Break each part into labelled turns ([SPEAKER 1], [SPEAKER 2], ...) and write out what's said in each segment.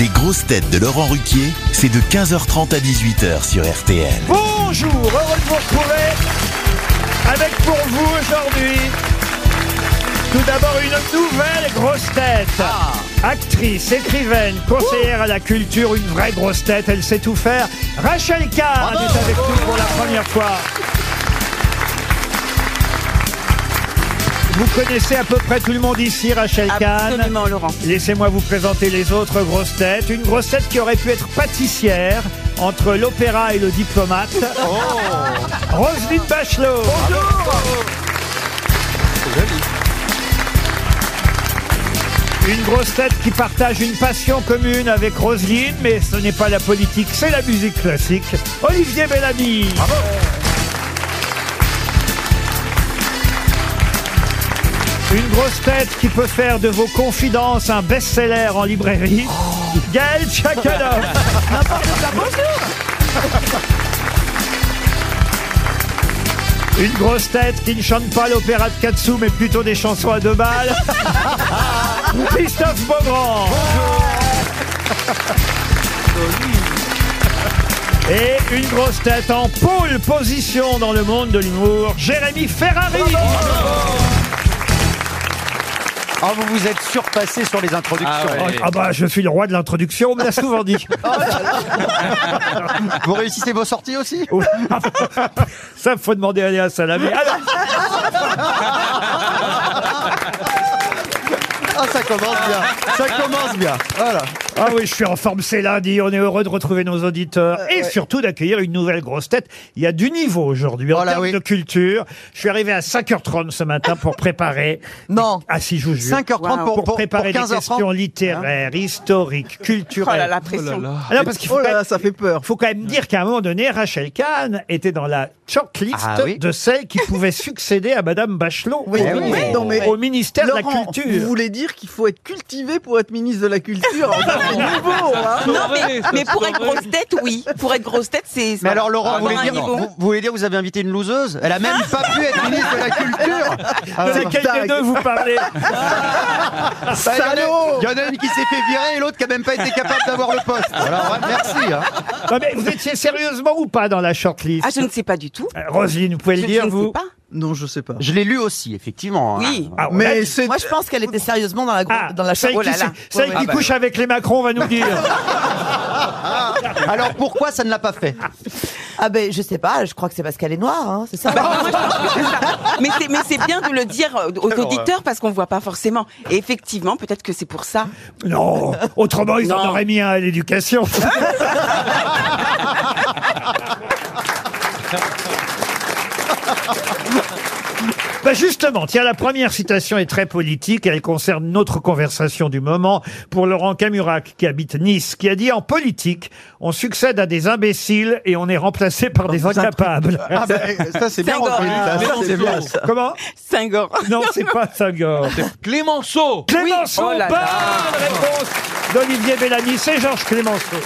[SPEAKER 1] Les grosses têtes de Laurent Ruquier, c'est de 15h30 à 18h sur RTL.
[SPEAKER 2] Bonjour, heureux de vous retrouver avec pour vous aujourd'hui tout d'abord une nouvelle grosse tête.
[SPEAKER 3] Ah.
[SPEAKER 2] Actrice, écrivaine, conseillère à la culture, une vraie grosse tête, elle sait tout faire. Rachel Kahn est avec nous pour la première fois. Vous connaissez à peu près tout le monde ici, Rachel Kahn.
[SPEAKER 3] Absolument, Laurent.
[SPEAKER 2] Laissez-moi vous présenter les autres grosses têtes. Une grosse tête qui aurait pu être pâtissière entre l'opéra et le diplomate.
[SPEAKER 3] Oh.
[SPEAKER 2] Oh. Roselyne Bachelot. Une grosse tête qui partage une passion commune avec Roselyne, mais ce n'est pas la politique, c'est la musique classique. Olivier Bellamy. Une grosse tête qui peut faire de vos confidences un best-seller en librairie. Gaël Tchakalov. Une grosse tête qui ne chante pas l'opéra de Katsu, mais plutôt des chansons à deux balles. Christophe Beaugrand. Et une grosse tête en pôle position dans le monde de l'humour, Jérémy Ferrari.
[SPEAKER 4] Ah, vous vous êtes surpassé sur les introductions.
[SPEAKER 2] Ah, ah bah, je suis le roi de l'introduction, on me l'a souvent dit.
[SPEAKER 4] Vous réussissez vos sorties aussi
[SPEAKER 2] Ça, faut demander à Léa Salamé. Alors,
[SPEAKER 4] Ah, ça commence bien. Ça commence bien. Voilà.
[SPEAKER 2] ah oui, je suis en forme, c'est lundi. On est heureux de retrouver nos auditeurs
[SPEAKER 4] Euh,
[SPEAKER 2] et surtout d'accueillir une nouvelle grosse tête. Il y a du niveau aujourd'hui en
[SPEAKER 4] Oh là
[SPEAKER 2] termes
[SPEAKER 4] oui.
[SPEAKER 2] de culture. Je suis arrivé à 5h30 ce matin pour préparer.
[SPEAKER 4] Non.
[SPEAKER 2] Ah si, je vous jure.
[SPEAKER 4] 5h30
[SPEAKER 2] pour,
[SPEAKER 4] pour- pour- pour
[SPEAKER 2] préparer des
[SPEAKER 4] 15h30.
[SPEAKER 2] questions littéraires, historiques,
[SPEAKER 3] Oh là là,
[SPEAKER 2] culturelles.
[SPEAKER 3] la pression.
[SPEAKER 2] Ah non, parce qu'il faut, quand même-
[SPEAKER 4] oh ça fait peur.
[SPEAKER 2] faut quand même dire qu'à un moment donné, Rachel Kahn était dans la shortlist
[SPEAKER 4] Ah oui.
[SPEAKER 2] de celles qui pouvaient succéder à Madame Bachelot
[SPEAKER 5] Oui,
[SPEAKER 4] Eh
[SPEAKER 5] oui,
[SPEAKER 4] oui.
[SPEAKER 5] non, mais
[SPEAKER 2] au ministère de la
[SPEAKER 5] Laurent,
[SPEAKER 2] Culture.
[SPEAKER 5] vous voulez dire qu'il faut être cultivé pour être ministre de la Culture Alors, c'est nouveau, hein
[SPEAKER 3] Non, mais, mais pour être grosse tête, oui. Pour être grosse tête, c'est.
[SPEAKER 4] Mais alors, Laurent,
[SPEAKER 3] Ah,
[SPEAKER 4] vous, voulez
[SPEAKER 3] dans un
[SPEAKER 4] dire,
[SPEAKER 3] niveau.
[SPEAKER 4] vous, vous voulez dire que vous avez invité une loseuse Ah, Elle a même pas pu être ministre de la Culture Ah,
[SPEAKER 2] C'est quel des
[SPEAKER 5] Dargue.
[SPEAKER 2] deux vous parlez
[SPEAKER 4] bah, il y en a-
[SPEAKER 5] salaud
[SPEAKER 4] Il y en a une qui s'est fait virer et l'autre qui a même pas été capable d'avoir le poste. Alors, ouais, merci. hein.
[SPEAKER 2] Non, mais vous étiez sérieusement ou pas dans la shortlist
[SPEAKER 3] Ah, je ne sais pas du tout.
[SPEAKER 2] Euh, Roselyne, vous pouvez
[SPEAKER 3] Je,
[SPEAKER 2] le
[SPEAKER 3] je
[SPEAKER 2] dire,
[SPEAKER 3] ne
[SPEAKER 2] vous
[SPEAKER 3] sais pas.
[SPEAKER 5] Non, je sais pas.
[SPEAKER 4] Je l'ai lu aussi, effectivement. hein.
[SPEAKER 3] Oui.
[SPEAKER 2] Ah, ouais.
[SPEAKER 5] Mais c'est...
[SPEAKER 6] Moi, je pense qu'elle était sérieusement dans la, gro-
[SPEAKER 2] Ah,
[SPEAKER 6] dans la
[SPEAKER 2] celle
[SPEAKER 6] chambre. Oh
[SPEAKER 2] qui, celle qui couche avec les Macron va nous dire.
[SPEAKER 4] Alors, pourquoi ça ne l'a pas fait
[SPEAKER 6] Ah ben, je sais pas, je crois que c'est parce qu'elle est noire, hein, c'est ça
[SPEAKER 3] Bah, Mais c'est- mais c'est bien de le dire aux
[SPEAKER 2] euh,
[SPEAKER 3] auditeurs parce qu'on ne voit pas forcément. Et effectivement, peut-être que c'est pour ça.
[SPEAKER 2] non, autrement ils en
[SPEAKER 3] Non.
[SPEAKER 2] auraient mis un à l'éducation. Bah justement, tiens, la première citation est très politique. Elle concerne notre conversation du moment pour Laurent Camurac, qui habite Nice, qui a dit En politique, on succède à des imbéciles et on est remplacé par des incapables.
[SPEAKER 4] Ah, bah, eh, Ça, c'est bien
[SPEAKER 3] D'accord.
[SPEAKER 4] repris. ça, ça, c'est bien.
[SPEAKER 2] Comment
[SPEAKER 3] Singor.
[SPEAKER 2] Non, c'est pas Singor.
[SPEAKER 7] Clémenceau
[SPEAKER 2] Clémenceau,
[SPEAKER 3] Oh là là.
[SPEAKER 2] bonne réponse d'Olivier Bellamy, c'est Georges Clémenceau.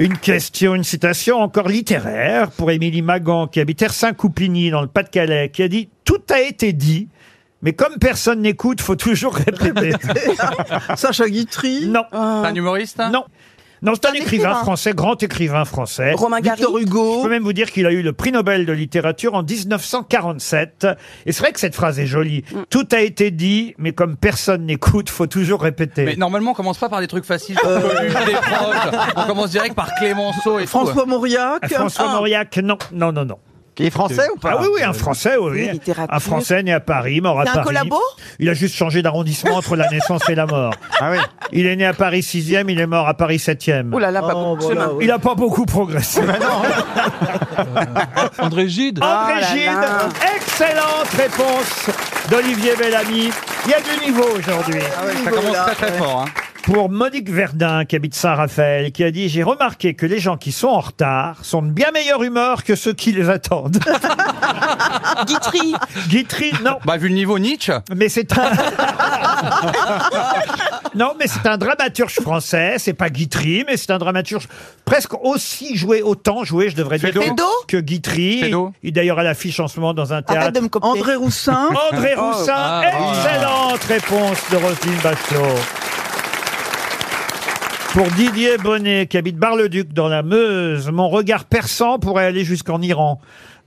[SPEAKER 2] Une question, une citation encore littéraire pour Émilie Magan, qui habite Saint-Coupigny, dans le Pas-de-Calais, qui a dit « Tout a été dit, mais comme personne n'écoute, faut toujours répéter.
[SPEAKER 5] Sacha » Guitry,
[SPEAKER 2] Non,
[SPEAKER 3] Euh.
[SPEAKER 7] un humoriste
[SPEAKER 2] non. Non, c'est un écrivain
[SPEAKER 6] écrivain.
[SPEAKER 2] français, grand écrivain français.
[SPEAKER 3] Romain Gary.
[SPEAKER 5] Victor
[SPEAKER 2] Je peux
[SPEAKER 5] Hugo...
[SPEAKER 2] même vous dire qu'il a eu le prix Nobel de littérature en 1947. Et c'est vrai que cette phrase est jolie.
[SPEAKER 3] Mm.
[SPEAKER 2] Tout a été dit, mais comme personne n'écoute, faut toujours répéter.
[SPEAKER 7] Mais normalement, on commence pas par des trucs faciles. Coluche, des profs. On commence direct par Clémenceau et tout.
[SPEAKER 5] François Mauriac,
[SPEAKER 2] Ah, François
[SPEAKER 3] Ah.
[SPEAKER 2] Mauriac, non, non, non, non.
[SPEAKER 4] Il est français ou pas Euh,
[SPEAKER 2] Ah oui, oui, un Français, oui.
[SPEAKER 3] Oui, littérature.
[SPEAKER 2] un Français né à Paris, mort à
[SPEAKER 6] C'est un
[SPEAKER 2] Paris.
[SPEAKER 6] collabo
[SPEAKER 2] Il a juste changé d'arrondissement entre la naissance et la mort.
[SPEAKER 4] Ah oui.
[SPEAKER 2] Il est né à Paris 6e, il est mort à Paris 7e.
[SPEAKER 3] Oh là là, pas beaucoup
[SPEAKER 5] Oh,
[SPEAKER 3] de
[SPEAKER 5] voilà,
[SPEAKER 3] chemin.
[SPEAKER 5] ouais.
[SPEAKER 2] Il n'a pas beaucoup progressé.
[SPEAKER 7] André Gide.
[SPEAKER 2] André
[SPEAKER 3] Oh là
[SPEAKER 2] Gide,
[SPEAKER 3] là.
[SPEAKER 2] excellente réponse d'Olivier Bellamy. Il y a du niveau aujourd'hui.
[SPEAKER 3] Ah
[SPEAKER 7] Ça commence très très fort. Hein.
[SPEAKER 2] Pour Monique Verdun, qui habite Saint-Raphaël, qui a dit J'ai remarqué que les gens qui sont en retard sont de bien meilleure humeur que ceux qui les attendent.
[SPEAKER 3] Guitry.
[SPEAKER 2] Guitry, non.
[SPEAKER 7] Bah, vu le niveau Nietzsche,
[SPEAKER 2] Mais c'est un. non, mais c'est un dramaturge français. C'est pas Guitry, mais c'est un dramaturge presque aussi joué, autant joué, je devrais dire,
[SPEAKER 6] Feydeau
[SPEAKER 2] que Guitry.
[SPEAKER 7] Feydeau
[SPEAKER 2] Il est d'ailleurs à l'affiche en ce moment dans un
[SPEAKER 6] Arrête
[SPEAKER 2] théâtre.
[SPEAKER 6] de me copier.
[SPEAKER 5] André Roussin,
[SPEAKER 2] André Roussin,
[SPEAKER 7] ah,
[SPEAKER 2] excellente réponse de Roselyne Bachelot. Pour Didier Bonnet, qui habite Bar-le-Duc dans la Meuse, mon regard perçant pourrait aller jusqu'en Iran.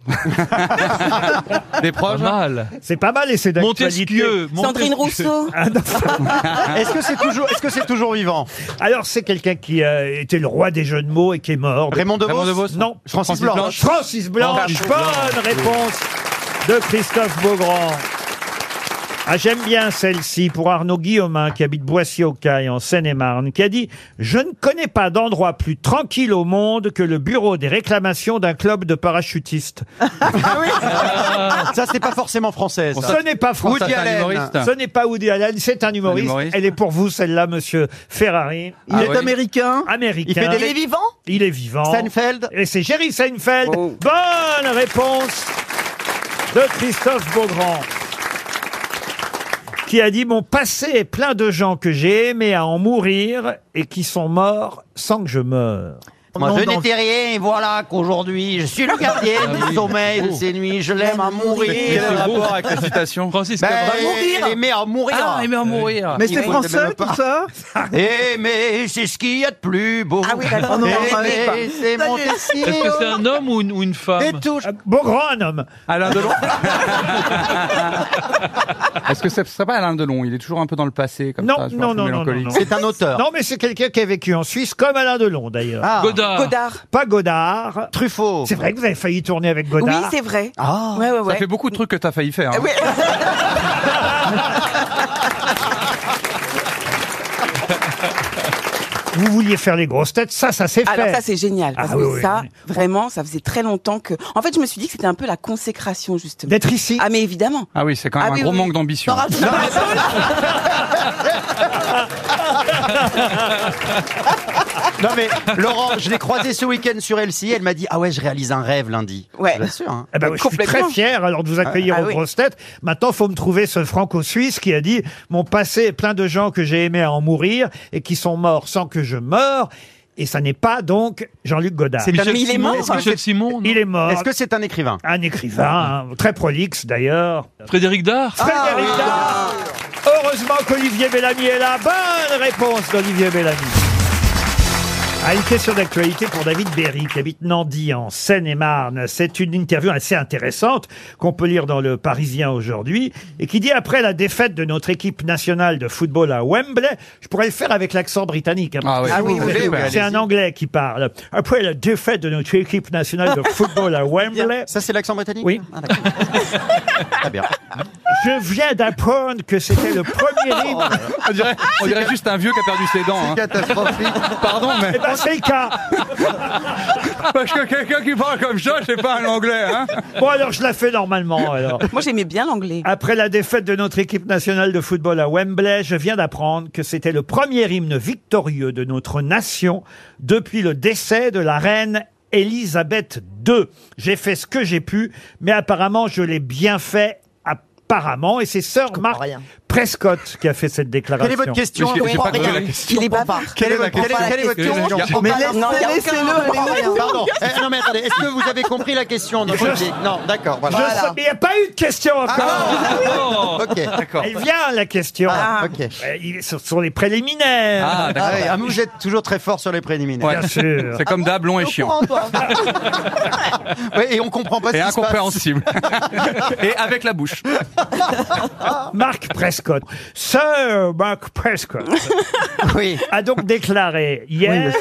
[SPEAKER 7] Des hein. proches mal.
[SPEAKER 2] C'est pas mal et c'est d'actualité. Ah,
[SPEAKER 7] Montesquieu.
[SPEAKER 3] Sandrine Rousseau.
[SPEAKER 4] Est-ce que c'est toujours, est-ce que c'est toujours vivant
[SPEAKER 2] Alors c'est quelqu'un qui a été le roi des jeux de mots et qui est mort.
[SPEAKER 4] Raymond DeVos,
[SPEAKER 7] Raymond DeVos.
[SPEAKER 2] Non.
[SPEAKER 4] Francis,
[SPEAKER 7] Francis
[SPEAKER 4] Blanche.
[SPEAKER 7] Blanche. Ah,
[SPEAKER 2] Francis Blanche,
[SPEAKER 7] Francis
[SPEAKER 2] bonne réponse de Christophe Beaugrand. Ah, j'aime bien celle-ci pour Arnaud Guillaumin qui habite Boissy-au-Caille en Seine-et-Marne qui a dit « Je ne connais pas d'endroit plus tranquille au monde que le bureau des réclamations d'un club de parachutistes.
[SPEAKER 4] Ah. Ça, c'est pas forcément français. ça.
[SPEAKER 2] Ce n'est pas français.
[SPEAKER 4] Woody Allen.
[SPEAKER 2] Ce n'est pas Woody Allen, c'est un humoriste.
[SPEAKER 7] Un humoriste.
[SPEAKER 2] Elle est pour vous celle-là, monsieur Ferrari.
[SPEAKER 5] Il
[SPEAKER 7] Ah
[SPEAKER 5] est
[SPEAKER 7] oui.
[SPEAKER 5] américain.
[SPEAKER 2] Américain.
[SPEAKER 4] Il fait
[SPEAKER 6] Il est vivant
[SPEAKER 2] Il est vivant.
[SPEAKER 4] Seinfeld.
[SPEAKER 2] Et c'est Jerry Seinfeld.
[SPEAKER 7] Oh.
[SPEAKER 2] Bonne réponse de Christophe Beaugrand. Qui a dit Mon passé est plein de gens que j'ai aimé à en mourir et qui sont morts sans que je meure.
[SPEAKER 4] Moi, je
[SPEAKER 5] Non, non,
[SPEAKER 4] n'étais rien, et voilà qu'aujourd'hui, je
[SPEAKER 7] Ah
[SPEAKER 4] suis le gardien
[SPEAKER 2] Ah
[SPEAKER 4] du sommeil
[SPEAKER 2] Oh.
[SPEAKER 4] de ces nuits, je l'aime à mourir.
[SPEAKER 7] Quel rapport avec la citation Francis
[SPEAKER 4] Ben,
[SPEAKER 7] Cabrel.
[SPEAKER 4] il aimait à mourir. Euh,
[SPEAKER 7] Ah, il meurt mourir.
[SPEAKER 5] Mais c'est
[SPEAKER 4] Il connaît
[SPEAKER 5] français
[SPEAKER 4] même pas. Eh,
[SPEAKER 5] tout ça
[SPEAKER 4] Aimer, c'est ce qu'il y a de plus beau.
[SPEAKER 6] Ah oui,
[SPEAKER 2] Oh,
[SPEAKER 6] d'accord.
[SPEAKER 5] non,
[SPEAKER 4] Aimer, Eh, c'est mon
[SPEAKER 8] Est-ce que c'est
[SPEAKER 4] désir.
[SPEAKER 8] un homme ou une, ou une
[SPEAKER 4] Et
[SPEAKER 8] femme
[SPEAKER 4] touche.
[SPEAKER 2] Euh, Beaugrand, un homme.
[SPEAKER 7] Alain Delon Est-ce que ce serait pas Alain Delon Il est toujours un peu dans le passé, comme
[SPEAKER 2] Non,
[SPEAKER 7] ça. je
[SPEAKER 2] non,
[SPEAKER 7] pense,
[SPEAKER 2] non, non,
[SPEAKER 7] mélancolique.
[SPEAKER 2] non,
[SPEAKER 4] C'est un auteur.
[SPEAKER 2] Non, mais c'est quelqu'un qui a vécu en Suisse, comme Alain Delon d'ailleurs.
[SPEAKER 4] Ah,
[SPEAKER 8] Godard.
[SPEAKER 3] Godard.
[SPEAKER 2] Pas Godard.
[SPEAKER 4] Truffaut.
[SPEAKER 2] C'est vrai que vous avez failli tourner avec
[SPEAKER 3] Oui,
[SPEAKER 2] Godard.
[SPEAKER 3] c'est vrai.
[SPEAKER 4] Ah.
[SPEAKER 3] Ouais, ouais,
[SPEAKER 7] Ça
[SPEAKER 3] ouais.
[SPEAKER 7] fait beaucoup de trucs que t'as failli faire. hein.
[SPEAKER 3] Oui.
[SPEAKER 2] Vous vouliez faire les grosses têtes, ça, ça s'est
[SPEAKER 3] Alors
[SPEAKER 2] fait.
[SPEAKER 3] ça c'est génial parce
[SPEAKER 2] Ah
[SPEAKER 3] que
[SPEAKER 2] oui, oui,
[SPEAKER 3] ça
[SPEAKER 2] oui.
[SPEAKER 3] vraiment ça faisait très longtemps que en fait je me suis dit que c'était un peu la consécration justement.
[SPEAKER 2] D'être ici.
[SPEAKER 3] Ah mais évidemment.
[SPEAKER 7] Ah oui, c'est quand même
[SPEAKER 3] Ah
[SPEAKER 7] un
[SPEAKER 3] oui,
[SPEAKER 7] gros
[SPEAKER 3] oui.
[SPEAKER 7] manque d'ambition.
[SPEAKER 4] Non mais Laurent, je l'ai croisé ce week-end sur LCI, elle m'a dit ah ouais, je réalise un rêve lundi.
[SPEAKER 3] Ouais.
[SPEAKER 4] Bien sûr. Hein.
[SPEAKER 2] Eh ben, je suis
[SPEAKER 3] Complètement.
[SPEAKER 2] très fier alors de vous accueillir
[SPEAKER 3] Ah
[SPEAKER 2] aux
[SPEAKER 3] oui.
[SPEAKER 2] grosses têtes. Maintenant, faut me trouver ce franco-suisse qui a dit mon passé est plein de gens que j'ai aimé à en mourir et qui sont morts sans que je meure. Et ça n'est pas donc Jean-Luc Godard.
[SPEAKER 4] C'est un-
[SPEAKER 3] Mais il est mort.
[SPEAKER 4] Est-ce que
[SPEAKER 8] Michel
[SPEAKER 4] c'est
[SPEAKER 8] Simon non
[SPEAKER 2] Il est mort.
[SPEAKER 4] est-ce que c'est un écrivain Mmh.
[SPEAKER 2] Un écrivain hein, très prolixe d'ailleurs.
[SPEAKER 8] Frédéric Dard
[SPEAKER 2] Frédéric Dard. Heureusement qu'Olivier Bellamy est là. Bonne réponse d'Olivier Bellamy. Ah, une question d'actualité pour David Berry, qui habite Nandy, en Seine-et-Marne. C'est une interview assez intéressante qu'on peut lire dans le Parisien aujourd'hui et qui dit après la défaite de notre équipe nationale de football à Wembley, je pourrais le faire avec l'accent britannique. hein, parce
[SPEAKER 7] Ah
[SPEAKER 2] que
[SPEAKER 7] oui.
[SPEAKER 2] si
[SPEAKER 7] Ah
[SPEAKER 4] oui,
[SPEAKER 2] vous
[SPEAKER 4] oui,
[SPEAKER 2] voulez,
[SPEAKER 4] oui,
[SPEAKER 2] c'est un
[SPEAKER 4] allez-y.
[SPEAKER 2] Anglais qui parle. Après la défaite de notre équipe nationale de football à Wembley,
[SPEAKER 4] Ça c'est l'accent britannique
[SPEAKER 2] Oui.
[SPEAKER 4] Ah, d'accord. Très bien.
[SPEAKER 2] je viens d'apprendre que c'était le premier livre
[SPEAKER 7] On dirait, on dirait juste un vieux qui a perdu ses dents. hein.
[SPEAKER 4] Catastrophique.
[SPEAKER 7] Pardon, mais
[SPEAKER 2] Eh ben, c'est le cas.
[SPEAKER 7] parce que quelqu'un qui parle comme ça, c'est pas un anglais. Hein
[SPEAKER 2] Bon, alors, je la fais normalement, alors.
[SPEAKER 3] Moi j'aimais bien l'anglais.
[SPEAKER 2] Après la défaite de notre équipe nationale de football à Wembley, je viens d'apprendre que c'était le premier hymne victorieux de notre nation depuis le décès de la reine Elisabeth II. J'ai fait ce que j'ai pu, mais apparemment je l'ai bien fait. Apparemment, et c'est Sir
[SPEAKER 6] comprends
[SPEAKER 2] Mark
[SPEAKER 6] rien.
[SPEAKER 2] Prescott qui a fait cette déclaration.
[SPEAKER 4] Quelle est votre question
[SPEAKER 7] Monsieur, j'ai pas compris
[SPEAKER 6] rien.
[SPEAKER 7] la question.
[SPEAKER 3] Il est
[SPEAKER 6] comprends
[SPEAKER 3] bavard.
[SPEAKER 4] Quelle est votre
[SPEAKER 6] comprends
[SPEAKER 4] quelle est-
[SPEAKER 6] pas la
[SPEAKER 4] quelle est votre
[SPEAKER 7] question. Il
[SPEAKER 4] question
[SPEAKER 7] y a-
[SPEAKER 4] Oh,
[SPEAKER 6] Mais
[SPEAKER 4] pardon.
[SPEAKER 3] Non, il y a
[SPEAKER 6] laissez-le
[SPEAKER 3] aucun-
[SPEAKER 6] aller.
[SPEAKER 4] Pardon. Eh, non mais attendez, est-ce que vous avez compris la question de Olivier Non, d'accord.
[SPEAKER 2] Je
[SPEAKER 4] Voilà. Ah.
[SPEAKER 2] sais- mais il n'y a pas eu de question encore.
[SPEAKER 4] Ok, Ah, d'accord.
[SPEAKER 2] Elle vient la question.
[SPEAKER 4] Ah, ok.
[SPEAKER 2] Euh, il- Ce sont les préliminaires.
[SPEAKER 7] Ah,
[SPEAKER 4] Ah
[SPEAKER 7] d'accord.
[SPEAKER 4] ouais, ah, mais vous êtes toujours très fort sur les préliminaires.
[SPEAKER 7] Ouais.
[SPEAKER 2] Bien sûr.
[SPEAKER 7] C'est comme d'hab, long et chiant.
[SPEAKER 4] Ouais, et on comprend pas
[SPEAKER 7] Et
[SPEAKER 4] ce qui se passe.
[SPEAKER 7] incompréhensible. et avec la bouche.
[SPEAKER 2] Marc Prescott. Sir Marc Prescott
[SPEAKER 4] Oui.
[SPEAKER 2] a donc déclaré hier,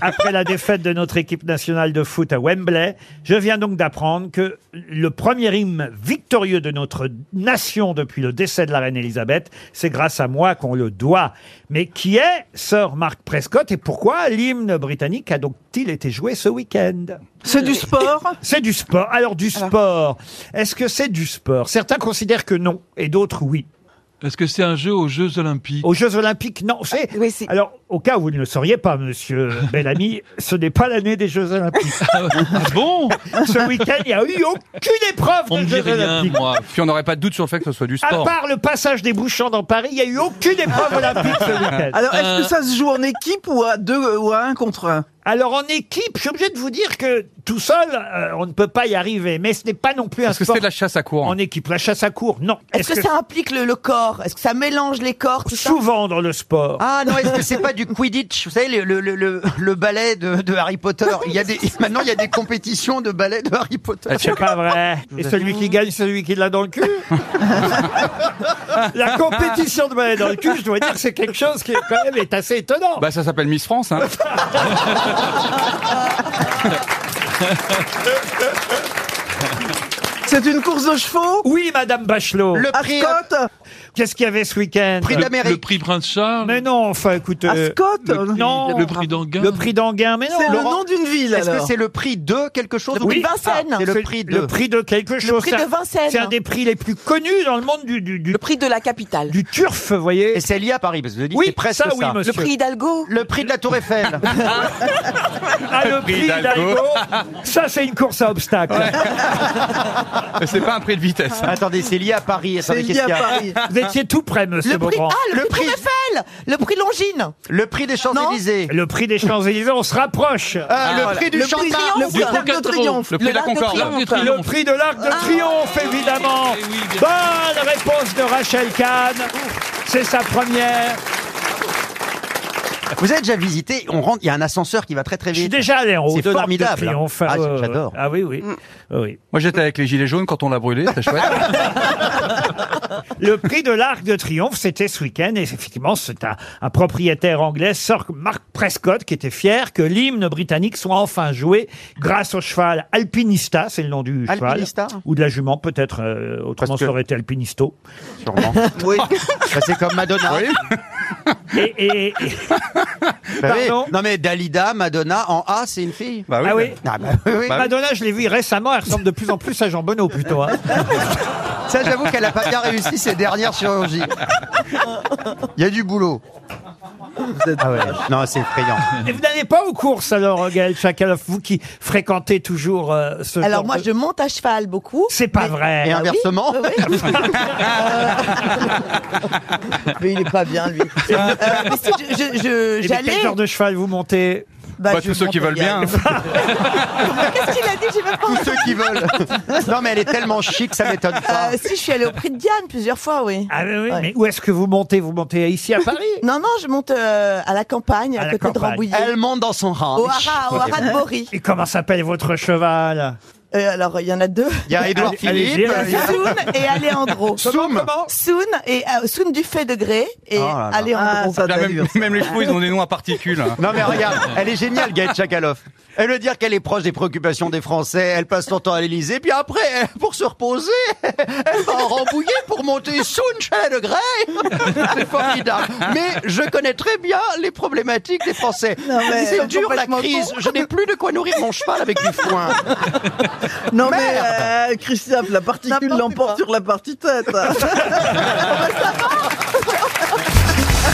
[SPEAKER 2] après la défaite de notre équipe nationale de foot à Wembley, je viens donc d'apprendre que le premier hymne victorieux de notre nation depuis le décès de la reine Elisabeth, c'est grâce à moi qu'on le doit. Mais qui est Sir Marc Prescott et pourquoi l'hymne britannique a donc-il été joué ce week-end
[SPEAKER 5] C'est du sport
[SPEAKER 2] c'est du sport. Alors, du sport. Est-ce que c'est du sport Certains considèrent que non, et d'autres oui.
[SPEAKER 8] Est-ce que c'est un jeu aux Jeux Olympiques
[SPEAKER 2] Aux Jeux Olympiques, non. C'est...
[SPEAKER 3] Oui, c'est-
[SPEAKER 2] Alors, au cas où vous ne le sauriez pas, monsieur Bellamy, ce n'est pas l'année des Jeux Olympiques.
[SPEAKER 8] Ah bon
[SPEAKER 2] ce week-end, il n'y a eu aucune épreuve
[SPEAKER 8] On
[SPEAKER 2] de
[SPEAKER 8] me dit
[SPEAKER 2] Jeux
[SPEAKER 8] rien,
[SPEAKER 2] Olympiques.
[SPEAKER 8] moi.
[SPEAKER 7] Puis on n'aurait pas de doute sur le fait que ce soit du
[SPEAKER 2] À
[SPEAKER 7] sport.
[SPEAKER 2] part le passage des bouchons dans Paris, il n'y a eu aucune épreuve olympique ce week-end.
[SPEAKER 5] Alors,
[SPEAKER 7] Euh.
[SPEAKER 5] est-ce que ça se joue en équipe euh, ou à deux ou à un contre un
[SPEAKER 2] Alors, en équipe, je suis obligé de vous dire que tout seul, euh, on ne peut pas y arriver. Mais ce n'est pas non plus un
[SPEAKER 7] Parce que
[SPEAKER 2] sport
[SPEAKER 7] c'est de la chasse à courant.
[SPEAKER 2] en équipe. La chasse à court, non.
[SPEAKER 6] Est-ce que, ça implique le, le corps Est-ce que ça mélange les corps tout ça
[SPEAKER 2] souvent dans le sport
[SPEAKER 4] Ah non, est-ce que c'est pas du Quidditch Vous savez, le, le, le, le- le ballet de, de Harry Potter. Il y a des, maintenant, il y a des compétitions de ballet de Harry Potter.
[SPEAKER 7] Ah,
[SPEAKER 2] C'est pas vrai. Et celui qui gagne, celui qui l'a dans le cul. la compétition de balai dans le cul, je dois dire, c'est quelque chose qui est quand même est assez étonnant.
[SPEAKER 7] Bah ça s'appelle Miss France. Hein.
[SPEAKER 5] C'est une course de chevaux
[SPEAKER 2] Oui, Madame Bachelot.
[SPEAKER 4] Le prix,
[SPEAKER 5] Ascot
[SPEAKER 2] Qu'est-ce qu'il y avait ce week-end
[SPEAKER 4] prix d'Amérique.
[SPEAKER 8] Le prix Prince Charles
[SPEAKER 2] Mais non, enfin, écoute. euh,
[SPEAKER 5] Ascot
[SPEAKER 2] non,
[SPEAKER 8] Le prix d'Anguin
[SPEAKER 2] le prix d'Anguin, mais non.
[SPEAKER 5] C'est le
[SPEAKER 2] Laurent,
[SPEAKER 5] nom d'une ville
[SPEAKER 4] Est-ce que
[SPEAKER 5] alors.
[SPEAKER 4] c'est le prix de quelque chose
[SPEAKER 6] prix de Vincennes.
[SPEAKER 4] Ah, c'est le
[SPEAKER 2] c'est
[SPEAKER 4] prix de.
[SPEAKER 2] Le prix de quelque chose.
[SPEAKER 6] prix
[SPEAKER 2] C'est
[SPEAKER 6] de
[SPEAKER 2] un-
[SPEAKER 6] Vincennes.
[SPEAKER 2] C'est un des prix les plus connus dans le monde du, du, du,
[SPEAKER 3] Le prix de la capitale.
[SPEAKER 2] du turf, vous voyez.
[SPEAKER 4] Et c'est lié à Paris, parce que je dis,
[SPEAKER 2] Oui,
[SPEAKER 4] c'est presque ça.
[SPEAKER 2] ça, oui, monsieur.
[SPEAKER 3] Le prix Hidalgo.
[SPEAKER 4] Le prix de la Tour Eiffel.
[SPEAKER 2] Ah, le prix d'Algo. Ça, c'est une course à obstacles.
[SPEAKER 7] c'est pas un prix de vitesse. hein.
[SPEAKER 4] Attendez, c'est lié à Paris.
[SPEAKER 5] C'est
[SPEAKER 4] Attendez,
[SPEAKER 5] lié
[SPEAKER 4] qu'est-ce
[SPEAKER 5] à
[SPEAKER 4] qu'il y a
[SPEAKER 5] Paris.
[SPEAKER 2] Vous étiez tout près, monsieur
[SPEAKER 6] Le prix,
[SPEAKER 2] Beaugrand.
[SPEAKER 6] ah, le,
[SPEAKER 4] Le
[SPEAKER 6] prix
[SPEAKER 4] prix-
[SPEAKER 6] Eiffel Le prix Longines
[SPEAKER 4] Le prix des Champs-Élysées.
[SPEAKER 2] Le prix des Champs-Élysées, on se rapproche.
[SPEAKER 4] Ah, le prix du
[SPEAKER 5] Le prix
[SPEAKER 4] Champard.
[SPEAKER 5] le
[SPEAKER 8] Du
[SPEAKER 5] prix d'Arc de
[SPEAKER 8] Trocadéro.
[SPEAKER 5] Triomphe.
[SPEAKER 7] Le prix de la
[SPEAKER 3] L'Arc de
[SPEAKER 7] Concorde.
[SPEAKER 3] Triomphe.
[SPEAKER 8] L'Arc de
[SPEAKER 2] Le
[SPEAKER 8] Triomphe.
[SPEAKER 2] prix de Ah. l'Arc de Triomphe, évidemment.
[SPEAKER 8] Eh oui, bien.
[SPEAKER 2] Bonne réponse de Rachel Kahn. C'est sa première.
[SPEAKER 4] Vous avez déjà visité On rentre, il y a un ascenseur qui va très très
[SPEAKER 2] Je suis
[SPEAKER 4] vite.
[SPEAKER 2] déjà allé en haut
[SPEAKER 4] C'est
[SPEAKER 2] de l'Arc de
[SPEAKER 4] formidable, hein.
[SPEAKER 2] Triomphe.
[SPEAKER 4] Ah,
[SPEAKER 2] ouais, ouais,
[SPEAKER 4] j'adore. Mm.
[SPEAKER 2] ouais. Ah oui, oui. Ah oui.
[SPEAKER 7] Moi j'étais avec les gilets jaunes quand on l'a brûlé, c'était chouette.
[SPEAKER 2] Le prix de l'Arc de Triomphe, c'était ce week-end. Et effectivement, c'est un, un propriétaire anglais, Sir Mark Prescott, qui était fier que l'hymne britannique soit enfin joué grâce au cheval Alpinista, c'est le nom du cheval.
[SPEAKER 4] Alpinista
[SPEAKER 2] Ou de la jument, peut-être. euh, autrement,
[SPEAKER 4] Parce que-
[SPEAKER 2] ça aurait été Alpinisto.
[SPEAKER 4] Sûrement.
[SPEAKER 5] Oui.
[SPEAKER 4] Ça, c'est comme Madonna.
[SPEAKER 2] Et- et- et,
[SPEAKER 4] Vous savez,
[SPEAKER 2] Pardon
[SPEAKER 4] non mais Dalida, Madonna, en A, c'est une fille.
[SPEAKER 7] Bah
[SPEAKER 2] Ah oui.
[SPEAKER 4] Ah, bah, oui, oui.
[SPEAKER 7] Bah,
[SPEAKER 2] Madonna, je l'ai vue récemment, elle ressemble de plus en plus à Jean Bonneau plutôt. hein.
[SPEAKER 4] Ça, j'avoue qu'elle a pas bien réussi ses dernières chirurgies. Il y a du boulot. Ah ouais. Non, c'est effrayant.
[SPEAKER 2] Et vous n'allez pas aux courses alors, Gaël Chakalov, vous qui fréquentez toujours euh, ce genre
[SPEAKER 6] Alors moi,
[SPEAKER 2] de-
[SPEAKER 6] je monte à cheval beaucoup.
[SPEAKER 2] C'est pas
[SPEAKER 6] mais-
[SPEAKER 4] Et
[SPEAKER 2] vrai.
[SPEAKER 6] Ah oui,
[SPEAKER 4] inversement.
[SPEAKER 6] oui, oui. Euh, Mais il est pas bien, lui. Euh, mais si, je- je- je-
[SPEAKER 2] Et mais
[SPEAKER 6] J'allais...
[SPEAKER 2] quel genre de cheval vous montez
[SPEAKER 6] bah,
[SPEAKER 7] Pas
[SPEAKER 6] je
[SPEAKER 7] tous ceux qui
[SPEAKER 6] monte
[SPEAKER 7] veulent bien. hein.
[SPEAKER 6] bien. Qu'est-ce qu'il a dit J'ai même pas
[SPEAKER 4] Tous ceux qui veulent. Non, mais elle est tellement chic, ça m'étonne pas.
[SPEAKER 6] Euh, si, je suis allée au prix de Diane plusieurs fois, oui.
[SPEAKER 2] Ah oui, oui,
[SPEAKER 6] Ouais.
[SPEAKER 2] mais où est-ce que vous montez Vous montez ici à Paris
[SPEAKER 6] Non, non, je monte euh, à la campagne,
[SPEAKER 2] À
[SPEAKER 6] à,
[SPEAKER 2] la
[SPEAKER 6] côté
[SPEAKER 2] campagne.
[SPEAKER 6] de Rambouillet.
[SPEAKER 4] Elle monte dans son ranch.
[SPEAKER 6] Au haras, au haras de Bory.
[SPEAKER 2] Et comment s'appelle votre cheval
[SPEAKER 6] Euh, alors, il y en a deux.
[SPEAKER 4] Il y a Édouard
[SPEAKER 2] Allez- allez-y,
[SPEAKER 4] Philippe. il y a-
[SPEAKER 6] Soun et Aléandro.
[SPEAKER 4] Soum.
[SPEAKER 6] Soun et euh, Soun du fait degré et
[SPEAKER 4] Oh là là.
[SPEAKER 6] Aléandro.
[SPEAKER 5] Ah, ça
[SPEAKER 7] Là,
[SPEAKER 5] doit
[SPEAKER 7] même,
[SPEAKER 5] dur.
[SPEAKER 7] même les chevaux, ils ont des noms à particules. hein.
[SPEAKER 4] Non mais regarde, elle est géniale, Gaëlle Chakalov. Elle veut dire qu'elle est proche des préoccupations des Français, elle passe son temps à l'Elysée, puis après, elle- pour se reposer, elle va en Rambouillet pour monter Sunshine de Grey. C'est formidable. Mais je connais très bien les problématiques des Français.
[SPEAKER 6] Non, mais-
[SPEAKER 4] C'est
[SPEAKER 6] Ils sont
[SPEAKER 4] dur la
[SPEAKER 6] complètement
[SPEAKER 4] crise, je n'ai plus de quoi nourrir mon cheval avec du foin.
[SPEAKER 5] Non mais euh, Christophe, la particule
[SPEAKER 6] N'importe
[SPEAKER 5] l'emporte
[SPEAKER 6] quoi.
[SPEAKER 5] sur la partie tête. hein.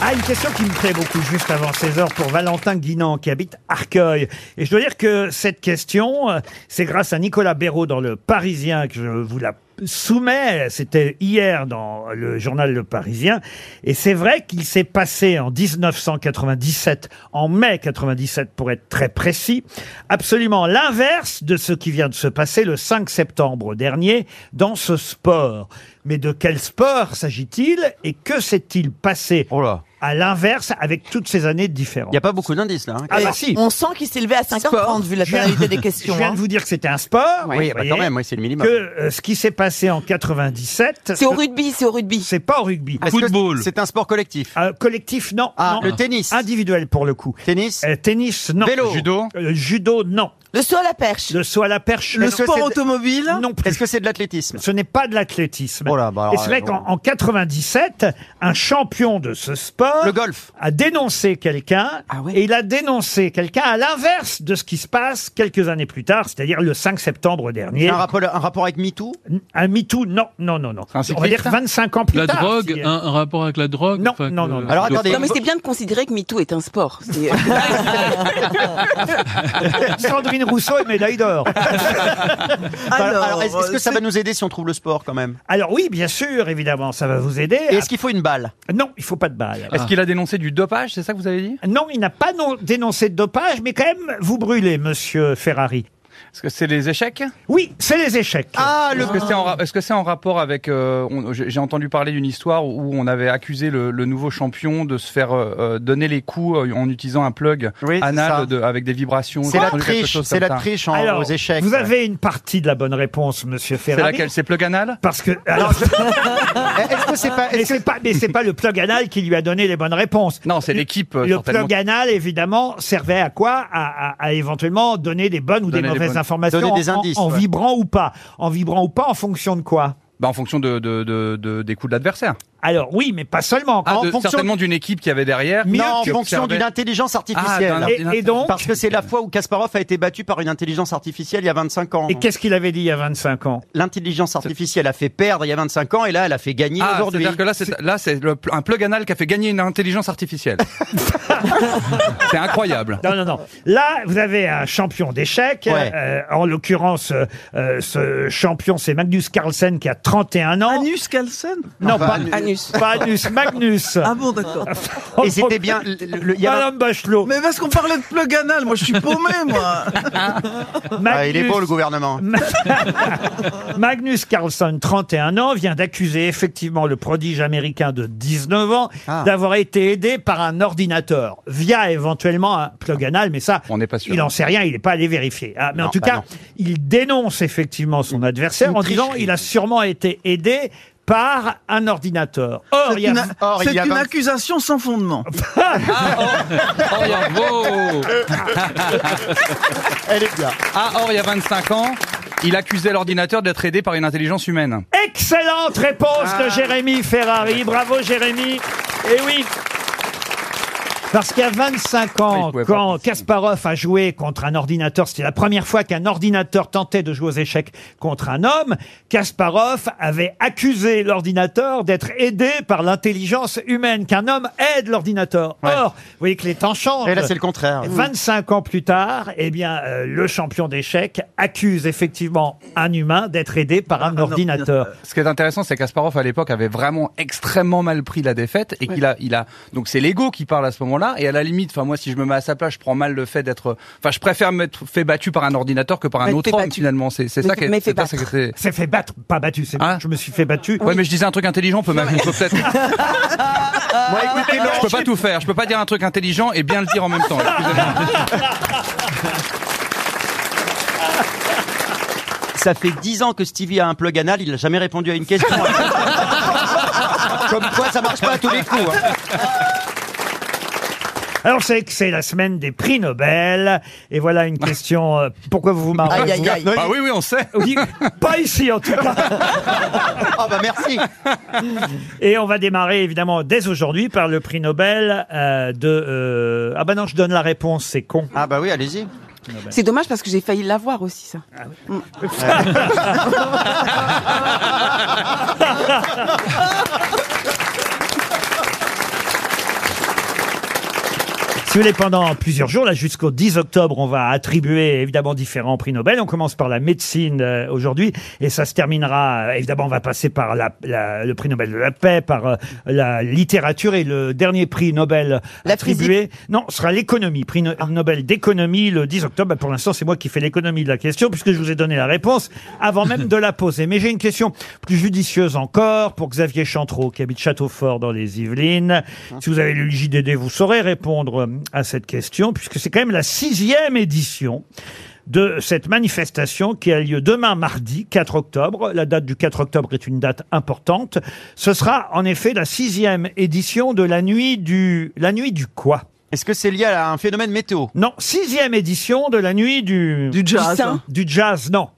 [SPEAKER 2] Ah, une question qui me plaît beaucoup juste avant 16h pour Valentin Guinan qui habite Arcueil. Et je dois dire que cette question, euh, c'est grâce à Nicolas Béraud dans Le Parisien que je vous la soumets. C'était hier dans le journal Le Parisien. Et c'est vrai qu'il s'est passé en 1997, en mai 97 pour être très précis, absolument l'inverse de ce qui vient de se passer le 5 septembre dernier dans ce sport. Mais de quel sport s'agit-il et que s'est-il passé
[SPEAKER 4] Oh là,
[SPEAKER 2] à l'inverse avec toutes ces années de différence.
[SPEAKER 4] il n'y a pas beaucoup d'indices là. hein.
[SPEAKER 2] Ah
[SPEAKER 6] Et
[SPEAKER 2] bah si.
[SPEAKER 6] On sent qu'il s'est levé à 5h30 vu la
[SPEAKER 2] Je viens-
[SPEAKER 6] tonalité des
[SPEAKER 2] Je
[SPEAKER 6] questions.
[SPEAKER 2] viens
[SPEAKER 6] hein.
[SPEAKER 2] de vous dire que c'était un sport.
[SPEAKER 3] Oui,
[SPEAKER 2] vous
[SPEAKER 4] Oui, bah,
[SPEAKER 2] voyez,
[SPEAKER 4] quand même, oui, c'est le minimum.
[SPEAKER 2] Que euh, ce qui s'est passé en 97,
[SPEAKER 3] C'est au rugby, c'est au rugby.
[SPEAKER 2] c'est pas au rugby.
[SPEAKER 4] Est-ce que
[SPEAKER 8] Football.
[SPEAKER 4] C'est un sport collectif.
[SPEAKER 2] Euh, collectif, non.
[SPEAKER 4] Ah,
[SPEAKER 2] non.
[SPEAKER 4] le tennis.
[SPEAKER 2] Individuel pour le coup.
[SPEAKER 4] Tennis
[SPEAKER 2] Euh, tennis, non.
[SPEAKER 4] Vélo.
[SPEAKER 7] Judo
[SPEAKER 2] Euh, judo, non.
[SPEAKER 6] Le saut à la perche.
[SPEAKER 2] Le saut à la perche,
[SPEAKER 5] Le
[SPEAKER 4] Est-ce que
[SPEAKER 5] sport
[SPEAKER 4] c'est-
[SPEAKER 5] automobile.
[SPEAKER 2] non plus.
[SPEAKER 4] Est-ce que c'est de l'athlétisme
[SPEAKER 2] Ce n'est pas de l'athlétisme.
[SPEAKER 4] Oh là, bah alors,
[SPEAKER 2] Et c'est vrai
[SPEAKER 4] euh,
[SPEAKER 2] qu'en
[SPEAKER 4] bon.
[SPEAKER 2] en 97, un champion de ce sport
[SPEAKER 4] Le golf
[SPEAKER 2] a dénoncé quelqu'un
[SPEAKER 3] Ah ouais
[SPEAKER 2] et il a dénoncé quelqu'un à l'inverse de ce qui se passe quelques années plus tard, c'est-à-dire le 5 septembre dernier.
[SPEAKER 4] un rapport, un rapport avec MeToo
[SPEAKER 2] Un MeToo, non, non, non, non. On
[SPEAKER 7] un
[SPEAKER 2] va dire
[SPEAKER 7] cycliste, ça
[SPEAKER 2] 25 ans plus
[SPEAKER 8] La
[SPEAKER 2] tard.
[SPEAKER 8] drogue,
[SPEAKER 2] si-
[SPEAKER 8] un, un rapport avec la drogue
[SPEAKER 2] Non,
[SPEAKER 8] enfin,
[SPEAKER 2] non,
[SPEAKER 8] que-
[SPEAKER 2] non, non.
[SPEAKER 4] Alors attendez,
[SPEAKER 3] Non mais c'est bien de considérer que MeToo est un sport. C'est-
[SPEAKER 2] Sandrine Sandrine Rousseau est médaille d'or.
[SPEAKER 4] Alors, est-ce est-ce que
[SPEAKER 5] euh,
[SPEAKER 4] ça va nous aider si on trouve le sport quand même
[SPEAKER 2] Alors oui, bien sûr, évidemment, ça va vous aider.
[SPEAKER 4] Et Est-ce qu'il faut une balle
[SPEAKER 2] Non, il faut pas de balle.
[SPEAKER 7] Est-ce qu'il a dénoncé du dopage, c'est ça que vous avez dit
[SPEAKER 2] Non, il n'a pas non- dénoncé de dopage, mais quand même, vous brûlez, monsieur Ferrari.
[SPEAKER 7] Est-ce que c'est les échecs
[SPEAKER 2] Oui, c'est les échecs.
[SPEAKER 4] Ah, le
[SPEAKER 7] Est-ce que c'est en, ra- est-ce que c'est en rapport avec... euh, on- J'ai j'ai entendu parler d'une histoire où on avait accusé le, le nouveau champion de se faire euh, euh, donner les coups euh, en utilisant un plug
[SPEAKER 4] Oui, c'est ça.
[SPEAKER 7] anal de- avec des vibrations.
[SPEAKER 4] C'est
[SPEAKER 7] J'ai
[SPEAKER 4] la
[SPEAKER 7] entendu quelque
[SPEAKER 4] triche,
[SPEAKER 7] chose
[SPEAKER 4] c'est
[SPEAKER 7] comme
[SPEAKER 4] la
[SPEAKER 7] ça.
[SPEAKER 4] triche en-
[SPEAKER 2] Alors,
[SPEAKER 4] aux échecs.
[SPEAKER 2] vous
[SPEAKER 4] ouais.
[SPEAKER 2] avez une partie de la bonne réponse, monsieur
[SPEAKER 7] C'est
[SPEAKER 2] Ferrari.
[SPEAKER 7] laquelle C'est plug anal
[SPEAKER 2] Parce que. euh, alors,
[SPEAKER 4] Eh, Est-ce que c'est pas
[SPEAKER 2] mais
[SPEAKER 4] est-ce que-
[SPEAKER 2] c'est pas, mais c'est pas le plug anal qui lui a donné les bonnes réponses.
[SPEAKER 7] Non, c'est l'équipe. euh,
[SPEAKER 2] Le
[SPEAKER 7] certainement.
[SPEAKER 2] plug anal, évidemment, servait à quoi à, à- à éventuellement donner des bonnes ou des
[SPEAKER 7] Donner des
[SPEAKER 2] mauvaises
[SPEAKER 7] bonnes-
[SPEAKER 2] informations
[SPEAKER 4] donner des
[SPEAKER 2] en- en-
[SPEAKER 4] indices,
[SPEAKER 2] en,
[SPEAKER 4] ouais.
[SPEAKER 2] vibrant ou pas. En vibrant ou pas, en fonction de quoi
[SPEAKER 7] Bah, en fonction de, de- de- de- des coups de l'adversaire.
[SPEAKER 2] Alors oui, mais pas seulement.
[SPEAKER 7] Ah,
[SPEAKER 4] en
[SPEAKER 7] de-
[SPEAKER 4] fonction-
[SPEAKER 7] Certainement d'une équipe qui avait derrière.
[SPEAKER 2] Mieux
[SPEAKER 4] Non, en
[SPEAKER 7] qui
[SPEAKER 4] fonction
[SPEAKER 7] observait-
[SPEAKER 4] d'une intelligence
[SPEAKER 7] Ah,
[SPEAKER 4] artificielle.
[SPEAKER 7] d'un-
[SPEAKER 2] Et, et donc,
[SPEAKER 4] Parce que c'est la fois où Kasparov a été battu par une intelligence artificielle il y a 25 ans.
[SPEAKER 2] et qu'est-ce qu'il avait dit il y a 25 ans
[SPEAKER 4] L'intelligence artificielle a fait perdre il y a 25 ans et là, elle a fait gagner
[SPEAKER 7] Ah,
[SPEAKER 4] aujourd'hui.
[SPEAKER 7] c'est-à-dire que là, c'est, là, c'est le pl- un plug anal qui a fait gagner une intelligence artificielle. c'est incroyable.
[SPEAKER 2] Non, non, non. Là, vous avez un champion d'échecs.
[SPEAKER 4] Ouais.
[SPEAKER 2] Euh, en l'occurrence, euh, euh, ce champion, c'est Magnus Carlsen qui a 31 ans.
[SPEAKER 5] Anus Carlsen
[SPEAKER 2] non,
[SPEAKER 4] Enfin,
[SPEAKER 2] pas
[SPEAKER 4] Anus.
[SPEAKER 3] Anus.
[SPEAKER 2] Pas Anus, Magnus.
[SPEAKER 5] Ah bon, d'accord.
[SPEAKER 4] Et c'était bien. le- le- il y a-
[SPEAKER 2] Madame Bachelot.
[SPEAKER 5] Mais parce qu'on parlait de plug anal, moi je suis paumé, moi.
[SPEAKER 4] Ah, il est
[SPEAKER 2] Magnus-
[SPEAKER 4] beau le gouvernement.
[SPEAKER 2] Magnus Carlson, 31 ans, vient d'accuser effectivement le prodige américain de 19 ans
[SPEAKER 4] Ah.
[SPEAKER 2] d'avoir été aidé par un ordinateur via éventuellement un plug anal, mais ça,
[SPEAKER 7] On n'est pas sûr.
[SPEAKER 2] il n'en sait rien, il n'est pas allé vérifier. Ah, mais en
[SPEAKER 4] Non,
[SPEAKER 2] tout
[SPEAKER 4] bah
[SPEAKER 2] cas,
[SPEAKER 4] non.
[SPEAKER 2] il dénonce effectivement son adversaire
[SPEAKER 4] une
[SPEAKER 2] en disant
[SPEAKER 4] tricherie.
[SPEAKER 2] il a sûrement été aidé par un ordinateur. Or, il y a-
[SPEAKER 5] Une-
[SPEAKER 4] Or, il
[SPEAKER 5] C'est
[SPEAKER 4] y a
[SPEAKER 5] une
[SPEAKER 4] 20
[SPEAKER 5] accusation sans fondement.
[SPEAKER 7] Or, il y a- wow.
[SPEAKER 4] Elle est bien.
[SPEAKER 7] Ah, or, il y a 25 ans, il accusait l'ordinateur d'être aidé par une intelligence humaine.
[SPEAKER 2] Excellente réponse
[SPEAKER 4] Ah.
[SPEAKER 2] de Jérémy Ferrari. Bravo Jérémy. Et oui. Parce qu'il y a 25
[SPEAKER 7] Ah,
[SPEAKER 2] ans,
[SPEAKER 7] il pouvait pas
[SPEAKER 2] quand
[SPEAKER 7] faire ça.
[SPEAKER 2] Kasparov a joué contre un ordinateur, c'était la première fois qu'un ordinateur tentait de jouer aux échecs contre un homme, Kasparov avait accusé l'ordinateur d'être aidé par l'intelligence humaine, qu'un homme aide l'ordinateur.
[SPEAKER 4] Ouais.
[SPEAKER 2] Or, vous voyez que les temps changent.
[SPEAKER 4] Et là, c'est le contraire.
[SPEAKER 2] 25 ans plus tard, eh bien, euh, le champion d'échecs accuse effectivement un humain d'être aidé par un, ordinateur.
[SPEAKER 7] Ce qui est intéressant, c'est qu'Asparov, à l'époque, avait vraiment extrêmement mal pris la défaite et qu'il a, il a, donc c'est l'ego qui parle à ce moment-là. Et à la limite, enfin, moi, si je me mets à sa place, je prends mal le fait d'être, enfin, je préfère m'être fait battu par un ordinateur que par un
[SPEAKER 3] Mais
[SPEAKER 7] autre
[SPEAKER 3] fait
[SPEAKER 7] homme,
[SPEAKER 3] Bah, battu.
[SPEAKER 7] finalement. C'est, c'est
[SPEAKER 3] Mais
[SPEAKER 7] ça
[SPEAKER 3] fait-
[SPEAKER 7] qui est,
[SPEAKER 3] mais fait
[SPEAKER 7] c'est ça
[SPEAKER 3] battre.
[SPEAKER 7] qui est-
[SPEAKER 2] C'est fait battre, pas battu. c'est-
[SPEAKER 7] Ah.
[SPEAKER 2] Je me suis fait battu.
[SPEAKER 7] Ouais, mais je disais un truc intelligent, on peut même, on peut peut-être,
[SPEAKER 4] Moi, écoutez, Laurent,
[SPEAKER 7] je peux pas tout faire. Je peux pas dire un truc intelligent et bien le dire en même temps. Excusez-moi.
[SPEAKER 4] ça fait 10 ans que Stevie a un plug anal, il n'a jamais répondu à une question. hein. Comme quoi, ça marche pas à tous les coups. hein.
[SPEAKER 2] Alors, c'est que c'est la semaine des prix Nobel. Et voilà une question. euh, pourquoi vous vous marrez
[SPEAKER 6] Aïe, aïe, aïe.
[SPEAKER 7] Bah oui, oui, on sait.
[SPEAKER 2] Oui, pas ici en tout cas.
[SPEAKER 4] Ah bah merci.
[SPEAKER 2] Et on va démarrer évidemment dès aujourd'hui par le prix Nobel euh, de... euh, Ah bah non, je donne la réponse, c'est con.
[SPEAKER 4] Ah bah oui, allez-y.
[SPEAKER 3] C'est dommage parce que j'ai failli l'avoir aussi, ça.
[SPEAKER 2] Ah
[SPEAKER 3] Mm.
[SPEAKER 2] Si vous voulez, pendant plusieurs jours, là jusqu'au 10 octobre, on va attribuer évidemment différents prix Nobel. On commence par la médecine euh, aujourd'hui et ça se terminera. euh, évidemment, on va passer par la- la- le prix Nobel de la paix, par euh, la littérature et le dernier prix Nobel
[SPEAKER 6] La
[SPEAKER 2] attribué. Non, ce sera l'économie. Prix No- Nobel d'économie le 10 octobre. Bah, pour l'instant, c'est moi qui fais l'économie de la question puisque je vous ai donné la réponse avant même de la poser. Mais j'ai une question plus judicieuse encore pour Xavier Chantreau qui habite Châteaufort dans les Yvelines. Si vous avez lu le JDD, vous saurez répondre euh, à cette question puisque c'est quand même la sixième édition de cette manifestation qui a lieu demain mardi 4 octobre. La date du 4 octobre est une date importante. Ce sera en effet la sixième édition de la nuit du... La nuit du quoi
[SPEAKER 4] Est-ce que c'est lié à un phénomène météo
[SPEAKER 2] Non, sixième édition de la nuit du...
[SPEAKER 5] Du jazz.
[SPEAKER 3] Putain.
[SPEAKER 2] Du jazz, non.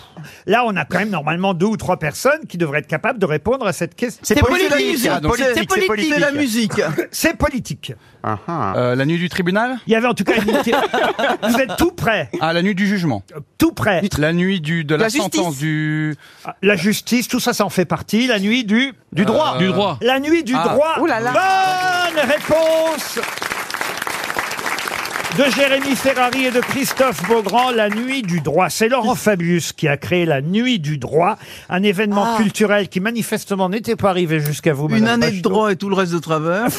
[SPEAKER 2] Là, on a quand même normalement deux ou trois personnes qui devraient être capables de répondre à cette question.
[SPEAKER 4] C'est politique, c'est politique,
[SPEAKER 5] C'est
[SPEAKER 4] c'est politique.
[SPEAKER 5] politique. C'est la musique.
[SPEAKER 2] C'est politique.
[SPEAKER 4] Ah, ah.
[SPEAKER 7] Euh, la nuit du tribunal
[SPEAKER 2] Il y avait en tout cas une... Vous êtes tout près, Euh,
[SPEAKER 7] Ah, la nuit du jugement.
[SPEAKER 2] tout près. Ah,
[SPEAKER 7] La nuit du, de la,
[SPEAKER 3] La justice.
[SPEAKER 7] sentence du...
[SPEAKER 2] La justice, tout ça, ça en fait partie. La nuit du...
[SPEAKER 4] Du droit.
[SPEAKER 8] Du droit.
[SPEAKER 2] La nuit du
[SPEAKER 7] Euh, Ah.
[SPEAKER 2] droit.
[SPEAKER 3] Ouh là là.
[SPEAKER 2] Bonne réponse de Jérémy Ferrari et de Christophe Beaugrand, La Nuit du Droit. C'est Laurent Fabius qui a créé La Nuit du Droit, un
[SPEAKER 3] Ah.
[SPEAKER 2] événement culturel qui manifestement n'était pas arrivé jusqu'à vous.
[SPEAKER 5] Une
[SPEAKER 2] Madame
[SPEAKER 5] année de
[SPEAKER 2] Bachelot.
[SPEAKER 5] droit et tout le reste de travers.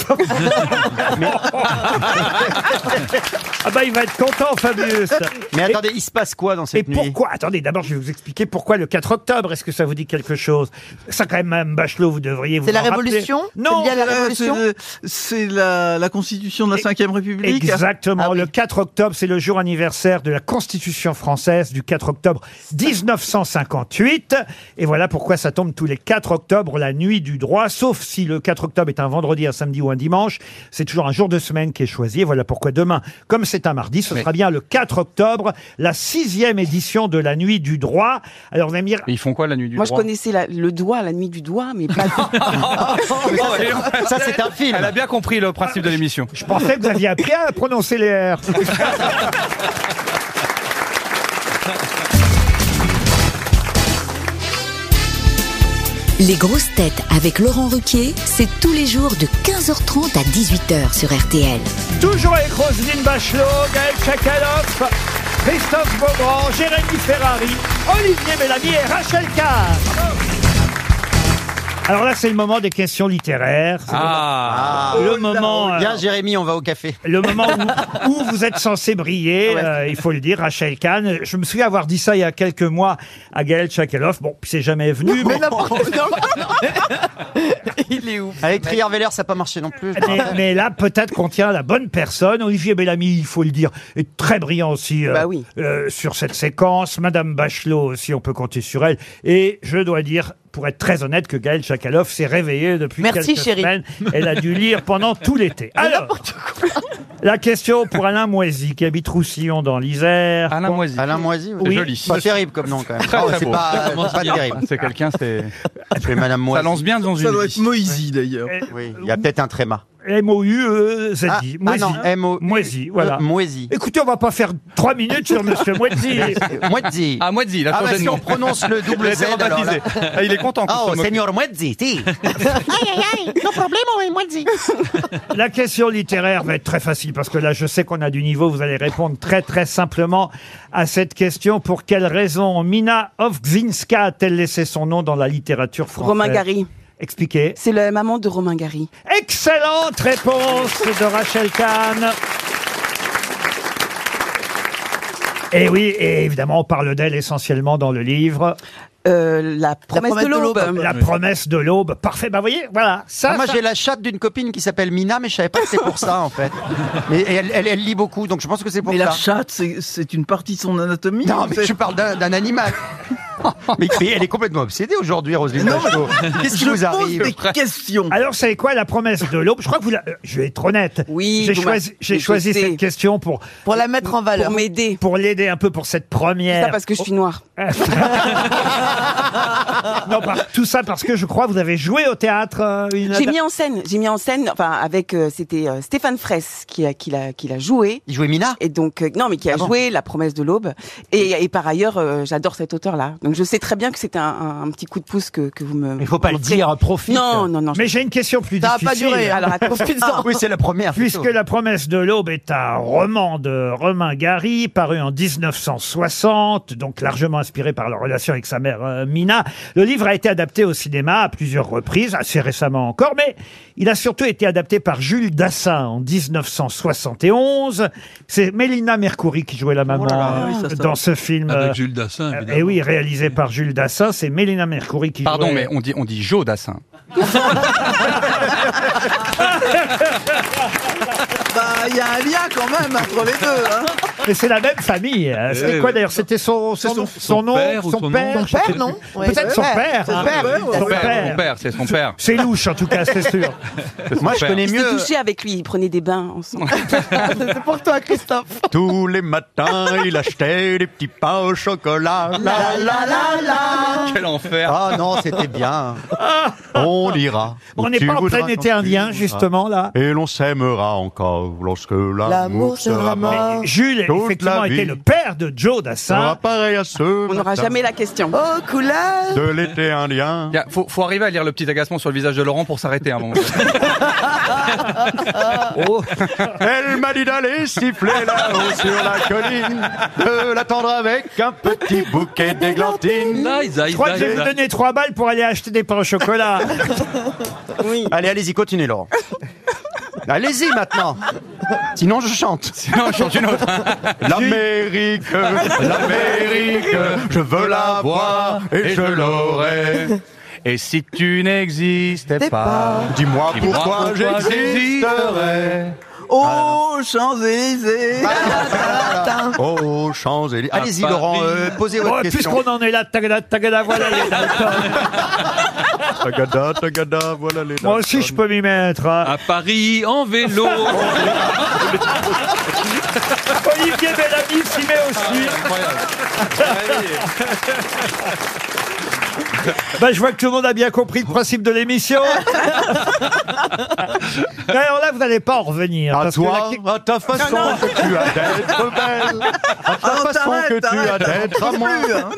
[SPEAKER 2] Ah bah il va être content, Fabius.
[SPEAKER 4] Mais attendez, il se passe quoi dans
[SPEAKER 2] Et
[SPEAKER 4] cette nuit
[SPEAKER 2] pourquoi Attendez, d'abord je vais vous expliquer pourquoi le 4 octobre. Est-ce que ça vous dit quelque chose Ça quand même, Madame Bachelot, vous devriez vous.
[SPEAKER 6] C'est la
[SPEAKER 2] en rappeler.
[SPEAKER 6] révolution
[SPEAKER 2] Non.
[SPEAKER 6] C'est lié à la
[SPEAKER 5] Euh,
[SPEAKER 6] révolution
[SPEAKER 5] c'est- C'est la, la constitution de la Ve République.
[SPEAKER 2] Exactement. Le 4 octobre, c'est le jour anniversaire de la Constitution française du 4 octobre 1958. Et voilà pourquoi ça tombe tous les 4 octobre, la nuit du droit. Sauf si le 4 octobre est un vendredi, un samedi ou un dimanche. C'est toujours un jour de semaine qui est choisi. Et voilà pourquoi demain, comme c'est un mardi, ce sera bien le 4 octobre, la sixième édition de la nuit du droit. Alors, on va me dire,
[SPEAKER 7] Mais ils font quoi la nuit du
[SPEAKER 3] Moi, je
[SPEAKER 7] droit
[SPEAKER 3] connaissais la- le doigt, la nuit du doigt, mais pas.
[SPEAKER 4] Ça, c'est un film.
[SPEAKER 7] Elle a bien compris le principe de l'émission.
[SPEAKER 2] Je pensais que vous aviez appris à prononcer les R.
[SPEAKER 9] Les grosses têtes avec Laurent Ruquier, c'est tous les jours de 15h30 à 18h sur RTL.
[SPEAKER 2] Toujours avec Roselyne Bachelot, Gaël Tchakaloff, Christophe Beaugrand, Jérémy Ferrari, Olivier Bellamy et Rachel Carr. Alors là, c'est le moment des questions littéraires. C'est
[SPEAKER 7] Ah,
[SPEAKER 2] le moment,
[SPEAKER 4] Bien,
[SPEAKER 2] euh,
[SPEAKER 4] Jérémy, on va au café.
[SPEAKER 2] le moment où, où vous êtes censé briller,
[SPEAKER 4] Ouais.
[SPEAKER 2] euh, il faut le dire, Rachel Kahn. Je me souviens avoir dit ça il y a quelques mois à Gaël Tchakaloff. Bon, puis c'est jamais venu, mais,
[SPEAKER 4] Avec Trierweiler, ça n'a pas marché non plus.
[SPEAKER 2] mais, euh, mais là, peut-être qu'on tient la bonne personne. Olivier Bellamy, il faut le dire, est très brillant aussi euh,
[SPEAKER 3] Bah oui.
[SPEAKER 2] euh, sur cette séquence. Madame Bachelot aussi, on peut compter sur elle. Et je dois dire, pour être très honnête, que Gaëlle Chakaloff s'est réveillée depuis
[SPEAKER 6] Merci,
[SPEAKER 2] quelques
[SPEAKER 6] chérie.
[SPEAKER 2] semaines. Elle a dû lire pendant tout l'été. Alors, la question pour Alain Moisy, qui habite Roussillon dans l'Isère.
[SPEAKER 7] Alain Moisy.
[SPEAKER 4] Alain Moisy,
[SPEAKER 7] C'est
[SPEAKER 2] oui.
[SPEAKER 7] joli.
[SPEAKER 4] Pas terrible comme nom quand même.
[SPEAKER 7] Très,
[SPEAKER 4] Ah ouais,
[SPEAKER 7] très
[SPEAKER 4] c'est
[SPEAKER 7] beau.
[SPEAKER 4] pas,
[SPEAKER 7] Ça commence
[SPEAKER 4] c'est pas
[SPEAKER 7] bien.
[SPEAKER 4] terrible.
[SPEAKER 7] C'est quelqu'un, c'est.
[SPEAKER 4] Je fais Madame
[SPEAKER 7] Ça
[SPEAKER 4] Moisy.
[SPEAKER 7] lance bien dans
[SPEAKER 5] Ça
[SPEAKER 7] une
[SPEAKER 5] doit être
[SPEAKER 7] vie.
[SPEAKER 5] Moïse d'ailleurs.
[SPEAKER 4] Oui, il y a peut-être un tréma.
[SPEAKER 2] M-O-U-E-Z-I.
[SPEAKER 4] Ah, ah
[SPEAKER 2] euh, Moisy. hein.
[SPEAKER 4] non, M O euh,
[SPEAKER 2] Moisy, voilà.
[SPEAKER 4] Moisy.
[SPEAKER 2] Écoutez, on va pas faire trois minutes sur Monsieur Moisy.
[SPEAKER 4] Moisy.
[SPEAKER 7] Ah, Moisy, il a
[SPEAKER 4] Ah, bah,
[SPEAKER 7] changé de
[SPEAKER 4] si on
[SPEAKER 7] nom.
[SPEAKER 4] prononce le
[SPEAKER 7] Il a
[SPEAKER 4] double Z,
[SPEAKER 7] été
[SPEAKER 4] alors là.
[SPEAKER 7] rebaptisé. Ah, Il est content. qu'on
[SPEAKER 4] Oh,
[SPEAKER 7] se moque.
[SPEAKER 4] Seigneur Moisy, si.
[SPEAKER 2] La question littéraire va être très facile parce que là, je sais qu'on a du niveau. Vous allez répondre très, très simplement à cette question. Pour quelle raison Mina Ovzinska a-t-elle laissé son nom dans la littérature française
[SPEAKER 3] Romain Gary.
[SPEAKER 2] Expliquez.
[SPEAKER 3] C'est la maman de Romain Gary.
[SPEAKER 2] Excellente réponse de Rachel Kahn. Et Eh oui, et évidemment, on parle d'elle essentiellement dans le livre
[SPEAKER 3] Euh, la promesse de l'aube.
[SPEAKER 2] La promesse de l'aube. Parfait. Bah, vous voyez, voilà. Ça,
[SPEAKER 4] Ah, moi,
[SPEAKER 2] ça-
[SPEAKER 4] j'ai la chatte d'une copine qui s'appelle Mina, mais je savais pas que c'est pour ça, en fait. Mais et elle, elle- elle lit beaucoup, donc je pense que c'est pour
[SPEAKER 5] Mais
[SPEAKER 4] ça.
[SPEAKER 5] la chatte, c'est- c'est une partie de son anatomie.
[SPEAKER 4] Non, Oh, mais
[SPEAKER 5] C'est-
[SPEAKER 4] je parle d'un d'un animal. mais, mais elle est complètement obsédée aujourd'hui, Roselyne Bachelot. Qu'est-ce qui
[SPEAKER 5] je pose
[SPEAKER 4] vous arrive
[SPEAKER 5] des questions.
[SPEAKER 2] Alors, c'est quoi la promesse de l'aube Je crois que vous la... euh, Je vais être honnête.
[SPEAKER 3] Oui,
[SPEAKER 2] J'ai
[SPEAKER 3] vous
[SPEAKER 2] choisi,
[SPEAKER 3] m'a-
[SPEAKER 2] j'ai
[SPEAKER 3] je
[SPEAKER 2] choisi
[SPEAKER 3] sais.
[SPEAKER 2] cette question pour,
[SPEAKER 6] Pour la mettre en valeur.
[SPEAKER 3] Pour m'aider.
[SPEAKER 2] pour l'aider un peu pour cette
[SPEAKER 3] C'est
[SPEAKER 2] première.
[SPEAKER 3] ça parce que je suis noire.
[SPEAKER 2] Non, par- tout ça parce que je crois que vous avez joué au théâtre. euh, une
[SPEAKER 3] J'ai mis en scène, j'ai mis en scène, enfin avec, euh, c'était euh, Stéphane Fraisse qui a, qui l'a, qui l'a joué.
[SPEAKER 4] Il jouait Mina
[SPEAKER 3] Et donc euh, non, mais qui a
[SPEAKER 4] Ah bon
[SPEAKER 3] joué La promesse de l'aube. Et, et par ailleurs, euh, j'adore cet auteur-là. Donc je sais très bien que c'est un, un, un petit coup de pouce que, que vous me.
[SPEAKER 4] Il faut pas le
[SPEAKER 3] m'offrez.
[SPEAKER 4] dire, profite.
[SPEAKER 3] Non, non, non.
[SPEAKER 2] Mais j'ai une question plus
[SPEAKER 6] Ça a
[SPEAKER 2] difficile.
[SPEAKER 6] pas duré.
[SPEAKER 3] Alors attends.
[SPEAKER 4] Ah, oui, c'est la première.
[SPEAKER 2] Puisque La promesse de l'aube est un roman de Romain Gary, paru en 1960, donc largement inspiré par la relation avec sa mère euh, Mina, le livre a été adapté au cinéma à plusieurs reprises, assez récemment encore, mais il a surtout été adapté par Jules Dassin en 1971. C'est Mélina Mercouri qui jouait la maman
[SPEAKER 5] Oh là, oui, ça, ça.
[SPEAKER 2] Ah, dans ce film.
[SPEAKER 8] Avec
[SPEAKER 2] euh,
[SPEAKER 8] Jules Dassin, évidemment.
[SPEAKER 2] et oui, réalisé par Jules Dassin, c'est Mélina Mercouri qui
[SPEAKER 7] Pardon,
[SPEAKER 2] jouait-
[SPEAKER 7] mais on dit, on dit Joe Dassin.
[SPEAKER 5] Bah, il y a un lien quand même entre les deux. hein.
[SPEAKER 2] Mais c'est la même famille. hein. C'était
[SPEAKER 8] Eh
[SPEAKER 2] quoi
[SPEAKER 8] oui.
[SPEAKER 2] d'ailleurs C'était son, son,
[SPEAKER 8] C'est son-
[SPEAKER 2] nom-
[SPEAKER 8] son
[SPEAKER 2] nom,
[SPEAKER 8] père ou
[SPEAKER 2] son
[SPEAKER 8] son nom
[SPEAKER 2] père,
[SPEAKER 6] Son père, non Ouais,
[SPEAKER 2] Peut-être son père.
[SPEAKER 5] Son
[SPEAKER 2] hein.
[SPEAKER 5] père, oui.
[SPEAKER 2] Son
[SPEAKER 7] Son père,
[SPEAKER 2] père.
[SPEAKER 7] son père, c'est son père.
[SPEAKER 2] C'est louche en tout cas, c'est sûr.
[SPEAKER 7] C'est son
[SPEAKER 4] Moi, je
[SPEAKER 7] père.
[SPEAKER 4] connais
[SPEAKER 3] J'étais
[SPEAKER 4] mieux.
[SPEAKER 3] touchée avec lui, il prenait des bains ensemble.
[SPEAKER 6] C'est pour toi, Christophe.
[SPEAKER 4] Tous les matins, il achetait des petits pains au chocolat. La, la, la, la.
[SPEAKER 7] Quel enfer.
[SPEAKER 4] Ah non, c'était bien. On ira. où
[SPEAKER 2] On n'est
[SPEAKER 4] tu
[SPEAKER 2] pas en
[SPEAKER 4] voudras,
[SPEAKER 2] plein été
[SPEAKER 4] quand tu
[SPEAKER 2] indien
[SPEAKER 4] voudras.
[SPEAKER 2] justement là.
[SPEAKER 4] Et l'on s'aimera encore.
[SPEAKER 10] lorsque l'amour sera mort.
[SPEAKER 2] Jules,
[SPEAKER 10] Toute
[SPEAKER 2] effectivement,
[SPEAKER 10] la
[SPEAKER 2] était
[SPEAKER 10] vie
[SPEAKER 2] le père de Joe Dassin.
[SPEAKER 10] sera pareil à ce
[SPEAKER 3] On n'aura
[SPEAKER 10] matin
[SPEAKER 3] jamais la question. Oh, couleur
[SPEAKER 10] de l'été indien.
[SPEAKER 7] Tiens, Faut, faut arriver à lire le petit agacement sur le visage de Laurent pour s'arrêter à un moment. Oh.
[SPEAKER 10] Elle m'a dit d'aller siffler là-haut sur la colline, de l'attendre avec un petit bouquet d'églantines.
[SPEAKER 2] Je crois que je vais vous donner 3 balles pour aller acheter des pains au chocolat.
[SPEAKER 4] Allez, allez-y, continuez, Laurent. allez-y maintenant. Sinon, je chante.
[SPEAKER 7] Sinon, je chante une autre.
[SPEAKER 10] L'Amérique, l'Amérique, je veux la voir et je l'aurai.
[SPEAKER 7] Et si tu n'existais pas,
[SPEAKER 10] Dis-moi
[SPEAKER 7] dis-moi
[SPEAKER 10] pourquoi j'existerais.
[SPEAKER 5] Oh,
[SPEAKER 8] Bah,
[SPEAKER 5] Champs-Élysées Ah,
[SPEAKER 10] Oh, Champs-Élysées.
[SPEAKER 4] Allez-y, Laurent, euh, posez votre
[SPEAKER 2] Oh,
[SPEAKER 4] question.
[SPEAKER 2] Puisqu'on en est là, tagada, tagada, voilà les Dalton.
[SPEAKER 10] Tagada, tagada, voilà les
[SPEAKER 2] Moi aussi, je peux m'y mettre. hein.
[SPEAKER 8] À Paris, en vélo.
[SPEAKER 2] Olivier Bellamy s'y met aussi. Bah, je vois que tout le monde a bien compris le principe de l'émission. Mais Alors là, vous n'allez pas en revenir.
[SPEAKER 10] À
[SPEAKER 2] parce que
[SPEAKER 10] toi,
[SPEAKER 2] la-
[SPEAKER 10] à ta façon que tu as d'être belle, à ta
[SPEAKER 5] Ah,
[SPEAKER 10] façon
[SPEAKER 5] t'arrêtes,
[SPEAKER 10] que tu as
[SPEAKER 5] t'arrêtes,
[SPEAKER 10] d'être
[SPEAKER 5] j'en peux
[SPEAKER 10] amant.
[SPEAKER 5] plus, hein.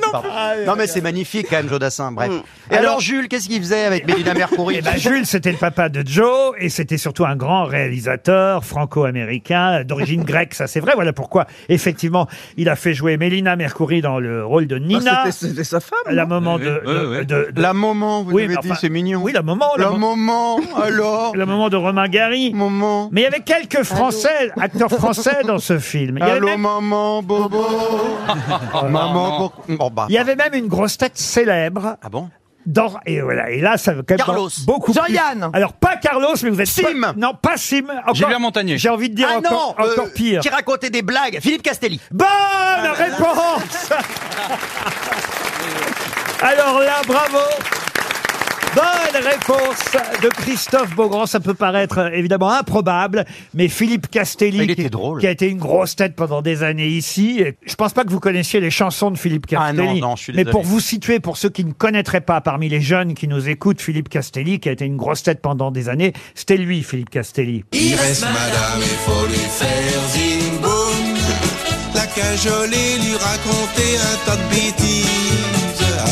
[SPEAKER 4] Non, mais c'est magnifique, quand même, Jodassin. Bref.
[SPEAKER 3] Mm.
[SPEAKER 4] Et alors, Jules, qu'est-ce qu'il faisait avec Mélina Mercouri
[SPEAKER 2] Eh ben, Jules, c'était le papa de Joe, et c'était surtout un grand réalisateur franco-américain, d'origine grecque, ça c'est vrai. Voilà pourquoi, effectivement, il a fait jouer Mélina Mercouri dans le rôle de Nina,
[SPEAKER 5] Ah, c'était- C'était sa femme
[SPEAKER 2] la maman
[SPEAKER 8] Oui,
[SPEAKER 2] de,
[SPEAKER 8] oui,
[SPEAKER 2] de-
[SPEAKER 8] oui.
[SPEAKER 2] de- de-
[SPEAKER 10] La maman, vous
[SPEAKER 2] Oui,
[SPEAKER 10] avez
[SPEAKER 2] mais
[SPEAKER 10] dit,
[SPEAKER 2] enfin-
[SPEAKER 10] c'est mignon.
[SPEAKER 2] oui, la maman, la,
[SPEAKER 10] La
[SPEAKER 2] mam-
[SPEAKER 10] maman, alors,
[SPEAKER 2] la maman de Romain Gary.
[SPEAKER 10] maman.
[SPEAKER 2] Mais il y avait quelques Français, acteurs français dans ce film.
[SPEAKER 4] Ah,
[SPEAKER 2] Il y avait
[SPEAKER 10] Allô,
[SPEAKER 2] même,
[SPEAKER 10] maman, bobo. maman, pour...
[SPEAKER 4] Oh, bah.
[SPEAKER 2] il y avait même une grosse tête célèbre
[SPEAKER 4] Ah bon
[SPEAKER 2] dans et voilà et là ça veut quand même
[SPEAKER 4] Carlos.
[SPEAKER 2] beaucoup plus-
[SPEAKER 6] Jean-Yann.
[SPEAKER 2] Alors pas Carlos, mais vous êtes
[SPEAKER 4] Sim.
[SPEAKER 2] pas- non pas Sim. Encore-
[SPEAKER 7] Gilbert Montagnier.
[SPEAKER 2] J'ai envie de dire
[SPEAKER 4] Ah non
[SPEAKER 2] encore, encore
[SPEAKER 4] euh,
[SPEAKER 2] pire.
[SPEAKER 4] Qui racontait des blagues Philippe Castelli.
[SPEAKER 2] Bonne réponse Alors là, bravo Bonne réponse de Christophe Beaugrand. Ça peut paraître euh, évidemment improbable, mais Philippe Castelli,
[SPEAKER 4] Il
[SPEAKER 2] qui,
[SPEAKER 4] était drôle.
[SPEAKER 2] qui a été une grosse tête pendant des années ici, et je pense pas que vous connaissiez les chansons de Philippe
[SPEAKER 4] Ah
[SPEAKER 2] Castelli.
[SPEAKER 4] non, non, je suis
[SPEAKER 2] mais
[SPEAKER 4] désolé.
[SPEAKER 2] pour vous situer, pour ceux qui ne connaîtraient pas parmi les jeunes qui nous écoutent, Philippe Castelli, qui a été une grosse tête pendant des années, c'était lui, Philippe Castelli.
[SPEAKER 11] Il reste madame, il faut lui faire une boum. La cajoler, lui raconter un tas de bêtises.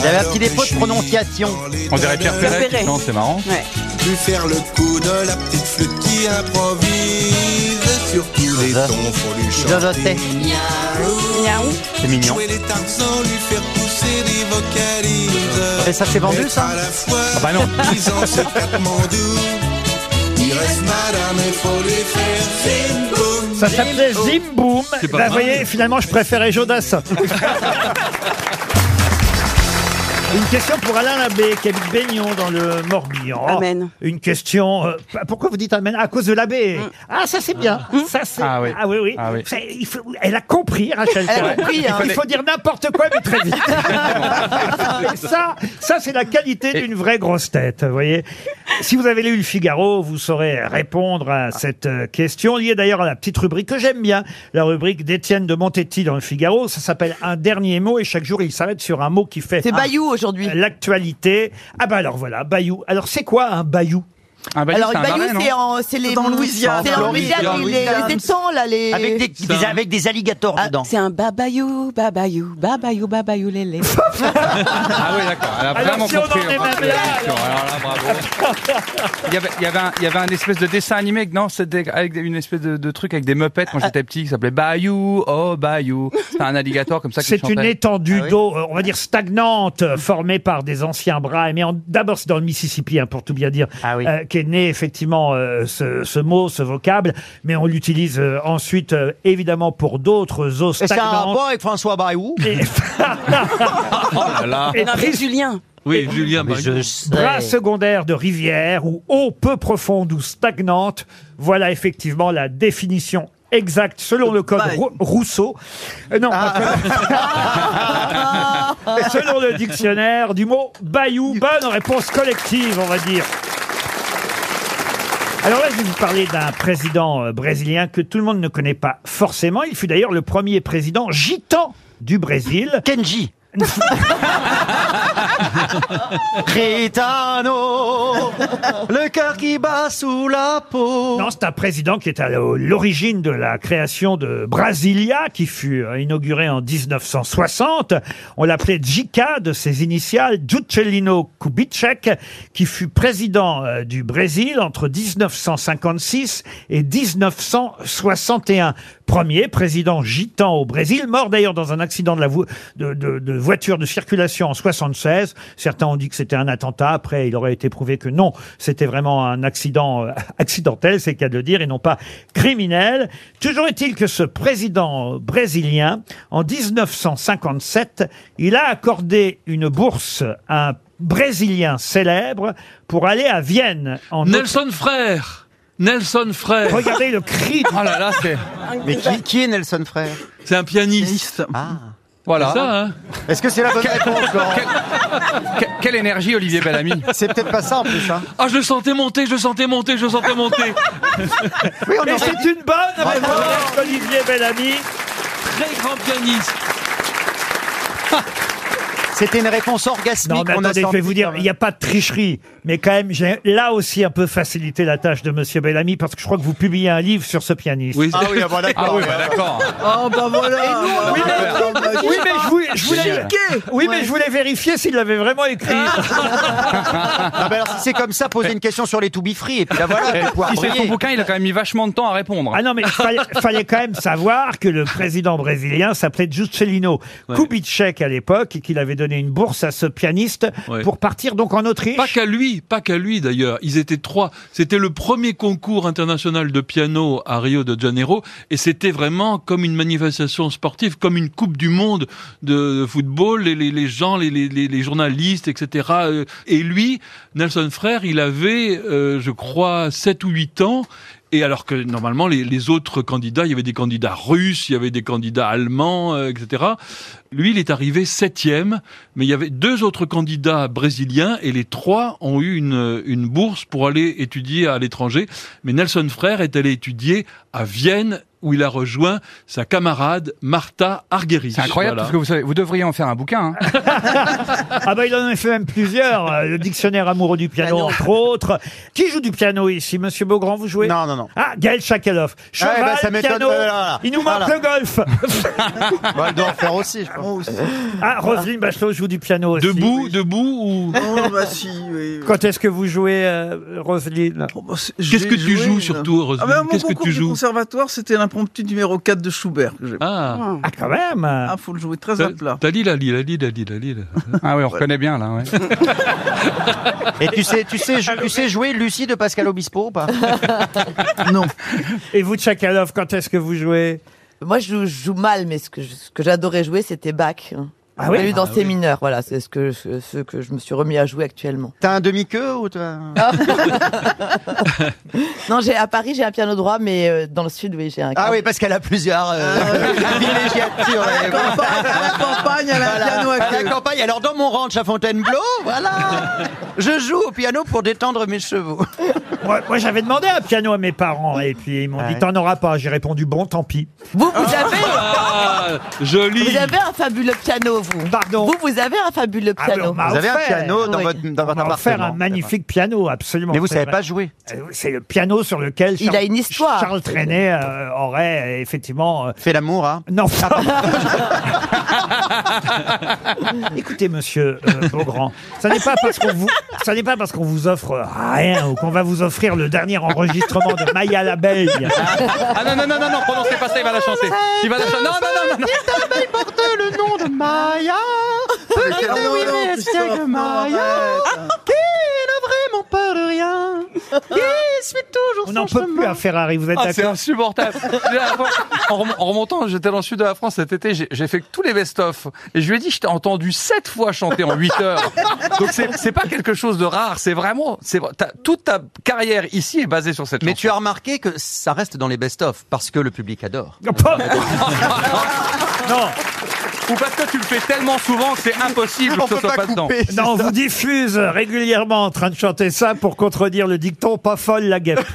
[SPEAKER 4] Il avait un
[SPEAKER 11] Alors
[SPEAKER 4] petit
[SPEAKER 11] que
[SPEAKER 4] défaut
[SPEAKER 11] je
[SPEAKER 4] de
[SPEAKER 11] suis
[SPEAKER 4] prononciation.
[SPEAKER 11] dans les
[SPEAKER 7] On dirait Pierre
[SPEAKER 11] tonneaux,
[SPEAKER 3] Perret.
[SPEAKER 7] Perret. Non, c'est marrant.
[SPEAKER 3] Ouais.
[SPEAKER 11] Lui faire le coup de la petite flûte qui improvise. Sur tous les
[SPEAKER 4] Zozo.
[SPEAKER 11] tons, faut lui
[SPEAKER 4] Zozoté.
[SPEAKER 11] chanter.
[SPEAKER 3] Miaou.
[SPEAKER 4] C'est mignon.
[SPEAKER 11] Jouer les tarzans, lui faire pousser des vocalises.
[SPEAKER 4] Et ça s'est vendu,
[SPEAKER 11] Être
[SPEAKER 4] ça
[SPEAKER 11] à la fois
[SPEAKER 7] bah non.
[SPEAKER 11] disant c'est Katmandou. Il reste madame, il faut lui faire une boum.
[SPEAKER 2] Ça s'appelait Zimboum.
[SPEAKER 8] C'est pas
[SPEAKER 2] Bah, vous
[SPEAKER 8] mal.
[SPEAKER 2] voyez, finalement, je préférais Jodas. Une question pour Alain Labbé, qui habite Baignon dans le Morbihan.
[SPEAKER 3] Amen.
[SPEAKER 2] Une question. euh, pourquoi vous dites Amen À cause de l'abbé.
[SPEAKER 6] Mm.
[SPEAKER 2] Ah, ça c'est bien. Ça c'est.
[SPEAKER 7] Ah oui.
[SPEAKER 2] oui, oui.
[SPEAKER 7] Ah oui.
[SPEAKER 2] C'est- il faut- elle a compris, Rachel.
[SPEAKER 6] Elle a
[SPEAKER 2] Cohen.
[SPEAKER 6] compris, hein.
[SPEAKER 2] Il faut dire n'importe quoi, mais très vite. Et ça, ça c'est la qualité d'une vraie grosse tête, vous voyez. Si vous avez lu Le Figaro, vous saurez répondre à
[SPEAKER 7] Ah.
[SPEAKER 2] cette euh, question, liée d'ailleurs à la petite rubrique que j'aime bien, la rubrique d'Étienne de Montetti dans Le Figaro. Ça s'appelle Un dernier mot et chaque jour, il s'arrête sur un mot qui fait
[SPEAKER 6] C'est Bayou aujourd'hui.
[SPEAKER 2] l'actualité. Ah bah alors voilà, Bayou. Alors c'est quoi un Bayou
[SPEAKER 7] Un Bayou,
[SPEAKER 6] Alors,
[SPEAKER 7] c'est un
[SPEAKER 6] Bayou,
[SPEAKER 7] marais, non
[SPEAKER 6] c'est en- c'est les.
[SPEAKER 5] C'est en Louisiane.
[SPEAKER 6] C'est en Louisiane,
[SPEAKER 8] Floride.
[SPEAKER 6] où il est-
[SPEAKER 5] Louisiane.
[SPEAKER 6] les étangs, là, les.
[SPEAKER 4] Avec des, des- avec des alligators dedans.
[SPEAKER 3] C'est un babayou, babayou, babayou, babayou, lélé.
[SPEAKER 7] Ah oui, d'accord. Elle a
[SPEAKER 2] Alors,
[SPEAKER 7] vraiment
[SPEAKER 2] si on en
[SPEAKER 7] compris.
[SPEAKER 2] est
[SPEAKER 7] hein,
[SPEAKER 2] même
[SPEAKER 7] compris
[SPEAKER 2] là,
[SPEAKER 7] la question. Alors là, bravo. Il y avait, il y avait, un, il y avait un espèce de dessin animé, non, c'était avec des- une espèce de, de truc avec des meupettes quand j'étais petit qui s'appelait Bayou, oh Bayou. C'était un alligator comme ça qui
[SPEAKER 2] C'est une
[SPEAKER 7] chantait.
[SPEAKER 2] étendue
[SPEAKER 4] Ah oui.
[SPEAKER 2] d'eau, euh, on va dire stagnante, euh, formée par des anciens bras. Mais en- d'abord, c'est dans le Mississippi, hein, pour tout bien dire,
[SPEAKER 4] Ah oui.
[SPEAKER 2] euh, qu'est né effectivement euh, ce, ce mot, ce vocable. Mais on l'utilise euh, ensuite, euh, évidemment, pour d'autres eaux
[SPEAKER 4] Et c'est un
[SPEAKER 2] stagnantes.
[SPEAKER 4] rapport avec François Bayrou
[SPEAKER 2] Et,
[SPEAKER 7] Oh là là.
[SPEAKER 2] et
[SPEAKER 3] Non, mais
[SPEAKER 2] prises
[SPEAKER 3] Julien.
[SPEAKER 8] Oui, Julien, par exemple.
[SPEAKER 2] bras secondaires de rivière ou eau peu profonde ou stagnante. Voilà effectivement la définition exacte selon le code
[SPEAKER 5] Bye.
[SPEAKER 2] Rou- Rousseau. Euh, non,
[SPEAKER 4] Ah.
[SPEAKER 2] pas que- selon le dictionnaire du mot bayou. Bonne réponse collective, on va dire. Alors là, je vais vous parler d'un président euh, brésilien que tout le monde ne connaît pas forcément. Il fut d'ailleurs le premier président gitan du Brésil.
[SPEAKER 4] Kenji. Gitano, le cœur qui bat sous la peau.
[SPEAKER 2] Non, c'est un président qui est à l'origine de la création de Brasilia, qui fut euh, inaugurée en 1960. On l'appelait JICA de ses initiales, Juscelino Kubitschek, qui fut président euh, du Brésil entre 1956 et 1961. Premier président gitan au Brésil, mort d'ailleurs dans un accident de, la vo- de, de- de voiture de circulation en 76. Certains ont dit que c'était un attentat. Après, il aurait été prouvé que non, c'était vraiment un accident euh, accidentel, c'est le cas de le dire, et non pas criminel. Toujours est-il que ce président brésilien, en 1957, il a accordé une bourse à un Brésilien célèbre pour aller à Vienne. En
[SPEAKER 8] Nelson Frère Nelson Frère
[SPEAKER 2] Regardez le cri
[SPEAKER 7] Oh là là, c'est.
[SPEAKER 4] Mais qui, qui est Nelson Frère
[SPEAKER 8] C'est un pianiste.
[SPEAKER 4] Ah.
[SPEAKER 7] Voilà.
[SPEAKER 8] C'est ça, hein
[SPEAKER 4] Est-ce que c'est la bonne réponse, Laurent
[SPEAKER 7] Que- Quelle énergie, Olivier Bellamy.
[SPEAKER 4] C'est peut-être pas ça en plus. Hein.
[SPEAKER 8] Ah, je le sentais monter, je le sentais monter, je le sentais monter.
[SPEAKER 4] Oui, on
[SPEAKER 2] Et
[SPEAKER 4] aurait-
[SPEAKER 2] c'est une bonne réponse, Olivier Bellamy.
[SPEAKER 8] Très grand pianiste.
[SPEAKER 4] C'était une réponse orgasmique.
[SPEAKER 2] Non, mais
[SPEAKER 4] qu'on a
[SPEAKER 2] attendez, je vais
[SPEAKER 4] sentie
[SPEAKER 2] vous dire,
[SPEAKER 4] quand
[SPEAKER 2] il
[SPEAKER 4] même.
[SPEAKER 2] n'y a pas de tricherie. Mais quand même, j'ai là aussi un peu facilité la tâche de Monsieur Bellamy parce que je crois que vous publiez un livre sur ce pianiste.
[SPEAKER 8] Oui,
[SPEAKER 4] Ah oui, ah, bon, d'accord.
[SPEAKER 7] Ah oui, bah d'accord.
[SPEAKER 5] Oh bah voilà
[SPEAKER 2] Oui, mais, oui, mais je, voulais- je voulais,
[SPEAKER 7] Génial.
[SPEAKER 2] oui, mais je voulais vérifier s'il l'avait vraiment écrit.
[SPEAKER 4] Ah, bah alors, si c'est comme ça, posez une question sur les to be free et puis là voilà, vous pouvez
[SPEAKER 7] Si c'est son
[SPEAKER 4] briller.
[SPEAKER 7] bouquin, il a quand même mis vachement de temps à répondre.
[SPEAKER 2] Ah non, mais il fallait, fallait quand même savoir que le président brésilien s'appelait Juscelino Kubitschek à l'époque et qu'il avait donné une bourse à ce pianiste
[SPEAKER 8] Ouais.
[SPEAKER 2] pour partir donc en Autriche.
[SPEAKER 8] Pas qu'à lui, pas qu'à lui d'ailleurs. Ils étaient trois. C'était le premier concours international de piano à Rio de Janeiro et c'était vraiment comme une manifestation sportive, comme une coupe du monde de, de football. Les, les, les gens, les, les, les- les journalistes, etc. euh, Et lui, Nelson Frère, il avait, euh, je crois, 7 ou 8 ans. Et alors que normalement les, les autres candidats, il y avait des candidats russes, il y avait des candidats allemands, euh, etc. Lui, il est arrivé septième, mais il y avait deux autres candidats brésiliens et les trois ont eu une, une bourse pour aller étudier à l'étranger. Mais Nelson Frère est allé étudier à Vienne où il a rejoint sa camarade Martha Argerich.
[SPEAKER 7] C'est incroyable
[SPEAKER 8] Voilà.
[SPEAKER 7] parce que vous savez, vous devriez en faire un bouquin. hein.
[SPEAKER 2] Ah bah il en a fait même plusieurs. euh, Le dictionnaire amoureux du piano, entre autres. Qui joue du piano ici Monsieur Beaugrand, vous jouez
[SPEAKER 4] Non, non, non.
[SPEAKER 2] Ah, Gaël Chakalov. Cheval,
[SPEAKER 4] bah, ça m'étonne
[SPEAKER 2] piano.
[SPEAKER 4] pas, voilà.
[SPEAKER 2] Il nous manque
[SPEAKER 4] Voilà.
[SPEAKER 2] le golf.
[SPEAKER 4] Bah, elle doit en faire aussi, je pense.
[SPEAKER 2] Ah, Roselyne Bachelot joue du piano aussi.
[SPEAKER 8] Debout, debout ou
[SPEAKER 5] Oh bah si, oui. oui.
[SPEAKER 2] Quand est-ce que vous jouez, euh, Roselyne
[SPEAKER 5] Oh, bah, c'est-
[SPEAKER 8] Qu'est-ce
[SPEAKER 5] j'ai
[SPEAKER 8] que tu
[SPEAKER 5] joué
[SPEAKER 8] joues
[SPEAKER 5] une-
[SPEAKER 8] surtout,
[SPEAKER 5] ah
[SPEAKER 8] Roselyne
[SPEAKER 5] bah, Mon
[SPEAKER 8] Qu'est-ce que
[SPEAKER 5] concours
[SPEAKER 8] tu
[SPEAKER 5] du
[SPEAKER 8] joues
[SPEAKER 5] conservatoire, c'était l'impromptu numéro 4 de Schubert. que j'ai-
[SPEAKER 8] Ah,
[SPEAKER 2] Ah, quand même
[SPEAKER 5] Ah, faut le jouer très à
[SPEAKER 8] t'as
[SPEAKER 5] plat.
[SPEAKER 8] t'as dit la Lille, la Lille, la Lille, la Lille.
[SPEAKER 7] Ah oui, on reconnaît bien là. ouais.
[SPEAKER 4] Et tu sais, tu sais, tu sais jouer Lucie de Pascal Obispo ou pas
[SPEAKER 5] Non.
[SPEAKER 2] Et vous, Chakalov, quand est-ce que vous jouez
[SPEAKER 6] Moi, je joue, je joue mal, mais ce que, je- ce que j'adorais jouer, c'était Bach.
[SPEAKER 2] Ah oui
[SPEAKER 6] J'ai eu dans C mineur, voilà, c'est ce que, ce ce que je me suis remis à jouer actuellement. Ah.
[SPEAKER 4] T'as un demi-queue ou t'as...
[SPEAKER 6] Non, j'ai à Paris, j'ai un piano droit, mais euh, dans le sud, oui, j'ai un.
[SPEAKER 4] Ah oui, parce qu'elle a plusieurs euh, villégiatures.
[SPEAKER 5] Ah À
[SPEAKER 4] ouais,
[SPEAKER 5] la
[SPEAKER 4] voilà.
[SPEAKER 5] campagne, à la campagne, elle a
[SPEAKER 4] Voilà.
[SPEAKER 5] un piano à
[SPEAKER 4] À
[SPEAKER 5] queue.
[SPEAKER 4] la campagne. Alors dans mon ranch à Fontainebleau, voilà, je joue au piano pour détendre mes chevaux.
[SPEAKER 2] Euh, Moi, moi, j'avais demandé un piano à mes parents et puis ils m'ont dit
[SPEAKER 4] Ouais.
[SPEAKER 2] T'en auras pas. J'ai répondu Bon, tant pis.
[SPEAKER 6] Vous, vous avez,
[SPEAKER 8] Ah, joli.
[SPEAKER 6] vous avez un fabuleux piano, vous.
[SPEAKER 2] Pardon.
[SPEAKER 6] Vous, vous avez un fabuleux
[SPEAKER 2] Ah, mais
[SPEAKER 6] piano.
[SPEAKER 2] on m'a
[SPEAKER 4] Vous avez un
[SPEAKER 2] offert-
[SPEAKER 4] piano dans
[SPEAKER 6] Oui.
[SPEAKER 4] votre dans
[SPEAKER 2] On
[SPEAKER 4] votre
[SPEAKER 2] va faire
[SPEAKER 4] appartement.
[SPEAKER 2] un magnifique piano, absolument.
[SPEAKER 4] Mais vous
[SPEAKER 2] c'est
[SPEAKER 4] savez
[SPEAKER 2] vrai.
[SPEAKER 4] pas jouer.
[SPEAKER 2] Euh, C'est le piano sur lequel
[SPEAKER 6] Il
[SPEAKER 2] Charles-
[SPEAKER 6] a une histoire.
[SPEAKER 2] Charles Trenet euh, aurait euh, effectivement. euh,
[SPEAKER 4] Fais l'amour, hein.
[SPEAKER 2] Non. Écoutez, monsieur euh, Beaugrand, ça n'est pas parce qu'on vous, ça n'est pas parce qu'on vous offre rien ou qu'on va vous offrir le dernier enregistrement de Maya l'abeille.
[SPEAKER 7] Ah non, non, non, non, non, prononcez pas ça, il va la chanter. Il va la chanter. Non, non, non, non, non.
[SPEAKER 4] porte le nom de Maya.
[SPEAKER 5] Avec- Ah, non, non, Christophe, non, arrête.
[SPEAKER 4] vraiment peur de rien. Qui suit toujours
[SPEAKER 2] On n'en peut plus à Ferrari, vous êtes
[SPEAKER 7] Ah, c'est
[SPEAKER 2] d'accord
[SPEAKER 7] insupportable. J'ai la fois- en, rem- en remontant, j'étais dans le sud de la France cet été, j'ai- j'ai fait tous les best-of. Et je lui ai dit, je t'ai entendu sept fois chanter en 8 heures. Donc c'est c'est pas quelque chose de rare, c'est vraiment, c'est vrai- t'as- toute ta carrière ici est basée sur cette
[SPEAKER 4] Mais
[SPEAKER 7] chanson.
[SPEAKER 4] tu as remarqué que ça reste dans les best-of parce que le public adore.
[SPEAKER 2] Non,
[SPEAKER 7] Ou parce que tu le fais tellement souvent que c'est impossible que ce soit pas dedans. Eh
[SPEAKER 2] non, on vous diffuse régulièrement en train de chanter ça pour contredire le dicton pas folle la guêpe.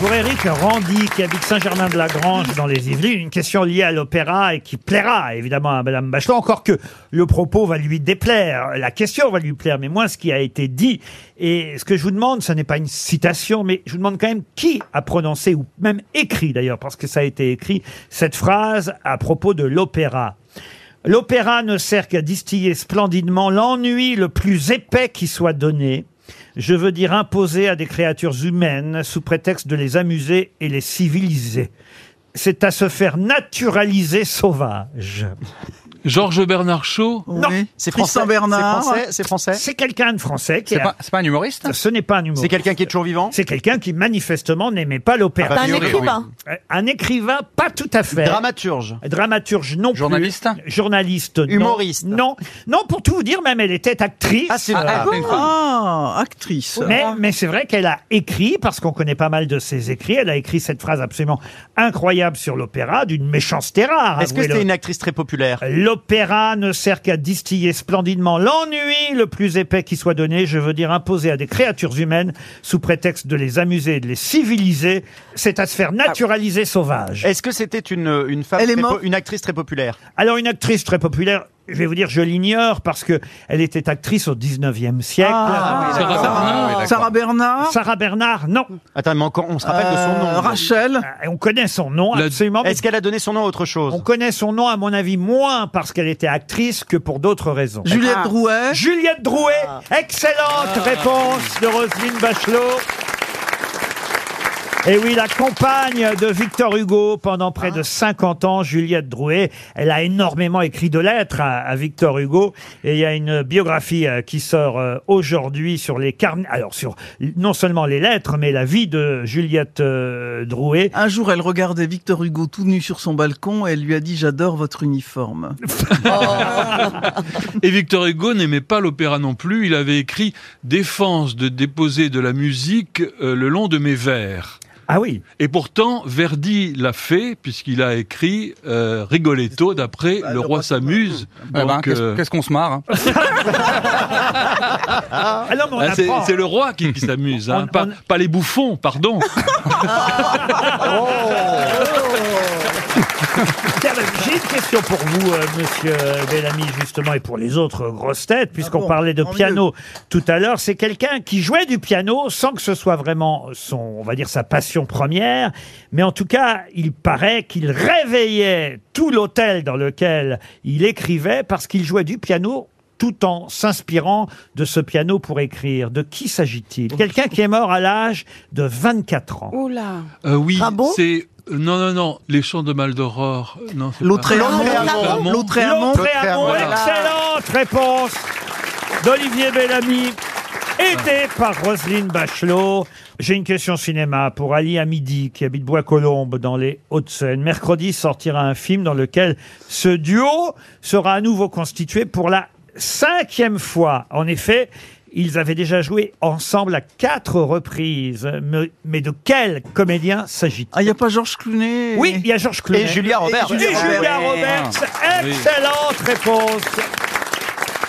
[SPEAKER 2] Pour Eric Randy, qui habite Saint-Germain-de-la-Grange dans les Yvelines, une question liée à l'opéra et qui plaira évidemment à Madame Bachelot, encore que le propos va lui déplaire, la question va lui plaire, mais moi ce qui a été dit, et ce que je vous demande, ce n'est pas une citation, mais je vous demande quand même qui a prononcé, ou même écrit d'ailleurs, parce que ça a été écrit, cette phrase à propos de l'opéra. L'opéra ne sert qu'à distiller splendidement l'ennui le plus épais qui soit donné. Je veux dire imposé à des créatures humaines sous prétexte de les amuser et les civiliser. C'est à se faire naturaliser sauvage.
[SPEAKER 8] Georges Bernard Shaw
[SPEAKER 2] Non,
[SPEAKER 4] C'est Tristan français, Bernard. c'est français, c'est français.
[SPEAKER 2] C'est quelqu'un de français. qui
[SPEAKER 4] C'est
[SPEAKER 2] a-
[SPEAKER 4] pas-
[SPEAKER 7] c'est pas un humoriste
[SPEAKER 2] Ce n'est pas un humoriste.
[SPEAKER 4] C'est quelqu'un qui est toujours vivant
[SPEAKER 2] C'est quelqu'un qui manifestement n'aimait pas l'opéra.
[SPEAKER 4] Ah, un écrivain.
[SPEAKER 2] Euh, Un écrivain, pas tout à fait.
[SPEAKER 4] Dramaturge.
[SPEAKER 2] Dramaturge non
[SPEAKER 4] Journaliste
[SPEAKER 2] plus. Journaliste non.
[SPEAKER 4] Humoriste.
[SPEAKER 2] Non. Non, pour tout vous dire, même elle était actrice. Ah,
[SPEAKER 4] c'est vrai. Ah, bon
[SPEAKER 2] actrice. Mais, mais c'est vrai qu'elle a écrit, parce qu'on connaît pas mal de ses écrits, elle a écrit cette phrase absolument incroyable sur l'opéra, d'une méchanceté rare.
[SPEAKER 4] Est-ce que
[SPEAKER 2] avouez-le.
[SPEAKER 4] c'était une actrice très populaire
[SPEAKER 2] L'opéra ne sert qu'à distiller splendidement l'ennui le plus épais qui soit donné, je veux dire imposé à des créatures humaines, sous prétexte de les amuser et de les civiliser, c'est à se faire naturaliser sauvage.
[SPEAKER 4] Ah. Est-ce que c'était une, une femme,
[SPEAKER 2] Elle est
[SPEAKER 4] très
[SPEAKER 2] morte
[SPEAKER 4] une actrice très populaire
[SPEAKER 2] Alors une actrice très populaire, je vais vous dire, je l'ignore parce que elle était actrice au 19e siècle.
[SPEAKER 5] Ah, Sarah d'accord. Bernard. Ah, oui, d'accord. Sarah
[SPEAKER 2] Bernard Sarah Bernard, non.
[SPEAKER 4] Attends, mais encore, on se rappelle de son
[SPEAKER 2] Euh,
[SPEAKER 4] nom.
[SPEAKER 2] Rachel Et On connaît son nom,
[SPEAKER 4] La-
[SPEAKER 2] absolument.
[SPEAKER 4] Est-ce qu'elle a donné son nom à autre chose
[SPEAKER 2] On connaît son nom, à mon avis, moins parce qu'elle était actrice que pour d'autres raisons.
[SPEAKER 5] Juliette
[SPEAKER 2] Ah.
[SPEAKER 5] Drouet Ah.
[SPEAKER 2] Juliette Drouet Excellente réponse de Roselyne Bachelot. Et oui, la compagne de Victor Hugo pendant près de 50 ans, Juliette Drouet, elle a énormément écrit de lettres à, à Victor Hugo. Et il y a une biographie euh, qui sort euh, aujourd'hui sur les carnets, alors sur non seulement les lettres, mais la vie de Juliette euh, Drouet.
[SPEAKER 5] Un jour, elle regardait Victor Hugo tout nu sur son balcon et elle lui a dit J'adore votre uniforme.
[SPEAKER 8] Et Victor Hugo n'aimait pas l'opéra non plus. Il avait écrit Défense de déposer de la musique euh, le long de mes vers.
[SPEAKER 2] Ah oui.
[SPEAKER 8] Et pourtant, Verdi l'a fait, puisqu'il a écrit euh, Rigoletto d'après Le roi s'amuse.
[SPEAKER 7] Eh ben,
[SPEAKER 8] Donc,
[SPEAKER 7] qu'est-ce-
[SPEAKER 8] euh,
[SPEAKER 7] qu'est-ce qu'on se marre hein
[SPEAKER 2] Ah non, mais on
[SPEAKER 8] ah, c'est
[SPEAKER 2] apprend.
[SPEAKER 8] c'est le roi qui, qui s'amuse, hein, pas, pas les bouffons, pardon. Oh.
[SPEAKER 11] Oh.
[SPEAKER 2] Tiens, ben, J'ai une question pour vous, euh, monsieur Bellamy, justement, et pour les autres grosses têtes, puisqu'on parlait de
[SPEAKER 5] tant
[SPEAKER 2] piano tout à l'heure. C'est quelqu'un qui jouait du piano sans que ce soit vraiment son, on va dire, sa passion première. Mais en tout cas, il paraît qu'il réveillait tout l'hôtel dans lequel il écrivait parce qu'il jouait du piano tout en s'inspirant de ce piano pour écrire. De qui s'agit-il Quelqu'un qui est mort à l'âge de 24
[SPEAKER 3] Oh,
[SPEAKER 2] ans.
[SPEAKER 3] Oula.
[SPEAKER 8] Euh, oui,
[SPEAKER 5] Ah
[SPEAKER 2] Rimbaud
[SPEAKER 8] c'est. euh, Non, non, non, les chants de Maldoror. euh, Non, c'est
[SPEAKER 5] L'autre
[SPEAKER 8] pas-
[SPEAKER 5] est Hamon. L'autre est Hamon.
[SPEAKER 2] L'autre est Hamon.
[SPEAKER 8] Voilà.
[SPEAKER 2] Excellente réponse d'Olivier Bellamy. Aidé par Roselyne Bachelot. J'ai une question cinéma pour Ali Hamidi, qui habite Bois-Colombes, dans les Hauts-de-Seine. Mercredi sortira un film dans lequel ce duo sera à nouveau constitué pour la cinquième fois. En effet, ils avaient déjà joué ensemble à quatre reprises. Mais, mais de quel comédien s'agit-il
[SPEAKER 5] Ah, il n'y a pas Georges Clooney
[SPEAKER 2] oui, il y a Georges Clooney.
[SPEAKER 5] Et Julia Roberts. Ah
[SPEAKER 2] Et Julia,
[SPEAKER 5] Et Julia
[SPEAKER 2] Roberts.
[SPEAKER 5] Roberts.
[SPEAKER 4] Oui.
[SPEAKER 2] Excellente réponse.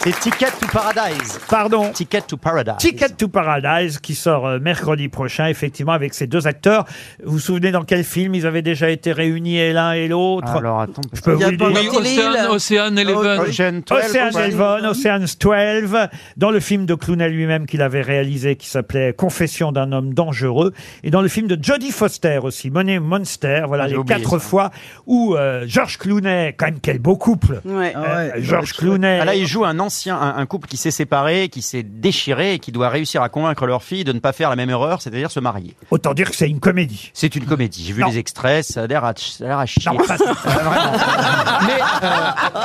[SPEAKER 4] C'est Ticket to Paradise.
[SPEAKER 2] Pardon
[SPEAKER 4] Ticket to Paradise.
[SPEAKER 2] Ticket to Paradise qui sort euh, mercredi prochain, effectivement, avec ces deux acteurs. Vous vous souvenez dans quel film ils avaient déjà été réunis et l'un et l'autre
[SPEAKER 4] Alors attends,
[SPEAKER 2] Je peux
[SPEAKER 8] Il y a
[SPEAKER 2] vous le
[SPEAKER 8] pas
[SPEAKER 2] dire.
[SPEAKER 8] Oui, Ocean- Ocean Eleven. Ocean 12,
[SPEAKER 2] Ocean
[SPEAKER 8] ouais.
[SPEAKER 2] Eleven, Ocean 12, dans le film de Clooney lui-même qu'il avait réalisé qui s'appelait Confession d'un homme dangereux, et dans le film de Jodie Foster aussi, Money Monster, voilà
[SPEAKER 5] Ah, j'ai
[SPEAKER 2] les
[SPEAKER 5] oublié
[SPEAKER 2] quatre
[SPEAKER 5] ça.
[SPEAKER 2] fois où euh, George Clooney, quand même quel beau couple,
[SPEAKER 3] Ouais.
[SPEAKER 2] Euh, George Clooney.
[SPEAKER 4] Ah là, il joue un ancien, un, un couple qui s'est séparé, qui s'est déchiré et qui doit réussir à convaincre leur fille de ne pas faire la même erreur, c'est-à-dire se marier.
[SPEAKER 2] Autant dire que c'est une comédie.
[SPEAKER 4] C'est une comédie. J'ai vu
[SPEAKER 2] Non.
[SPEAKER 4] les extraits, ça a l'air à, ch- ça a l'air à chier.
[SPEAKER 2] Non, ça, c'est-
[SPEAKER 4] Ah, vraiment. mais, euh,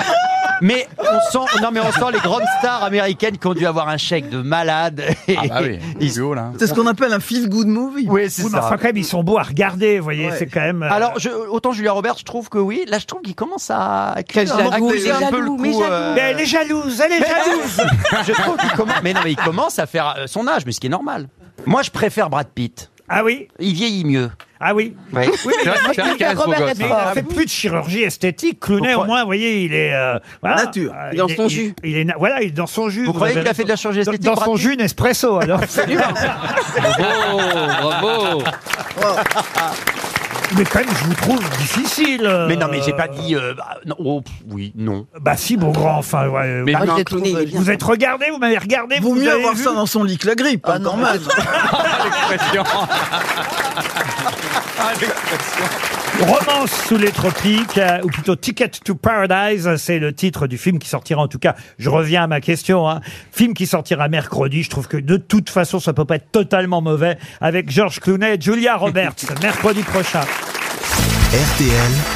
[SPEAKER 4] mais on sent, non mais on sent les grandes stars américaines qui ont dû avoir un chèque de malade.
[SPEAKER 7] Ah bah oui,
[SPEAKER 4] Ils-
[SPEAKER 5] C'est ce qu'on appelle un feel-good movie.
[SPEAKER 4] Oui, c'est
[SPEAKER 2] Oui, mais
[SPEAKER 4] ça.
[SPEAKER 2] enfin, quand même, ils sont beaux à regarder, vous voyez, c'est quand même. euh,
[SPEAKER 4] Alors, je- autant Julia Roberts, je trouve que oui. Là, je trouve qu'il commence à à
[SPEAKER 2] Quel
[SPEAKER 4] à
[SPEAKER 2] jaloux,
[SPEAKER 4] accuser
[SPEAKER 2] mais
[SPEAKER 4] un peu le
[SPEAKER 2] jaloux, mais
[SPEAKER 4] coup, euh,
[SPEAKER 2] jaloux. Mais elle est jalouse, elle est
[SPEAKER 4] Mais
[SPEAKER 2] jalouse.
[SPEAKER 4] je trouve qu'il commence. Mais non, mais il commence à faire euh, son âge, mais ce qui est normal. Moi, je préfère Brad Pitt.
[SPEAKER 2] Ah oui
[SPEAKER 4] Il vieillit mieux.
[SPEAKER 2] Ah oui
[SPEAKER 4] Oui.
[SPEAKER 2] oui mais
[SPEAKER 4] C'est vrai,
[SPEAKER 2] moi,
[SPEAKER 4] c'est
[SPEAKER 2] je
[SPEAKER 4] un
[SPEAKER 2] dis qu'il a-
[SPEAKER 4] casse, beau gosse.
[SPEAKER 2] Ah,
[SPEAKER 4] hein.
[SPEAKER 2] mais il a fait plus de chirurgie esthétique. Clooney, au moins, vous voyez, il est... euh, voilà,
[SPEAKER 4] Nature.
[SPEAKER 2] euh,
[SPEAKER 4] Il est dans
[SPEAKER 2] est-
[SPEAKER 4] son jus.
[SPEAKER 2] Il, est, na- voilà, il est dans son jus.
[SPEAKER 4] Vous croyez
[SPEAKER 2] avez
[SPEAKER 4] qu'il a fait de la chirurgie
[SPEAKER 2] Dans-
[SPEAKER 4] esthétique,
[SPEAKER 2] Dans son
[SPEAKER 4] Brad
[SPEAKER 2] jus Nespresso, alors.
[SPEAKER 8] Oh. bravo
[SPEAKER 2] Mais quand même, je vous trouve difficile. euh.
[SPEAKER 10] Mais non, mais j'ai pas dit. euh, bah, non, oh, pff, oui, non.
[SPEAKER 2] Bah si, bon grand, enfin... ouais,
[SPEAKER 10] Mais
[SPEAKER 2] bah,
[SPEAKER 10] non,
[SPEAKER 2] vous, êtes,
[SPEAKER 10] Clooney, il est bien.
[SPEAKER 2] vous êtes regardé, vous m'avez regardé.
[SPEAKER 5] Vaut
[SPEAKER 2] vous
[SPEAKER 5] mieux
[SPEAKER 2] avez
[SPEAKER 5] avoir
[SPEAKER 2] vu. Ah
[SPEAKER 5] ça dans son lit que la grippe, hein, pas normal.
[SPEAKER 11] Ah,
[SPEAKER 2] Romance sous les tropiques, euh, ou plutôt Ticket to Paradise, c'est le titre du film qui sortira. En tout cas, je reviens à ma question. Hein. Film qui sortira mercredi. Je trouve que de toute façon, ça peut pas être totalement mauvais avec George Clooney et Julia Roberts mercredi prochain.
[SPEAKER 1] RTL,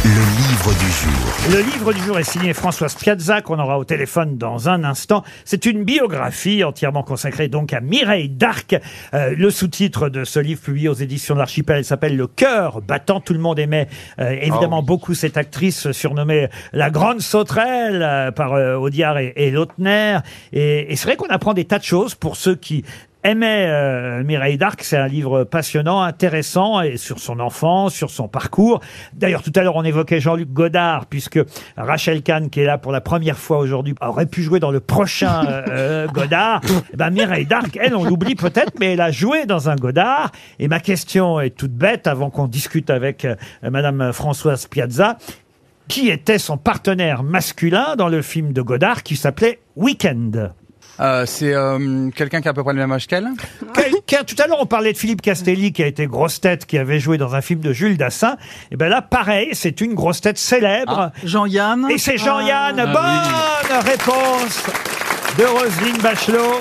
[SPEAKER 1] le livre du jour.
[SPEAKER 2] Le livre du jour est signé François Piazza, qu'on aura au téléphone dans un instant. C'est une biographie entièrement consacrée donc à Mireille d'Arc. Euh, le sous-titre de ce livre publié aux éditions de l'Archipel s'appelle Le cœur battant. Tout le monde aimait euh, évidemment beaucoup cette actrice surnommée la grande sauterelle euh, par euh, Audiard et, et Lautner. Et, et c'est vrai qu'on apprend des tas de choses pour ceux qui Aimait euh, Mireille d'Arc, c'est un livre passionnant, intéressant, et sur son enfance, sur son parcours. D'ailleurs, tout à l'heure, on évoquait Jean-Luc Godard, puisque Rachel Kahn, qui est là pour la première fois aujourd'hui, aurait pu jouer dans le prochain euh, euh, Godard. Eh ben, Mireille d'Arc, elle, on l'oublie peut-être, mais elle a joué dans un Godard. Et ma question est toute bête, avant qu'on discute avec euh, Madame Françoise Piazza qui était son partenaire masculin dans le film de Godard qui s'appelait Weekend.
[SPEAKER 7] Euh, c'est euh, quelqu'un qui a à peu près le même âge qu'elle
[SPEAKER 2] Quelqu'un, tout à l'heure, on parlait de Philippe Castelli, qui a été grosse tête, qui avait joué dans un film de Jules Dassin. Et ben là, pareil, c'est une grosse tête
[SPEAKER 8] Ah.
[SPEAKER 7] Ah.
[SPEAKER 2] célèbre.
[SPEAKER 5] Euh, Jean-Yann. Euh,
[SPEAKER 2] Et c'est Jean-Yann.
[SPEAKER 5] Ah,
[SPEAKER 2] Bonne réponse de Roselyne Bachelot.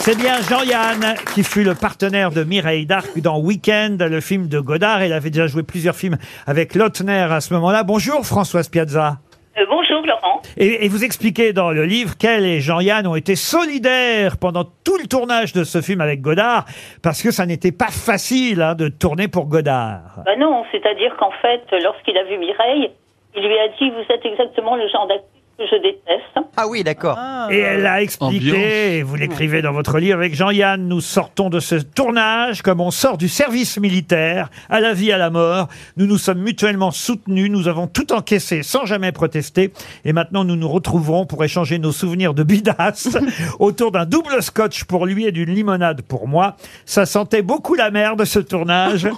[SPEAKER 2] C'est bien Jean-Yann qui fut le partenaire de Mireille Darc dans Weekend, le film de Godard. Elle avait déjà joué plusieurs films avec Lautner à ce moment-là. Bonjour Françoise Piazza.
[SPEAKER 12] Euh, bonjour Laurent.
[SPEAKER 2] Et, et vous expliquez dans le livre qu'elle et Jean-Yann ont été solidaires pendant tout le tournage de ce film avec Godard, parce que ça n'était pas facile hein, de tourner pour Godard.
[SPEAKER 12] Bah non, c'est-à-dire qu'en fait, lorsqu'il a vu Mireille, il lui a dit Vous êtes exactement le genre d'actrice que je déteste.
[SPEAKER 4] Ah oui, d'accord.
[SPEAKER 2] Et elle a expliqué, et vous l'écrivez dans votre livre avec Jean-Yann, nous sortons de ce tournage comme on sort du service militaire, à la vie, à la mort. Nous nous sommes mutuellement soutenus, nous avons tout encaissé sans jamais protester. Et maintenant, nous nous retrouverons pour échanger nos souvenirs de bidasse autour d'un double scotch pour lui et d'une limonade pour moi. Ça sentait beaucoup la merde, ce tournage.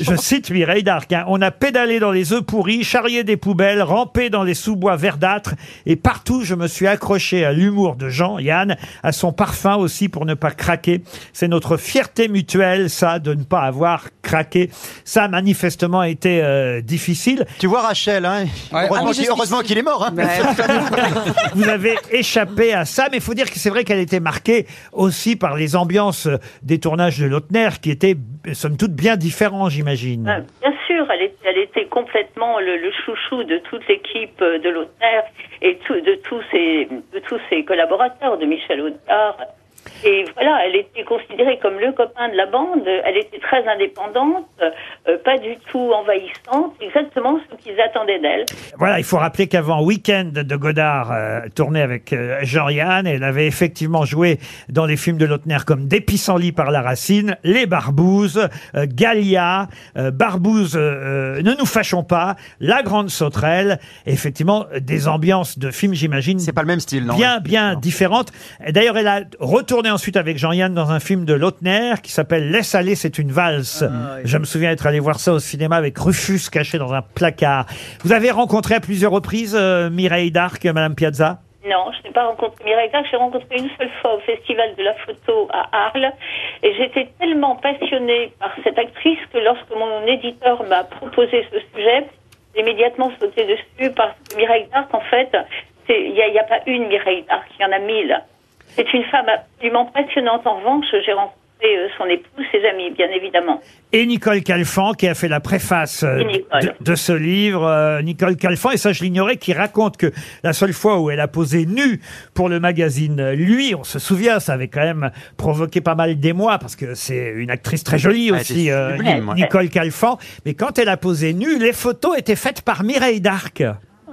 [SPEAKER 2] Je cite Mireille d'Arc. hein. On a pédalé dans les œufs pourris, charrié des poubelles, rampé dans les sous-bois verdâtres, et partout je me suis accroché à l'humour de Jean, Yann, à son parfum aussi pour ne pas craquer. C'est notre fierté mutuelle, ça, de ne pas avoir craqué. Ça a manifestement été euh, difficile.
[SPEAKER 4] Tu vois Rachel, hein Heureusement qu'il- heureusement qu'il est mort. hein.
[SPEAKER 2] vous avez échappé à ça, mais il faut dire que c'est vrai qu'elle était marquée aussi par les ambiances des tournages de Lautner qui étaient, euh, somme toute, bien différents, j'imagine.
[SPEAKER 12] Ah, Bien sûr, elle était, elle était complètement le, le chouchou de toute l'équipe euh, de l'auteur et tout- de, tous ses, de tous ses collaborateurs, de Michel Audard. Et voilà, elle était considérée comme le copain de la bande. Elle était très indépendante, euh, pas du tout envahissante, exactement ce qu'ils attendaient d'elle.
[SPEAKER 2] Voilà, il faut rappeler qu'avant Weekend de Godard euh, tourné avec euh, Jean-Yann, elle avait effectivement joué dans les films de Lautner comme Des pissenlits par la racine, Les Barbouzes, euh, Galia, euh, Barbouze, euh, euh, Ne nous fâchons pas, La Grande Sauterelle. Effectivement, euh, des ambiances de films, j'imagine. C'est
[SPEAKER 4] pas le même style, non
[SPEAKER 2] Bien, bien différentes. Et D'ailleurs, elle a retourné ensuite avec Jean-Yann dans un film de Lautner qui s'appelle Laisse aller, c'est une valse.
[SPEAKER 4] Ah,
[SPEAKER 2] Je me souviens être allé voir ça au cinéma avec Rufus caché dans un placard. Vous avez rencontré à plusieurs reprises euh, Mireille d'Arc, euh, Madame Piazza
[SPEAKER 12] Non, je n'ai pas rencontré Mireille Darc. J'ai rencontré une seule fois au Festival de la photo à Arles. Et j'étais tellement passionnée par cette actrice que lorsque mon éditeur m'a proposé ce sujet, j'ai immédiatement sauté dessus parce que Mireille Darc, en fait, c'est- il n'y a, il y a pas une Mireille Darc, il y en a mille. C'est une femme absolument passionnante. En revanche, j'ai rencontré euh, son époux, ses amis, bien évidemment.
[SPEAKER 2] et Nicole Calfan qui a fait la préface euh,
[SPEAKER 12] Et Nicole.
[SPEAKER 2] de, de ce livre. euh, Nicole Calfan, et ça je l'ignorais, qui raconte que la seule fois où elle a posé nue pour le magazine euh, Lui, on se souvient, ça avait quand même provoqué pas mal d'émoi parce que c'est une actrice très jolie
[SPEAKER 4] Ah, elle
[SPEAKER 2] aussi,
[SPEAKER 4] était
[SPEAKER 2] euh,
[SPEAKER 4] sublime,
[SPEAKER 2] Ni-
[SPEAKER 4] ouais.
[SPEAKER 2] Nicole Calfan. Mais quand elle a posé nue, les photos étaient faites par Mireille d'Arc.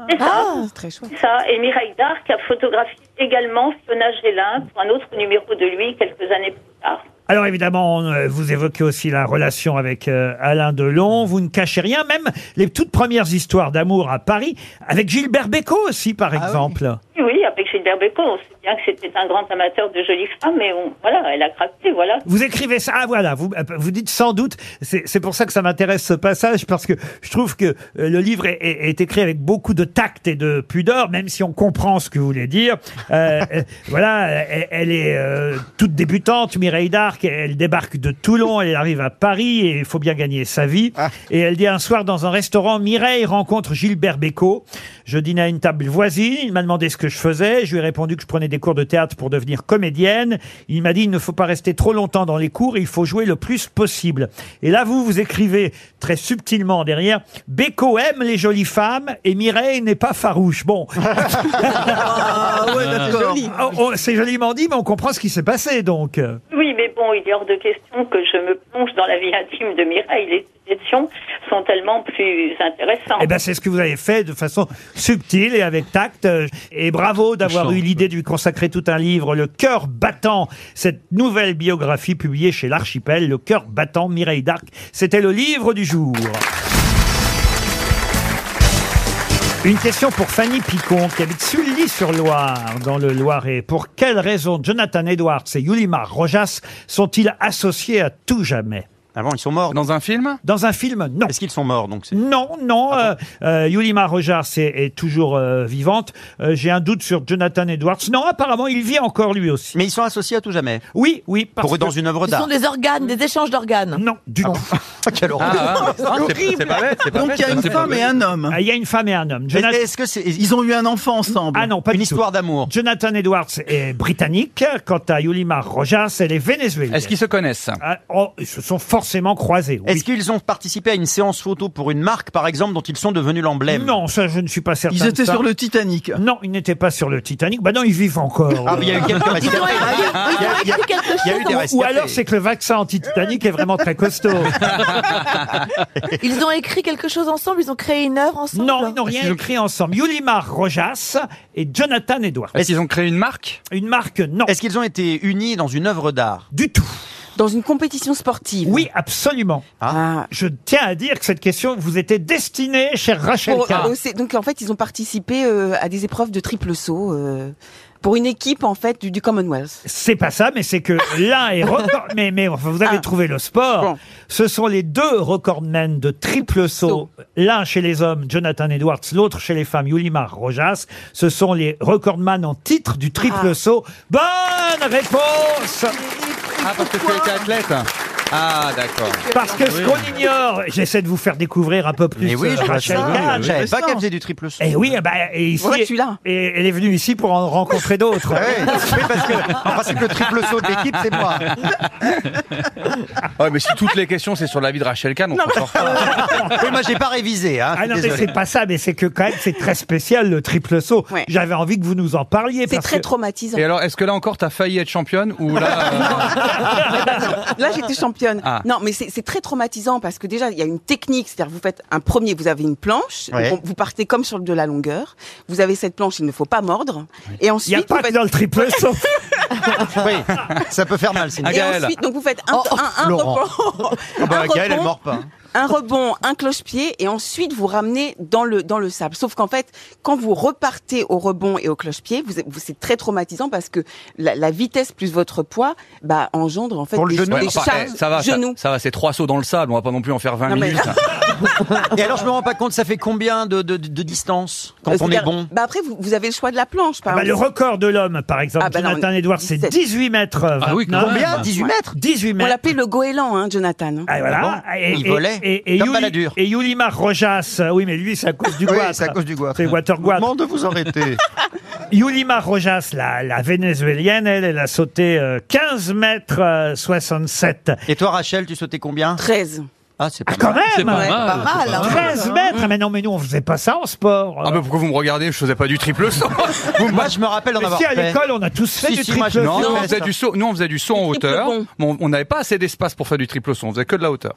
[SPEAKER 12] C'est ça. C'est ça. Et Mireille Darc a photographié également Fiona Gélin pour un autre numéro de lui quelques années plus tard.
[SPEAKER 2] Alors évidemment, on, euh, vous évoquez aussi la relation avec euh, Alain Delon. Vous ne cachez rien, même les toutes premières histoires d'amour à Paris, avec Gilbert Bécaud aussi, par exemple.
[SPEAKER 12] Oui, oui, avec Gilbert Bécaud, on sait bien que c'était un grand amateur de jolies femmes, mais on- voilà, elle a craqué, voilà.
[SPEAKER 2] Vous écrivez ça, ah voilà, vous, vous dites sans doute, c'est c'est pour ça que ça m'intéresse ce passage, parce que je trouve que euh, le livre est, est- est écrit avec beaucoup de tact et de pudeur, même si on comprend ce que vous voulez dire. Euh, euh, voilà, elle, elle est euh, toute débutante, Mireille d'Arc, elle débarque de Toulon, elle arrive à Paris, et il faut bien gagner sa vie. Et elle dit un soir dans un restaurant, Mireille rencontre Gilbert Bécaud. Je dînais à une table voisine, il m'a demandé ce que je faisais, je lui ai répondu que je prenais des cours de théâtre pour devenir comédienne. Il m'a dit il ne faut pas rester trop longtemps dans les cours, il faut jouer le plus possible. Et là vous vous écrivez très subtilement derrière Beko aime les jolies femmes et Mireille n'est pas farouche. Bon. Ah,
[SPEAKER 12] Ah ouais, d'accord.
[SPEAKER 2] C'est joli. Oh, oh, C'est joliment dit mais on comprend ce qui s'est passé donc.
[SPEAKER 12] Oui, mais bon, il est hors de question que je me plonge dans la vie intime de Mireille. Les questions sont tellement plus intéressantes.
[SPEAKER 2] Eh ben, c'est ce que vous avez fait de façon subtile et avec tact. Euh, Et bravo d'avoir eu l'idée de lui consacrer tout un livre, Le cœur battant, cette nouvelle biographie publiée chez l'Archipel, Le cœur battant, Mireille d'Arc. C'était le livre du jour. Une question pour Fanny Picon, qui habite Sully-sur-Loire, dans le Loiret. Pour quelles raisons Jonathan Edwards et Yulimar Rojas sont-ils associés à tout jamais
[SPEAKER 4] Avant, Ah ils sont morts.
[SPEAKER 7] Dans un film
[SPEAKER 2] Dans un film, non.
[SPEAKER 4] Est-ce qu'ils sont morts donc Ah
[SPEAKER 2] Non, non. euh, euh, Yulima Rojas est, est toujours euh, vivante. Euh, J'ai un doute sur Jonathan Edwards. Non, apparemment, il vit encore lui aussi.
[SPEAKER 4] Mais ils sont associés à tout jamais
[SPEAKER 2] Oui, oui.
[SPEAKER 4] Pour eux, dans une œuvre
[SPEAKER 6] Ce sont
[SPEAKER 4] d'art.
[SPEAKER 6] des organes, des échanges d'organes.
[SPEAKER 2] Non, du tout.
[SPEAKER 4] Quelle horreur.
[SPEAKER 6] Ah,
[SPEAKER 4] ah, ah, c'est- c'est pas bête, c'est pas
[SPEAKER 5] Donc
[SPEAKER 4] bête,
[SPEAKER 5] il y a
[SPEAKER 4] ça,
[SPEAKER 5] une
[SPEAKER 4] c'est pas
[SPEAKER 5] femme
[SPEAKER 4] bête.
[SPEAKER 5] et un homme.
[SPEAKER 2] Ah, Il y a une femme et un homme. Jonathan-
[SPEAKER 4] Est-ce que c'est
[SPEAKER 5] Ils ont eu un enfant ensemble.
[SPEAKER 2] Ah non, pas
[SPEAKER 4] une
[SPEAKER 2] du
[SPEAKER 4] histoire d'amour
[SPEAKER 2] tout. Jonathan Edwards est britannique. Quant à Yulima Rojas, elle est vénézuélienne.
[SPEAKER 7] Est-ce qu'ils se connaissent
[SPEAKER 2] Ah, oh, ils se sont forcément croisés. oui.
[SPEAKER 4] Est-ce qu'ils ont participé à une séance photo pour une marque, par exemple, dont ils sont devenus l'emblème
[SPEAKER 2] Non, ça, je ne suis pas certain.
[SPEAKER 5] Ils
[SPEAKER 2] de
[SPEAKER 5] étaient
[SPEAKER 2] ça.
[SPEAKER 5] sur le Titanic.
[SPEAKER 2] Non, ils n'étaient pas sur le Titanic. Bah non, ils vivent encore.
[SPEAKER 4] Ah, mais il y a eu quelqu'un. parce qu'il y a- il y a- il y a- il y a eu des
[SPEAKER 2] Ou
[SPEAKER 4] rescapés.
[SPEAKER 2] alors c'est que le vaccin anti-Titanic est vraiment très costaud.
[SPEAKER 6] Ils ont écrit quelque chose ensemble, ils ont créé une œuvre ensemble.
[SPEAKER 2] Non, ils n'ont rien écrit ensemble. Yulimar Rojas et Jonathan Edwards.
[SPEAKER 7] Est-ce qu'ils ont créé une marque
[SPEAKER 2] Une marque, non.
[SPEAKER 4] Est-ce qu'ils ont été unis dans une œuvre d'art
[SPEAKER 2] Du tout.
[SPEAKER 3] Dans une compétition sportive.
[SPEAKER 2] Oui, absolument.
[SPEAKER 3] Ah.
[SPEAKER 2] Je tiens à dire que cette question vous était destinée, cher Rachel
[SPEAKER 3] Pour-
[SPEAKER 2] Kahn.
[SPEAKER 3] euh, c'est- donc en fait, ils ont participé euh, à des épreuves de triple saut euh, pour une équipe en fait du, du Commonwealth.
[SPEAKER 2] C'est pas ça, mais c'est que l'un est record. Mais, mais enfin, vous avez trouvé le sport.
[SPEAKER 3] Bon.
[SPEAKER 2] Ce sont les deux recordmen de triple saut. L'un chez les hommes, Jonathan Edwards, l'autre chez les femmes, Yulimar Rojas. Ce sont les recordman en titre du triple saut. Bonne réponse!
[SPEAKER 7] Ah, parce que tu étais athlète Ah, d'accord.
[SPEAKER 2] Parce que ce
[SPEAKER 7] Oui.
[SPEAKER 2] qu'on ignore, j'essaie de vous faire découvrir un peu plus.
[SPEAKER 4] Mais Eh oui,
[SPEAKER 2] euh,
[SPEAKER 4] je vois
[SPEAKER 2] Rachel
[SPEAKER 4] ça.
[SPEAKER 2] Kahn.
[SPEAKER 4] Je savais pas qu'elle faisait du triple saut.
[SPEAKER 2] Et oui, eh ben, et ici,
[SPEAKER 3] Ouais, celui-là.
[SPEAKER 2] et elle est venue ici pour en rencontrer d'autres.
[SPEAKER 4] Ouais, oui, parce que en principe le triple saut de l'équipe c'est moi.
[SPEAKER 7] Ouais, mais si toutes les questions c'est sur la vie de Rachel Kahn, on s'en sort pas.
[SPEAKER 4] Oui, moi j'ai pas révisé. Hein, je suis
[SPEAKER 2] Ah non, mais
[SPEAKER 4] désolé.
[SPEAKER 2] c'est pas ça, mais c'est que quand même, c'est très spécial le triple saut.
[SPEAKER 3] Ouais.
[SPEAKER 2] J'avais envie que vous nous en parliez.
[SPEAKER 3] C'est
[SPEAKER 2] parce
[SPEAKER 3] très
[SPEAKER 2] que-
[SPEAKER 3] traumatisant.
[SPEAKER 7] Et alors, est-ce que là encore t'as failli être championne ou là euh,
[SPEAKER 3] Là, j'étais championne.
[SPEAKER 7] Ah.
[SPEAKER 3] Non, mais c'est c'est très traumatisant parce que déjà, il y a une technique. C'est-à-dire, vous faites un premier, vous avez une planche,
[SPEAKER 4] Ouais.
[SPEAKER 3] donc on- vous partez comme sur de la longueur. Vous avez cette planche, il ne faut pas mordre. Et
[SPEAKER 2] Il n'y a
[SPEAKER 3] ensuite,
[SPEAKER 2] pas
[SPEAKER 3] vous
[SPEAKER 2] que
[SPEAKER 3] faites-
[SPEAKER 2] dans le triple saut.
[SPEAKER 4] Oui, ça peut faire mal. C'est une...
[SPEAKER 7] Ah,
[SPEAKER 3] Et
[SPEAKER 7] Gaëlle.
[SPEAKER 3] ensuite, donc vous faites
[SPEAKER 2] Oh,
[SPEAKER 3] un, un, un
[SPEAKER 4] Laurent.
[SPEAKER 3] rebond,
[SPEAKER 4] Ah bah,
[SPEAKER 3] un
[SPEAKER 4] Gaëlle, elle
[SPEAKER 3] rebond,
[SPEAKER 4] mord
[SPEAKER 7] hein.
[SPEAKER 4] pas.
[SPEAKER 3] un rebond, un cloche-pied, et ensuite vous ramenez dans le dans le sable. Sauf qu'en fait, quand vous repartez au rebond et au cloche-pied, vous, vous- c'est très traumatisant parce que la, la vitesse plus votre poids, bah engendre en fait
[SPEAKER 4] Pour le
[SPEAKER 3] des,
[SPEAKER 4] genou.
[SPEAKER 3] des
[SPEAKER 7] enfin,
[SPEAKER 3] charges
[SPEAKER 7] eh, ça va, ça-
[SPEAKER 3] genoux.
[SPEAKER 7] ça va, c'est trois sauts dans le sable, on va pas non plus en faire 20
[SPEAKER 3] Non, mais-
[SPEAKER 7] minutes.
[SPEAKER 4] Et alors je me rends pas compte, ça fait combien de, de, de distance quand
[SPEAKER 3] Euh,
[SPEAKER 4] on est
[SPEAKER 3] c'est-à-dire-
[SPEAKER 4] bon
[SPEAKER 3] Bah après, vous, vous avez le choix de la planche, par
[SPEAKER 2] Bah, le
[SPEAKER 3] exemple.
[SPEAKER 2] record de l'homme, par exemple,
[SPEAKER 3] Ah bah non,
[SPEAKER 2] Jonathan Edwards, c'est
[SPEAKER 3] 17.
[SPEAKER 2] 18 mètres.
[SPEAKER 8] Ah oui, quand
[SPEAKER 2] 29.
[SPEAKER 8] même. Combien
[SPEAKER 4] 18 mètres
[SPEAKER 2] 18
[SPEAKER 3] On
[SPEAKER 2] mètres.
[SPEAKER 3] l'appelait le goéland, hein, Jonathan.
[SPEAKER 2] Ah, voilà.
[SPEAKER 4] Ah bon Il volait.
[SPEAKER 2] Et, et,
[SPEAKER 4] Comme
[SPEAKER 2] Yuli-
[SPEAKER 4] Balladur.
[SPEAKER 2] et Yulimar Rojas, euh, oui, mais lui, c'est à cause du
[SPEAKER 4] Oui,
[SPEAKER 2] goitre.
[SPEAKER 4] c'est à cause du goitre.
[SPEAKER 2] C'est Water Goitre.
[SPEAKER 10] Demande de vous arrêter.
[SPEAKER 2] Yulima Rojas, la, la vénézuélienne, elle, elle a sauté euh, 15 mètres euh, 67.
[SPEAKER 4] Et toi Rachel, tu sautais combien
[SPEAKER 3] 13.
[SPEAKER 4] Ah c'est pas
[SPEAKER 2] Ah, quand
[SPEAKER 4] mal.
[SPEAKER 8] C'est
[SPEAKER 2] même
[SPEAKER 8] pas
[SPEAKER 3] ouais,
[SPEAKER 8] mal.
[SPEAKER 6] Pas mal, hein.
[SPEAKER 2] 13 mètres Ah, Mais non, mais nous, on faisait pas ça en sport.
[SPEAKER 7] Ah, bah pourquoi vous me regardez Je faisais pas du triple saut.
[SPEAKER 4] euh. Moi je me rappelle d'en
[SPEAKER 2] Mais
[SPEAKER 4] avoir
[SPEAKER 2] si, à
[SPEAKER 4] fait.
[SPEAKER 2] l'école, on a tous fait
[SPEAKER 4] Si,
[SPEAKER 2] du
[SPEAKER 4] si, moi,
[SPEAKER 2] triple
[SPEAKER 4] je-
[SPEAKER 7] Non,
[SPEAKER 4] Non,
[SPEAKER 7] on
[SPEAKER 4] ça.
[SPEAKER 7] faisait du saut, nous on faisait du saut en
[SPEAKER 3] Du triple
[SPEAKER 7] hauteur,
[SPEAKER 3] bond.
[SPEAKER 7] mais on- on n'avait pas assez d'espace pour faire du triple saut, on faisait que de la hauteur.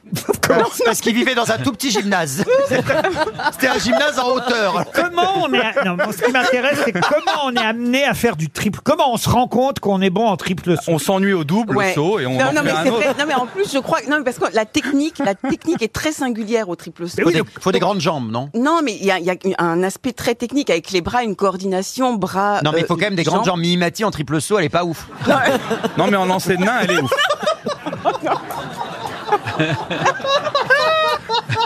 [SPEAKER 4] Parce qu'il vivait dans un tout petit gymnase. C'était un gymnase en hauteur.
[SPEAKER 2] Comment on est à- non, bon, ce qui m'intéresse, c'est comment on est amené à faire du triple. Comment on se rend compte qu'on est bon en triple saut
[SPEAKER 7] On s'ennuie au double
[SPEAKER 3] Ouais.
[SPEAKER 7] saut et on
[SPEAKER 3] non,
[SPEAKER 7] en
[SPEAKER 3] non,
[SPEAKER 7] fait
[SPEAKER 3] mais
[SPEAKER 7] un
[SPEAKER 3] c'est
[SPEAKER 7] autre.
[SPEAKER 3] vrai. Non, mais en plus, je crois. Non, mais parce que la technique, la technique est très singulière au triple saut.
[SPEAKER 4] Il faut, des, faut des grandes jambes, non
[SPEAKER 3] Non, mais il y a, il y a un aspect très technique avec les bras, une coordination,
[SPEAKER 7] Ah,
[SPEAKER 3] bras.
[SPEAKER 4] Non, mais il faut
[SPEAKER 3] euh,
[SPEAKER 4] quand même des grandes jambes. Mimimati en triple saut, elle est pas ouf.
[SPEAKER 7] non, mais en lancer de main, elle est ouf.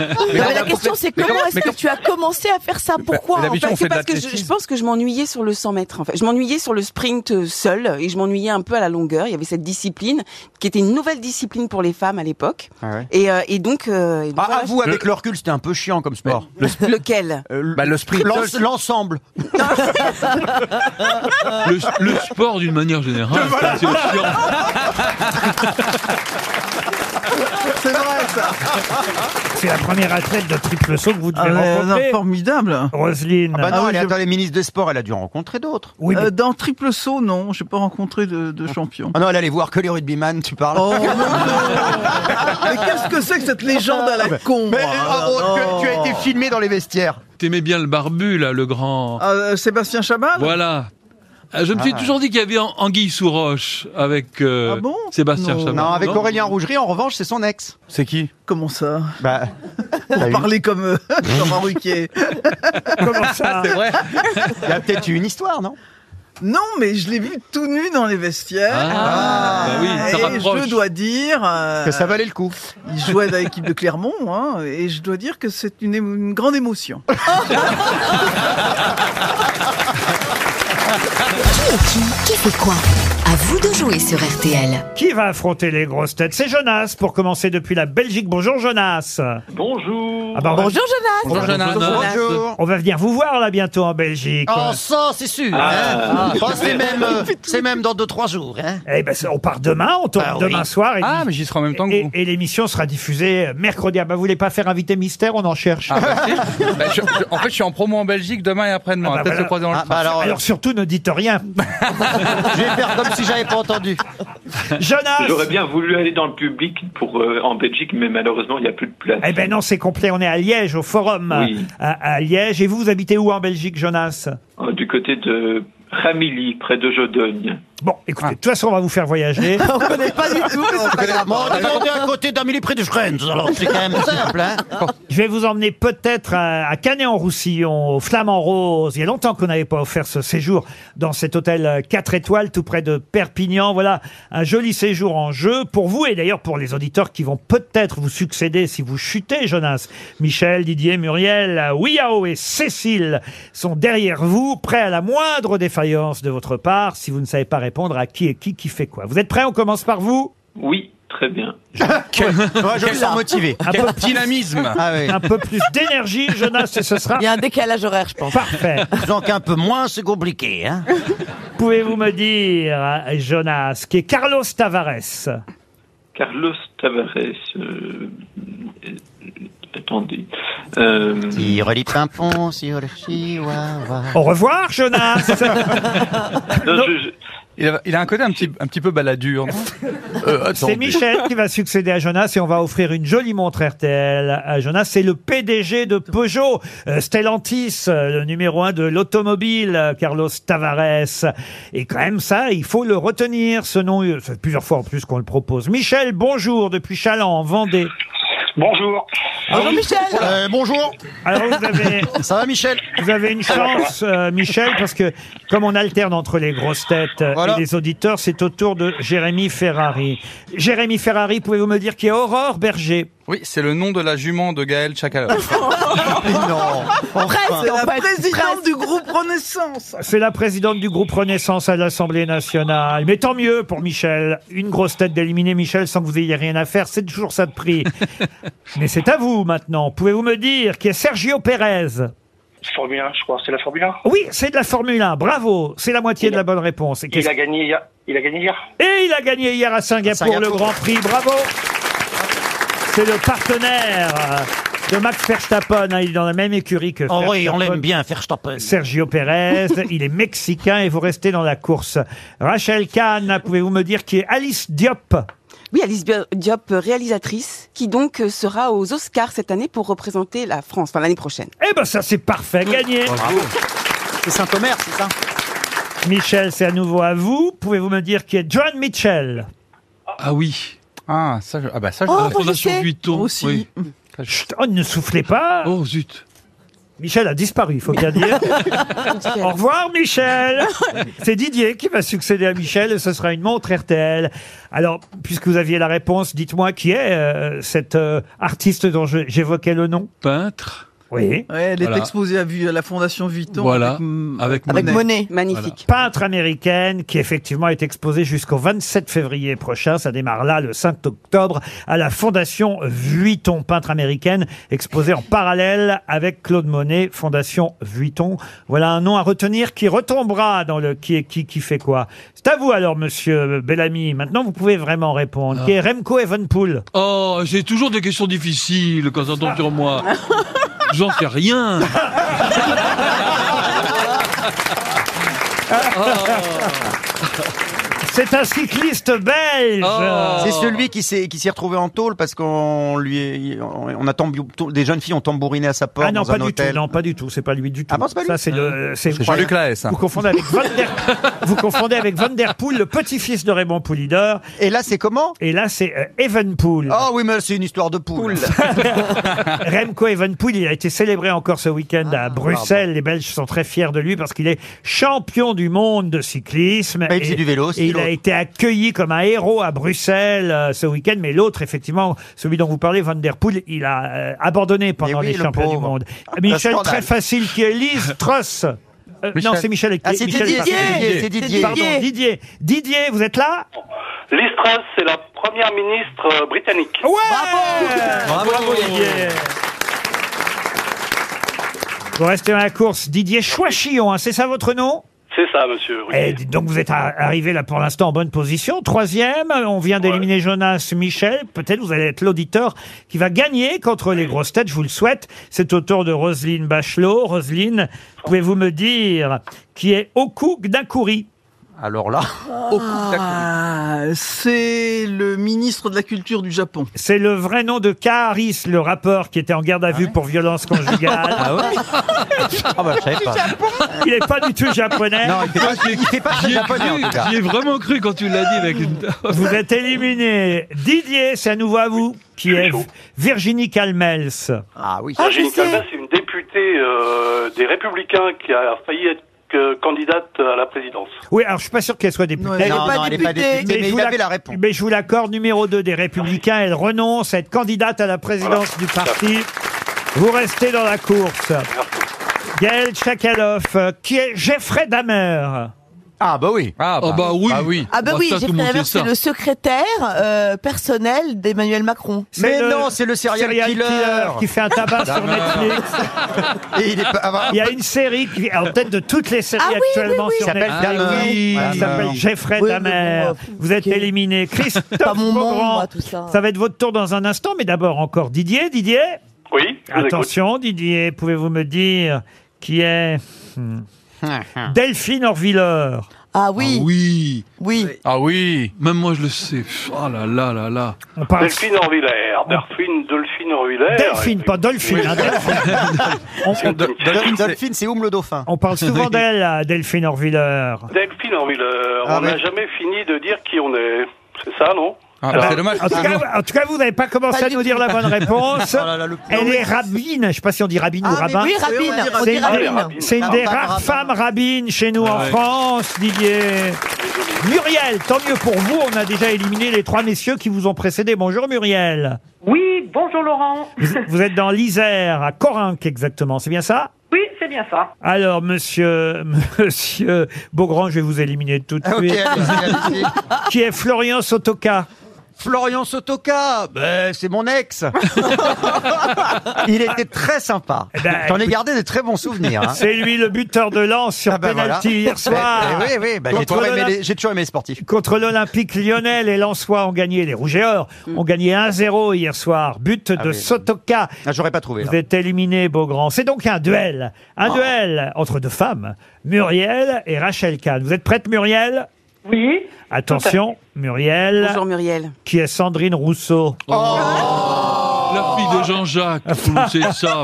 [SPEAKER 6] Non, mais la question, c'est
[SPEAKER 3] mais
[SPEAKER 6] comment
[SPEAKER 3] comment-
[SPEAKER 6] est-ce
[SPEAKER 3] mais
[SPEAKER 6] que
[SPEAKER 3] comme-
[SPEAKER 6] tu as commencé à faire
[SPEAKER 4] Bah,
[SPEAKER 6] ça Pourquoi
[SPEAKER 3] Parce
[SPEAKER 6] en fait
[SPEAKER 3] que- parce que je, je pense que je m'ennuyais sur le 100 mètres. En fait, je m'ennuyais sur le sprint euh, seul et je m'ennuyais un peu à la longueur. Il y avait cette discipline qui était une nouvelle discipline pour les femmes à l'époque. Et, euh, et donc, euh, et donc,
[SPEAKER 4] Ah,
[SPEAKER 3] voilà,
[SPEAKER 4] vous,
[SPEAKER 3] je-
[SPEAKER 4] avec le recul, c'était un peu chiant comme sport.
[SPEAKER 3] lequel
[SPEAKER 7] Euh, le sprint.
[SPEAKER 4] L'en- L'ensemble.
[SPEAKER 8] Le, le sport d'une manière générale, c'est chiant.
[SPEAKER 5] C'est vrai, ça.
[SPEAKER 2] C'est la première athlète de triple saut que vous devez
[SPEAKER 5] Ah, mais,
[SPEAKER 2] rencontrer.
[SPEAKER 5] non, formidable.
[SPEAKER 2] Roselyne.
[SPEAKER 4] Ah bah non,
[SPEAKER 5] Ah oui,
[SPEAKER 4] elle est
[SPEAKER 5] je-
[SPEAKER 4] attends, les ministres des Sports, elle a dû en rencontrer d'autres.
[SPEAKER 2] Oui,
[SPEAKER 5] Euh, dans triple saut, non, j'ai pas rencontré de, de champion.
[SPEAKER 4] Ah non, elle allait voir que les rugbyman, tu parles.
[SPEAKER 5] Oh, non, non. Mais qu'est-ce que c'est que cette légende à la con
[SPEAKER 4] Mais,
[SPEAKER 5] moi
[SPEAKER 4] oh, oh, que tu as été filmé dans les vestiaires.
[SPEAKER 8] T'aimais bien le barbu, là, le grand.
[SPEAKER 5] Euh, Sébastien Chabal
[SPEAKER 8] Voilà. Ah, Je me suis
[SPEAKER 4] Ah.
[SPEAKER 8] toujours dit qu'il y avait An- Anguille sous roche avec euh, Sébastien Chabal.
[SPEAKER 4] Non, avec
[SPEAKER 8] Non
[SPEAKER 4] Aurélien Rougerie, en revanche, c'est son ex.
[SPEAKER 7] C'est qui
[SPEAKER 5] Comment ça
[SPEAKER 4] Bah,
[SPEAKER 5] Pour parler comme euh, Laurent Ruquier.
[SPEAKER 2] Comment ça
[SPEAKER 7] C'est vrai.
[SPEAKER 4] il y a peut-être eu une histoire, non
[SPEAKER 5] Non, mais je l'ai vu tout nu dans les vestiaires.
[SPEAKER 8] Ah, bah oui, ça
[SPEAKER 5] et
[SPEAKER 8] rapproche.
[SPEAKER 5] je dois dire. euh,
[SPEAKER 4] Que ça valait le coup.
[SPEAKER 5] Il jouait dans l'équipe de Clermont, hein, et je dois dire que c'est une, émo- une grande émotion.
[SPEAKER 9] Qui est qui Qui fait quoi À vous de jouer sur RTL.
[SPEAKER 2] Qui va affronter les grosses têtes C'est Jonas pour commencer depuis la Belgique. Bonjour Jonas.
[SPEAKER 4] oh,
[SPEAKER 13] Bonjour.
[SPEAKER 2] Ah bah, on va-
[SPEAKER 6] Bonjour Jonas
[SPEAKER 8] Bonjour, Jonas.
[SPEAKER 4] Bonjour.
[SPEAKER 2] On va venir vous voir là bientôt en Belgique.
[SPEAKER 4] Oh, ça, c'est sûr.
[SPEAKER 13] Ah.
[SPEAKER 4] hein. Oh, c'est même, euh, c'est même dans 2-3 jours. Hein.
[SPEAKER 2] Eh ben, ça- on part demain, on tourne
[SPEAKER 4] Ah oui.
[SPEAKER 2] demain soir. Et
[SPEAKER 7] Ah, mais j'y serai en même temps que
[SPEAKER 2] et,
[SPEAKER 7] vous.
[SPEAKER 2] et l'émission sera diffusée mercredi. Ah bah, vous voulez pas faire invité mystère On en cherche.
[SPEAKER 7] Ah, bah, si. Bah, je- je- en fait, je suis en promo en Belgique demain et après-demain. On
[SPEAKER 2] bah,
[SPEAKER 7] va Peut-être
[SPEAKER 2] voilà.
[SPEAKER 7] se croiser dans le
[SPEAKER 4] Ah,
[SPEAKER 7] train.
[SPEAKER 4] bah, alors, euh,
[SPEAKER 2] Alors surtout, ne dites rien.
[SPEAKER 4] je vais faire comme si j'avais pas entendu.
[SPEAKER 2] Jonas
[SPEAKER 13] J'aurais bien voulu aller dans le public pour euh, en Belgique, mais malheureusement, il n'y a plus de place.
[SPEAKER 2] Eh ben non, c'est complet. On est à Liège, au Forum
[SPEAKER 13] Oui.
[SPEAKER 2] à, à Liège. Et vous, vous habitez où en Belgique, Jonas
[SPEAKER 13] Euh, Du côté de Ramilly, près de Jodogne.
[SPEAKER 2] Bon, écoutez, de toute façon, on va vous faire voyager.
[SPEAKER 6] On connaît pas du tout, mais c'est pas grave.
[SPEAKER 4] Bon, on est à côté d'Amélie Près de Friends, alors c'est quand même simple. Hein.
[SPEAKER 2] Je vais vous emmener peut-être à, à Canet-en-Roussillon, au Flamand Rose. Il y a longtemps qu'on n'avait pas offert ce séjour dans cet hôtel 4 étoiles tout près de Perpignan. Voilà un joli séjour en jeu pour vous et d'ailleurs pour les auditeurs qui vont peut-être vous succéder si vous chutez, Jonas. Michel, Didier, Muriel, Wiao et Cécile sont derrière vous, prêts à la moindre défaillance de votre part si vous ne savez pas répondre à qui est qui qui fait quoi. Vous êtes prêts On commence par vous
[SPEAKER 13] Oui, très bien.
[SPEAKER 4] Ouais, je me sens motivé.
[SPEAKER 2] un peu,
[SPEAKER 7] Quel dynamisme
[SPEAKER 4] Ah oui.
[SPEAKER 2] un peu plus d'énergie, Jonas, et ce sera
[SPEAKER 6] Il y a un décalage horaire, je pense.
[SPEAKER 2] parfait.
[SPEAKER 4] Donc un peu moins, c'est compliqué. Hein.
[SPEAKER 2] Pouvez-vous me dire, euh, Jonas, qui est Carlos Tavares
[SPEAKER 13] Carlos Tavares. euh, euh, attendez. Euh,
[SPEAKER 4] Tire les pimpons sur le chihuahua.
[SPEAKER 2] Au revoir, Jonas
[SPEAKER 13] non, je-
[SPEAKER 7] il a, il a un côté un petit, un petit peu baladur. non Euh,
[SPEAKER 2] C'est
[SPEAKER 7] attendez.
[SPEAKER 2] Michel qui va succéder à Jonas et on va offrir une jolie montre RTL à Jonas. C'est le PDG de Peugeot, euh, Stellantis, euh, le numéro un de l'automobile, euh, Carlos Tavares. Et quand même ça, il faut le retenir, ce nom. euh, Ça fait plusieurs fois en plus qu'on le propose. Michel, bonjour, depuis Chaland, en Vendée.
[SPEAKER 13] Bonjour.
[SPEAKER 6] Bonjour Michel
[SPEAKER 4] Euh, bonjour,
[SPEAKER 2] Alors vous avez...
[SPEAKER 4] ça va Michel
[SPEAKER 2] Vous avez une chance, euh, Michel, parce que comme on alterne entre les grosses têtes euh,
[SPEAKER 4] Voilà.
[SPEAKER 2] et les auditeurs, c'est au tour de Jérémy Ferrari. Jérémy Ferrari, pouvez-vous me dire qui est Aurore Berger
[SPEAKER 7] Oui, c'est le nom de la jument de Gaël Chakalov.
[SPEAKER 4] Mais Non
[SPEAKER 6] Presque,
[SPEAKER 5] C'est
[SPEAKER 6] en
[SPEAKER 5] la
[SPEAKER 6] fait.
[SPEAKER 5] présidente du groupe Renaissance.
[SPEAKER 2] C'est la présidente du groupe Renaissance à l'Assemblée nationale. Mais tant mieux pour Michel. Une grosse tête d'éliminer Michel sans que vous ayez rien à faire, c'est toujours ça de prix. Mais c'est à vous maintenant. Pouvez-vous me dire qui est Sergio Pérez
[SPEAKER 13] Formule 1, je crois. C'est la Formule 1
[SPEAKER 2] Oui, c'est de la Formule 1. Bravo, c'est la moitié de la bonne réponse. Et qu'est-ce-
[SPEAKER 13] gagné hier. Il a gagné hier.
[SPEAKER 2] Et il a gagné hier à Singapour,
[SPEAKER 4] Singapour.
[SPEAKER 2] le Grand Prix. Bravo C'est le partenaire euh, de Max Verstappen. hein. Il est dans la même écurie que
[SPEAKER 4] Oh oui, on
[SPEAKER 2] Verstappen.
[SPEAKER 4] l'aime bien, Verstappen.
[SPEAKER 2] Sergio Pérez, il est mexicain et vous restez dans la course. Rachel Kahn, pouvez-vous me dire qui est Alice Diop
[SPEAKER 3] Oui, Alice Bio- Diop, euh, réalisatrice, qui donc euh, sera aux Oscars cette année pour représenter la France, enfin l'année prochaine.
[SPEAKER 2] Eh ben ça c'est parfait, gagné.
[SPEAKER 3] Bravo.
[SPEAKER 2] C'est Saint-Omer, c'est ça Michel, c'est à nouveau à vous. Pouvez-vous me dire qui est John Mitchell
[SPEAKER 8] Ah oui.
[SPEAKER 7] Ah, ça, je- ah bah ça, je-
[SPEAKER 2] Oh,
[SPEAKER 7] la
[SPEAKER 2] moi, je sais.
[SPEAKER 8] Vuitton.
[SPEAKER 2] Moi aussi.
[SPEAKER 8] oui.
[SPEAKER 2] Chut, oh, ne soufflez pas
[SPEAKER 8] Oh zut
[SPEAKER 2] Michel a disparu, il faut bien dire. Au revoir Michel C'est Didier qui va succéder à Michel et ce sera une montre RTL. Alors, puisque vous aviez la réponse, dites-moi qui est euh, cette euh, artiste dont je- j'évoquais le nom
[SPEAKER 8] Peintre
[SPEAKER 2] Oui.
[SPEAKER 5] Ouais, elle est
[SPEAKER 2] Voilà.
[SPEAKER 5] exposée à, vue- à la Fondation Vuitton.
[SPEAKER 2] Voilà.
[SPEAKER 5] Avec, m-
[SPEAKER 8] Avec
[SPEAKER 5] Magnifique.
[SPEAKER 2] Peintre américaine qui effectivement est exposée jusqu'au 27 février prochain. Ça démarre là le 5 octobre à la Fondation Vuitton. Peintre américaine exposée en parallèle avec Claude Monet, Fondation Vuitton. Voilà un nom à retenir qui retombera dans le qui est qui qui fait quoi. C'est à vous alors monsieur Bellamy. Maintenant vous pouvez vraiment répondre. Qui est Remco Evenpool
[SPEAKER 8] Oh, j'ai toujours des questions difficiles quand ça tombe sur moi. J'en sais rien.
[SPEAKER 2] C'est un cycliste belge.
[SPEAKER 4] C'est celui qui s'est qui s'est retrouvé en tôle parce qu'on lui on, on a tambou- des jeunes filles ont tambouriné à sa porte
[SPEAKER 2] Ah non,
[SPEAKER 4] dans
[SPEAKER 2] pas
[SPEAKER 4] un
[SPEAKER 2] du
[SPEAKER 4] hôtel.
[SPEAKER 2] tout. Non, pas du tout. C'est pas lui du tout.
[SPEAKER 4] Ah bon, c'est pas lui
[SPEAKER 2] Ça, c'est le.
[SPEAKER 4] Ah. C'est Jean-Luc Lahaye, ça.
[SPEAKER 2] Vous confondez avec Van der, vous confondez avec Van der Poel, le petit-fils de Raymond Poulidor.
[SPEAKER 4] Et là, c'est comment
[SPEAKER 2] Et là, c'est euh, Evenpool.
[SPEAKER 4] Ah oui, mais c'est une histoire de poule.
[SPEAKER 2] Remco Evenepoel, il a été célébré encore ce week-end à Bruxelles. Les Belges sont très fiers de lui parce qu'il est champion du monde de cyclisme.
[SPEAKER 4] Mais il faisait du vélo, c'est
[SPEAKER 2] et il
[SPEAKER 4] l'autre.
[SPEAKER 2] a été accueilli comme un héros à Bruxelles euh, ce week-end. Mais l'autre, effectivement, celui dont vous parlez, Van Der Poel, il a euh, abandonné pendant
[SPEAKER 4] oui,
[SPEAKER 2] les
[SPEAKER 4] le
[SPEAKER 2] champions du
[SPEAKER 4] pauvre.
[SPEAKER 2] monde.
[SPEAKER 4] Un
[SPEAKER 2] Michel,
[SPEAKER 4] scandale.
[SPEAKER 2] très facile, qui est Lise Tross. Euh,
[SPEAKER 4] Michel.
[SPEAKER 2] non, c'est Michel et
[SPEAKER 4] Ah, c'est
[SPEAKER 2] Michel est
[SPEAKER 4] Didier,
[SPEAKER 2] parti.
[SPEAKER 4] Didier, c'est Didier.
[SPEAKER 2] Pardon,
[SPEAKER 4] Didier.
[SPEAKER 2] Didier. Didier, vous êtes là
[SPEAKER 14] Liz Truss, Ah, c'est la première ministre euh, britannique.
[SPEAKER 2] Ouais Bravo, Didier. Vous restez dans la course. Didier Chouachillon, hein, c'est ça votre nom
[SPEAKER 14] C'est ça, monsieur.
[SPEAKER 2] Et
[SPEAKER 14] Ruquier.
[SPEAKER 2] Eh, dites donc vous êtes a- arrivé là pour l'instant en bonne position. Troisième, on vient d'éliminer Jonas Michel. Peut-être vous allez être l'auditeur qui va gagner contre les grosses têtes, je vous le souhaite. C'est au tour de Roselyne Bachelot. Roselyne, pouvez-vous me dire qui est Oku Gdakouri
[SPEAKER 7] Alors là.
[SPEAKER 5] Ah, c'est le ministre de la Culture du Japon.
[SPEAKER 2] C'est le vrai nom de Kaharis, le rappeur qui était en garde à
[SPEAKER 8] Ah
[SPEAKER 2] vue pour violence conjugale.
[SPEAKER 5] Ah ouais
[SPEAKER 4] Ah bah, je savais pas.
[SPEAKER 2] Il n'est pas du tout japonais.
[SPEAKER 4] Non, il fait pas- il fait pas très
[SPEAKER 8] J'y ai
[SPEAKER 4] japonais, en
[SPEAKER 8] cru,
[SPEAKER 4] tout cas.
[SPEAKER 8] j'y ai vraiment cru quand tu l'as dit avec une...
[SPEAKER 2] Ah. Vous êtes éliminé. Didier, c'est à nouveau à vous. Qui est Virginie Calmels. Ah oui.
[SPEAKER 14] Virginie Calvin, c'est une députée euh, des Républicains qui a failli être euh, candidate à la présidence.
[SPEAKER 2] Oui, alors je suis pas sûr qu'elle soit députée.
[SPEAKER 4] Non, elle est Non, pas non, elle est pas députée. députée, mais
[SPEAKER 2] je vous
[SPEAKER 4] il avait la réponse.
[SPEAKER 2] Mais je vous l'accorde, numéro 2 des Républicains, elle renonce à être candidate à la présidence du parti. Vous restez dans la course. Gaël Tchakaloff, euh, qui est Geoffrey Damer.
[SPEAKER 4] Ah bah oui.
[SPEAKER 7] Ah
[SPEAKER 8] bah, oui.
[SPEAKER 6] Ah bah
[SPEAKER 8] Bah,
[SPEAKER 6] oui,
[SPEAKER 8] ça, tout le
[SPEAKER 6] Jeffrey
[SPEAKER 8] monde
[SPEAKER 6] Dahmer,
[SPEAKER 8] sait ça.
[SPEAKER 6] c'est le secrétaire euh, personnel d'Emmanuel Macron.
[SPEAKER 4] Mais non, c'est le serial,
[SPEAKER 2] serial
[SPEAKER 4] killer.
[SPEAKER 2] killer qui fait un tabac sur
[SPEAKER 4] Dahmer.
[SPEAKER 2] Netflix.
[SPEAKER 4] Et il est pas-
[SPEAKER 6] bah.
[SPEAKER 4] ah,
[SPEAKER 2] Il y a une série qui est en tête de toutes les séries
[SPEAKER 6] Ah oui,
[SPEAKER 2] actuellement
[SPEAKER 6] oui,
[SPEAKER 2] sur
[SPEAKER 6] oui. Ça s'appelle
[SPEAKER 2] Netflix.
[SPEAKER 6] Dahmer.
[SPEAKER 2] Oui,
[SPEAKER 6] Voilà.
[SPEAKER 2] ça s'appelle Jeffrey
[SPEAKER 6] Oui,
[SPEAKER 2] Dahmer.
[SPEAKER 6] mais bon,
[SPEAKER 2] Vous êtes éliminé. Christophe
[SPEAKER 6] Pas mon monde,
[SPEAKER 2] Beaugrand.
[SPEAKER 6] moi, tout ça.
[SPEAKER 2] va être votre tour dans un instant, mais d'abord encore Didier. Didier
[SPEAKER 14] Oui, je vous écoute.
[SPEAKER 2] Attention, Didier, pouvez-vous me dire qui est hmm, Delphine Orvilleur
[SPEAKER 6] Ah oui.
[SPEAKER 8] Oui.
[SPEAKER 6] Oui.
[SPEAKER 8] Ah oui. Même moi je le sais. Pff, Oh là là là là.
[SPEAKER 2] On parle-
[SPEAKER 14] Delphine Orvillère. Delphine, Delphine Orvillère.
[SPEAKER 2] Delphine, pas Dolphine. hein, Delphine. On- on-
[SPEAKER 4] Dolphine, Dolphine, c'est Oum le dauphin.
[SPEAKER 2] On parle souvent d'elle, là, Delphine Orvilleur.
[SPEAKER 14] Delphine Orvillère.
[SPEAKER 2] Ah
[SPEAKER 14] on n'a
[SPEAKER 2] ouais.
[SPEAKER 14] jamais fini de dire qui on est. C'est ça, non
[SPEAKER 4] Ah,
[SPEAKER 7] Ah, bah,
[SPEAKER 2] En tout, cas, en tout cas, vous n'avez pas commencé
[SPEAKER 14] Pas
[SPEAKER 2] à
[SPEAKER 14] du
[SPEAKER 2] nous dire
[SPEAKER 14] tout.
[SPEAKER 2] la bonne réponse.
[SPEAKER 14] Oh là là, le pauvre.
[SPEAKER 2] Elle est rabbine. Je ne sais pas si on dit rabbine
[SPEAKER 6] Ah,
[SPEAKER 2] ou
[SPEAKER 6] mais
[SPEAKER 2] rabbin.
[SPEAKER 6] oui, rabbine. On
[SPEAKER 2] C'est
[SPEAKER 6] dit
[SPEAKER 2] une
[SPEAKER 6] rabbine.
[SPEAKER 2] des- C'est une
[SPEAKER 6] Ah,
[SPEAKER 2] des
[SPEAKER 6] rabbin,
[SPEAKER 2] rares
[SPEAKER 6] rabbin.
[SPEAKER 2] femmes rabbines chez nous
[SPEAKER 6] Ah
[SPEAKER 2] en
[SPEAKER 6] ouais.
[SPEAKER 2] France, Didier. Muriel, tant mieux pour vous. On a déjà éliminé les trois messieurs qui vous ont précédé. Bonjour Muriel.
[SPEAKER 15] Oui, bonjour Laurent.
[SPEAKER 2] Vous- Vous êtes dans l'Isère, à Corinque exactement. C'est bien ça
[SPEAKER 15] Oui, c'est bien ça.
[SPEAKER 2] alors, monsieur, monsieur Beaugrand, je vais vous éliminer tout de
[SPEAKER 4] Ah, ok,
[SPEAKER 2] suite.
[SPEAKER 4] allez-y, allez-y.
[SPEAKER 2] Qui est Florian Sotoka
[SPEAKER 4] Florian Sotoka, ben, c'est mon ex. il était très sympa.
[SPEAKER 2] ben,
[SPEAKER 4] J'en ai
[SPEAKER 2] écoute-
[SPEAKER 4] gardé des très bons souvenirs. hein.
[SPEAKER 2] C'est lui le buteur de lance sur
[SPEAKER 4] Ah ben voilà.
[SPEAKER 2] penalty hier soir.
[SPEAKER 4] Eh oui, oui, ben, j'ai
[SPEAKER 2] Contre
[SPEAKER 4] toujours, aimé
[SPEAKER 2] l'Olymp-
[SPEAKER 4] les- j'ai toujours aimé les sportifs.
[SPEAKER 2] Contre l'Olympique lyonnais, les Lensois ont gagné, les Rouges et Or ont gagné 1-0 hier soir. But de
[SPEAKER 4] Mm. oui.
[SPEAKER 2] Sotoka.
[SPEAKER 4] Ah, J'aurais pas trouvé. là. Ah.
[SPEAKER 2] Vous êtes éliminé, Beaugrand. C'est donc un duel. Un duel entre deux femmes, Muriel et Rachel Kahn. Vous êtes prête, Muriel
[SPEAKER 15] Oui.
[SPEAKER 2] Attention, Muriel.
[SPEAKER 3] Bonjour Muriel.
[SPEAKER 2] Qui est Sandrine Rousseau.
[SPEAKER 4] Oh,
[SPEAKER 8] La fille de Jean-Jacques, c'est ça.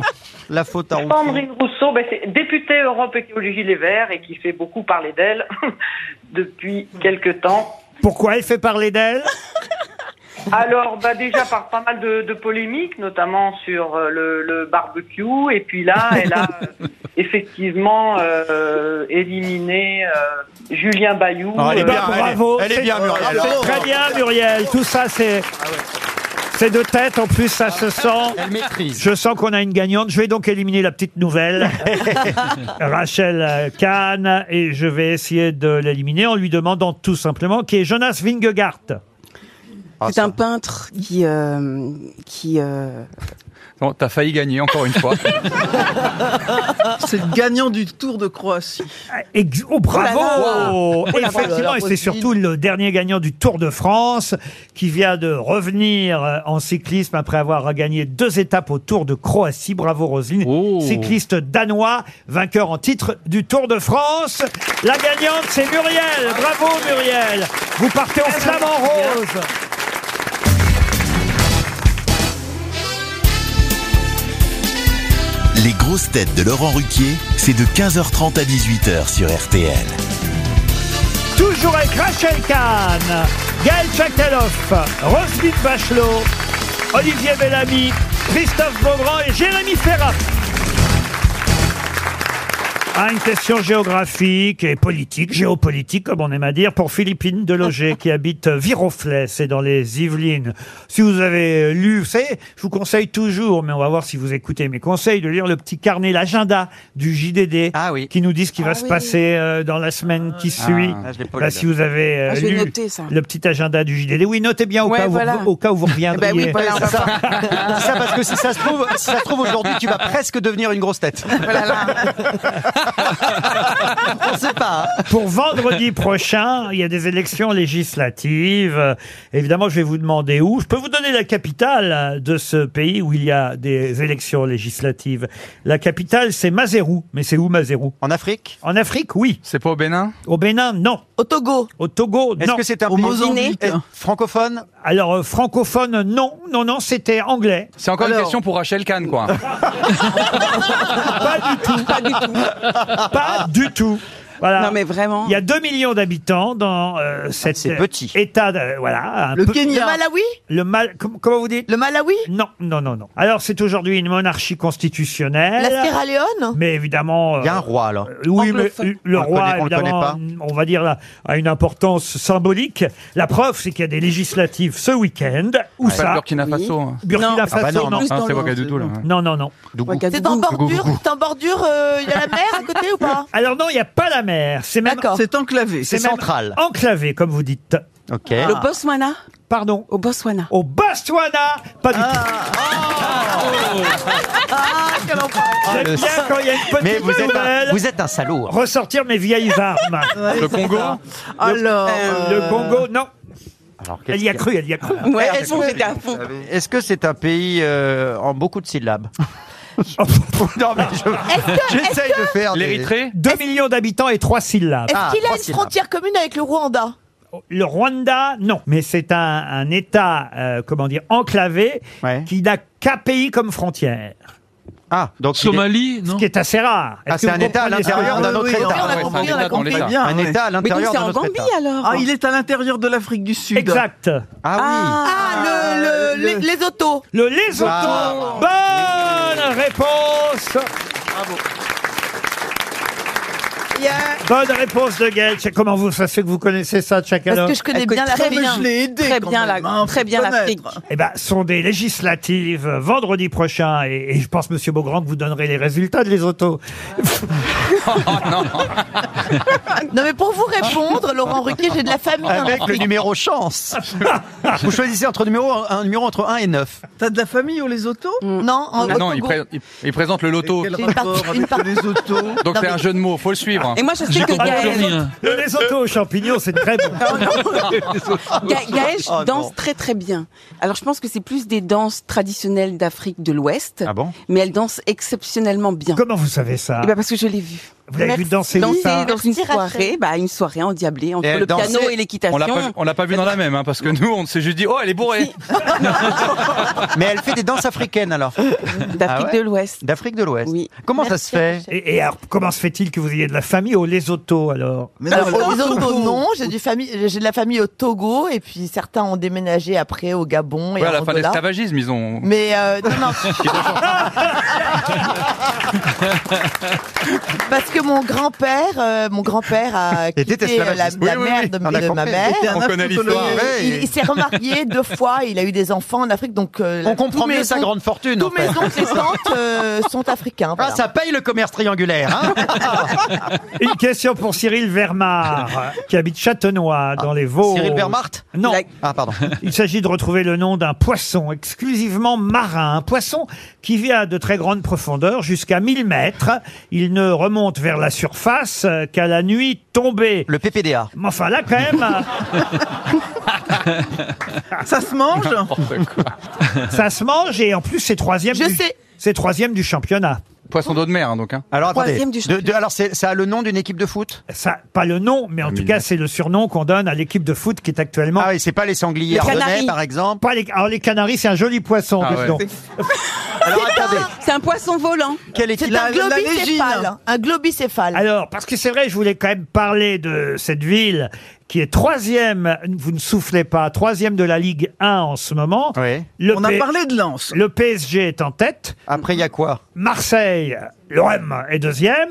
[SPEAKER 4] La faute à
[SPEAKER 15] Sandrine Rousseau, ben, c'est députée Europe Écologie Les Verts et qui fait beaucoup parler d'elle depuis quelque temps.
[SPEAKER 2] Pourquoi elle fait parler d'elle
[SPEAKER 15] Alors, bah déjà par pas mal de, de polémiques, notamment sur euh, le, le barbecue, et puis là, elle a euh, effectivement euh, éliminé euh, Julien Bayou.
[SPEAKER 4] Ah,
[SPEAKER 15] euh,
[SPEAKER 2] Eh ben, bravo.
[SPEAKER 15] elle est
[SPEAKER 2] C'est-
[SPEAKER 15] bien, Muriel.
[SPEAKER 2] c'est
[SPEAKER 15] Alors,
[SPEAKER 2] très
[SPEAKER 15] bravo. Ah
[SPEAKER 2] bien, Muriel. Tout ça, c'est. C'est de tête, en plus, ça se sent. Je sens qu'on a une gagnante. Je vais donc éliminer la petite nouvelle. Rachel Kahn, et je vais essayer de l'éliminer en lui demandant tout simplement qui est Jonas Vingegaard.
[SPEAKER 3] C'est un peintre qui euh, qui euh,
[SPEAKER 7] Bon, t'as failli gagner encore une fois.
[SPEAKER 5] C'est le gagnant du Tour de Croatie.
[SPEAKER 2] Oh, bravo
[SPEAKER 5] Oh là là.
[SPEAKER 2] Effectivement, et c'est surtout le dernier gagnant du Tour de France qui vient de revenir euh, en cyclisme après avoir gagné deux étapes au Tour de Croatie. Bravo Roselyne, cycliste danois, vainqueur en titre du Tour de France. La gagnante, c'est Muriel. Bravo Muriel. Vous partez au flamand rose.
[SPEAKER 1] Les grosses têtes de Laurent Ruquier, c'est de 15h30 à 18h sur RTL.
[SPEAKER 2] Toujours avec Rachel Kahn, Gaël Tchakaloff, Roselyne Bachelot, Olivier Bellamy, Christophe Beaugrand et Jérémy Ferrat. Ah, une question géographique et politique, géopolitique comme on aime à dire, pour Philippine Deloger qui habite Viroflay, c'est dans les Yvelines. Si vous avez euh, lu, vous savez, je vous conseille toujours, mais on va voir si vous écoutez mes conseils, de lire le petit carnet, l'agenda du JDD, qui nous dit ce qui va se
[SPEAKER 3] Ah oui.
[SPEAKER 2] passer euh, dans la semaine qui
[SPEAKER 4] Ah.
[SPEAKER 2] suit.
[SPEAKER 4] Ah, je l'ai pas
[SPEAKER 2] Là,
[SPEAKER 4] lu,
[SPEAKER 2] si
[SPEAKER 4] là.
[SPEAKER 2] vous avez euh,
[SPEAKER 3] Ah, je vais
[SPEAKER 2] lu
[SPEAKER 3] noter ça.
[SPEAKER 2] le petit agenda du JDD, oui, notez bien au,
[SPEAKER 3] Ouais,
[SPEAKER 2] cas, où
[SPEAKER 3] voilà.
[SPEAKER 2] vous, au cas où vous reviendriez.
[SPEAKER 3] Eh ben oui, voilà, on va
[SPEAKER 4] Ça, ça, parce que si ça se trouve, si ça se trouve aujourd'hui, tu vas presque devenir une grosse tête.
[SPEAKER 2] On sait pas. Pour vendredi prochain, il y a des élections législatives. Euh, Évidemment, je vais vous demander où. Je peux vous donner la capitale euh, de ce pays où il y a des élections législatives. La capitale, c'est Mazérou. Mais c'est où Mazérou En Afrique En Afrique, oui. C'est pas au Bénin Au Bénin, non. Au Togo Au Togo, non.
[SPEAKER 4] Est-ce que c'est un Au pays- Mozambique Est-
[SPEAKER 2] francophone Alors, euh, francophone, non. Non, non, c'était anglais.
[SPEAKER 7] C'est encore une question pour Rachel Kahn, quoi.
[SPEAKER 2] Pas du tout. hein. Pas du tout. Pas du tout. Voilà. Non mais vraiment. Il y a 2 millions d'habitants dans euh, cet euh, état. de- voilà. un
[SPEAKER 5] Le
[SPEAKER 2] peu-
[SPEAKER 5] Kenya. Le Malawi
[SPEAKER 2] Le Mal. com- comment vous dites Le Malawi Non, non, non, non. Alors c'est aujourd'hui une monarchie constitutionnelle.
[SPEAKER 6] La Sierra Leone
[SPEAKER 2] Mais évidemment. Il y a un roi alors. oui, mais
[SPEAKER 6] Anglophone.
[SPEAKER 2] euh, le
[SPEAKER 6] On le
[SPEAKER 2] roi,
[SPEAKER 6] connaît- on le connaît
[SPEAKER 2] évidemment, euh,
[SPEAKER 6] pas.
[SPEAKER 2] on va dire, là, a une importance symbolique. La preuve, c'est qu'il y a des législatives ce week-end. Où
[SPEAKER 7] Ouais. Pas
[SPEAKER 2] ça
[SPEAKER 7] le Burkina Faso, hein.
[SPEAKER 2] Burkina
[SPEAKER 7] Non. Ah bah
[SPEAKER 2] Faso,
[SPEAKER 7] non, non.
[SPEAKER 2] non.
[SPEAKER 7] Ah, c'est Ouagadougou, là, ouais.
[SPEAKER 2] Non, non, non.
[SPEAKER 6] C'est en bordure C'est en bordure, euh, il y a la mer à côté ou pas
[SPEAKER 2] Alors non, il n'y a pas la mer. C'est même c'est enclavé.
[SPEAKER 6] c'est
[SPEAKER 2] même
[SPEAKER 6] central.
[SPEAKER 2] Enclavé, comme vous dites. Ok.
[SPEAKER 4] Ah.
[SPEAKER 3] le Botswana.
[SPEAKER 2] Pardon.
[SPEAKER 3] Au Botswana.
[SPEAKER 2] Au Botswana, pas du
[SPEAKER 6] Ah, quel enfer
[SPEAKER 2] J'aime bien quand il y a une petite
[SPEAKER 4] Mais vous êtes,
[SPEAKER 2] nouvelle.
[SPEAKER 4] un, vous êtes un salaud.
[SPEAKER 2] Ressortir mes vieilles armes.
[SPEAKER 4] Ouais, Le c'est Congo ça.
[SPEAKER 2] Alors. Le Congo, non.
[SPEAKER 4] Alors, qu'est-ce
[SPEAKER 2] Elle y a
[SPEAKER 4] qu'il
[SPEAKER 2] cru, elle y a cru.
[SPEAKER 3] Ouais, elles sont c'était à fond.
[SPEAKER 4] Ah Est-ce que c'est un pays euh, en beaucoup de syllabes Non, mais je- j'essaye de faire. des-
[SPEAKER 2] 2 millions d'habitants et 3 Ah, syllabes.
[SPEAKER 6] Est-ce qu'il a une frontière commune avec le Rwanda
[SPEAKER 2] Le Rwanda, non. Mais c'est un, un État, euh, comment dire, enclavé, qui n'a qu'un pays comme frontière. Ah, donc
[SPEAKER 8] il est- Somalie,
[SPEAKER 2] Ce qui est assez rare. Est-ce
[SPEAKER 4] Ah,
[SPEAKER 2] que
[SPEAKER 4] c'est un
[SPEAKER 2] vous
[SPEAKER 4] État à
[SPEAKER 2] comprenez ce que
[SPEAKER 4] l'intérieur
[SPEAKER 2] je veux
[SPEAKER 4] d'un
[SPEAKER 2] dire
[SPEAKER 4] autre
[SPEAKER 2] Ah,
[SPEAKER 4] État.
[SPEAKER 2] ouais,
[SPEAKER 4] Ouais,
[SPEAKER 2] c'est un
[SPEAKER 4] on
[SPEAKER 2] État dans
[SPEAKER 4] comprend
[SPEAKER 2] l'État.
[SPEAKER 4] bien. Un État à l'intérieur d'un autre État.
[SPEAKER 5] Ah, il est à l'intérieur de l'Afrique du Sud.
[SPEAKER 2] Exact.
[SPEAKER 4] Ah oui.
[SPEAKER 6] Ah, le, le, les, les autos
[SPEAKER 2] Le Lesotho. Bonne réponse. Bonne réponse de Gaël. C'est Comment vous, ça se fait que vous connaissez ça, chacun
[SPEAKER 6] Parce que je connais bien l'Afrique.
[SPEAKER 3] Très bien la-
[SPEAKER 6] hein,
[SPEAKER 3] très bien l'Afrique.
[SPEAKER 2] Eh ben, sont des législatives euh, vendredi prochain et, et je pense, Monsieur Beaugrand, que vous donnerez les résultats de les autos.
[SPEAKER 6] Non mais pour vous répondre, Laurent Ruquier, j'ai de la famille en
[SPEAKER 4] Ah, Avec le
[SPEAKER 6] Afrique.
[SPEAKER 4] numéro chance. Vous choisissez entre numéro, un numéro entre 1 et 9.
[SPEAKER 5] T'as de la famille ou les autos
[SPEAKER 4] Mm.
[SPEAKER 6] Non, en
[SPEAKER 4] Ah
[SPEAKER 7] non, il, pré- il- il présente le loto.
[SPEAKER 5] Quel rapport avec les autos
[SPEAKER 7] Donc c'est un jeu de mots, faut le suivre.
[SPEAKER 3] Et moi, je sais
[SPEAKER 7] J'y
[SPEAKER 3] que
[SPEAKER 7] comprends
[SPEAKER 3] Gaël-
[SPEAKER 7] plus rien.
[SPEAKER 2] Le risotto aux champignons, c'est très bon.
[SPEAKER 3] Ga- Gaël
[SPEAKER 6] Oh,
[SPEAKER 2] Ah,
[SPEAKER 3] danse très très bien. Alors je pense que c'est plus des danses traditionnelles d'Afrique de l'Ouest.
[SPEAKER 2] Ah bon
[SPEAKER 3] Mais elle danse exceptionnellement bien.
[SPEAKER 2] Comment vous savez ça
[SPEAKER 3] Eh ben, parce que je l'ai vu.
[SPEAKER 2] Vous l'avez vu danser où, ça
[SPEAKER 3] dans une soirée, bah, une soirée endiablée entre
[SPEAKER 7] Et
[SPEAKER 3] le
[SPEAKER 7] danser,
[SPEAKER 3] piano et l'équitation.
[SPEAKER 7] On l'a pas vu- On l'a pas vu dans la même, hein, parce que nous, on s'est juste dit, oh, elle est bourrée.
[SPEAKER 4] Mais elle fait des danses africaines alors. D'Afrique
[SPEAKER 2] de
[SPEAKER 4] l'Ouest. Ah D'Afrique de l'Ouest. Comment ça se fait
[SPEAKER 2] et, et alors, comment se fait-il que vous ayez de la famille au Lesotho, alors
[SPEAKER 4] Mais
[SPEAKER 6] Alors, au Lesotho, Bah, non, j'ai du famille, j'ai de la famille au Togo et puis certains ont déménagé après au Gabon et
[SPEAKER 7] Ouais, à la
[SPEAKER 6] en
[SPEAKER 7] fin de
[SPEAKER 6] Angola.
[SPEAKER 7] l'esclavagisme, ils ont.
[SPEAKER 6] Mais euh, non, non, parce que mon grand-père, euh, mon grand-père a
[SPEAKER 4] Était
[SPEAKER 6] quitté euh, la,
[SPEAKER 4] esclavagiste.
[SPEAKER 6] la
[SPEAKER 4] Oui, oui,
[SPEAKER 6] mère
[SPEAKER 4] oui,
[SPEAKER 6] de,
[SPEAKER 4] on a
[SPEAKER 6] de ma
[SPEAKER 4] compris.
[SPEAKER 6] mère.
[SPEAKER 4] Était un On connaît l'histoire.
[SPEAKER 6] Et Il,
[SPEAKER 4] Ouais.
[SPEAKER 6] il s'est remarié deux fois, il a eu des enfants en Afrique, donc euh,
[SPEAKER 4] On
[SPEAKER 6] tous
[SPEAKER 4] comprend
[SPEAKER 6] mes
[SPEAKER 4] mieux sa
[SPEAKER 6] oncles-
[SPEAKER 4] grande fortune. en
[SPEAKER 6] Tous
[SPEAKER 4] fait.
[SPEAKER 6] mes oncles et tantes euh, sont africains.
[SPEAKER 4] Ah, ça paye le commerce triangulaire. hein
[SPEAKER 2] Une question pour Cyril Vermar, qui habite Châtenois, dans les Vosges.
[SPEAKER 4] Ah, Cyril Vermarthe
[SPEAKER 2] Non.
[SPEAKER 4] Ah, pardon.
[SPEAKER 2] Il s'agit de retrouver le nom d'un poisson exclusivement marin, un poisson qui vit à de très grandes profondeurs, jusqu'à 1000 mètres. Il ne remonte vers la surface euh, qu'à la nuit tombée.
[SPEAKER 4] Le PPDA.
[SPEAKER 2] Mais enfin là quand même,
[SPEAKER 5] Ça se mange
[SPEAKER 2] ça se mange et en plus c'est troisième.
[SPEAKER 6] Je
[SPEAKER 2] du-
[SPEAKER 6] sais.
[SPEAKER 2] C'est troisième du championnat.
[SPEAKER 7] Poisson d'eau de mer, hein, donc. hein.
[SPEAKER 4] Alors attendez,
[SPEAKER 2] Troisième du
[SPEAKER 4] de- de- alors c'est- ça a le nom d'une équipe de foot
[SPEAKER 2] Ça, pas le nom, mais en tout cas, c'est le surnom qu'on donne à l'équipe de foot qui est actuellement.
[SPEAKER 4] Ah oui, c'est pas les sangliers
[SPEAKER 2] Les
[SPEAKER 4] ardennais
[SPEAKER 2] Canaries.
[SPEAKER 4] par exemple.
[SPEAKER 2] Pas les, alors, les Canaries, c'est un joli poisson.
[SPEAKER 4] Ah
[SPEAKER 2] dites
[SPEAKER 4] ouais.
[SPEAKER 2] donc.
[SPEAKER 4] Alors attendez,
[SPEAKER 3] C'est un poisson volant.
[SPEAKER 4] quelle équipe
[SPEAKER 6] C'est
[SPEAKER 4] La-
[SPEAKER 6] un
[SPEAKER 4] la
[SPEAKER 6] globicéphale.
[SPEAKER 4] Légine.
[SPEAKER 6] un globicéphale.
[SPEAKER 2] Alors, parce que c'est vrai, je voulais quand même parler de cette ville qui est troisième, vous ne soufflez pas, troisième de la Ligue 1 en ce moment.
[SPEAKER 4] Oui.
[SPEAKER 5] On a parlé de Lens.
[SPEAKER 2] Le PSG est en tête.
[SPEAKER 4] Après il y a quoi
[SPEAKER 2] Marseille, l'OM est deuxième,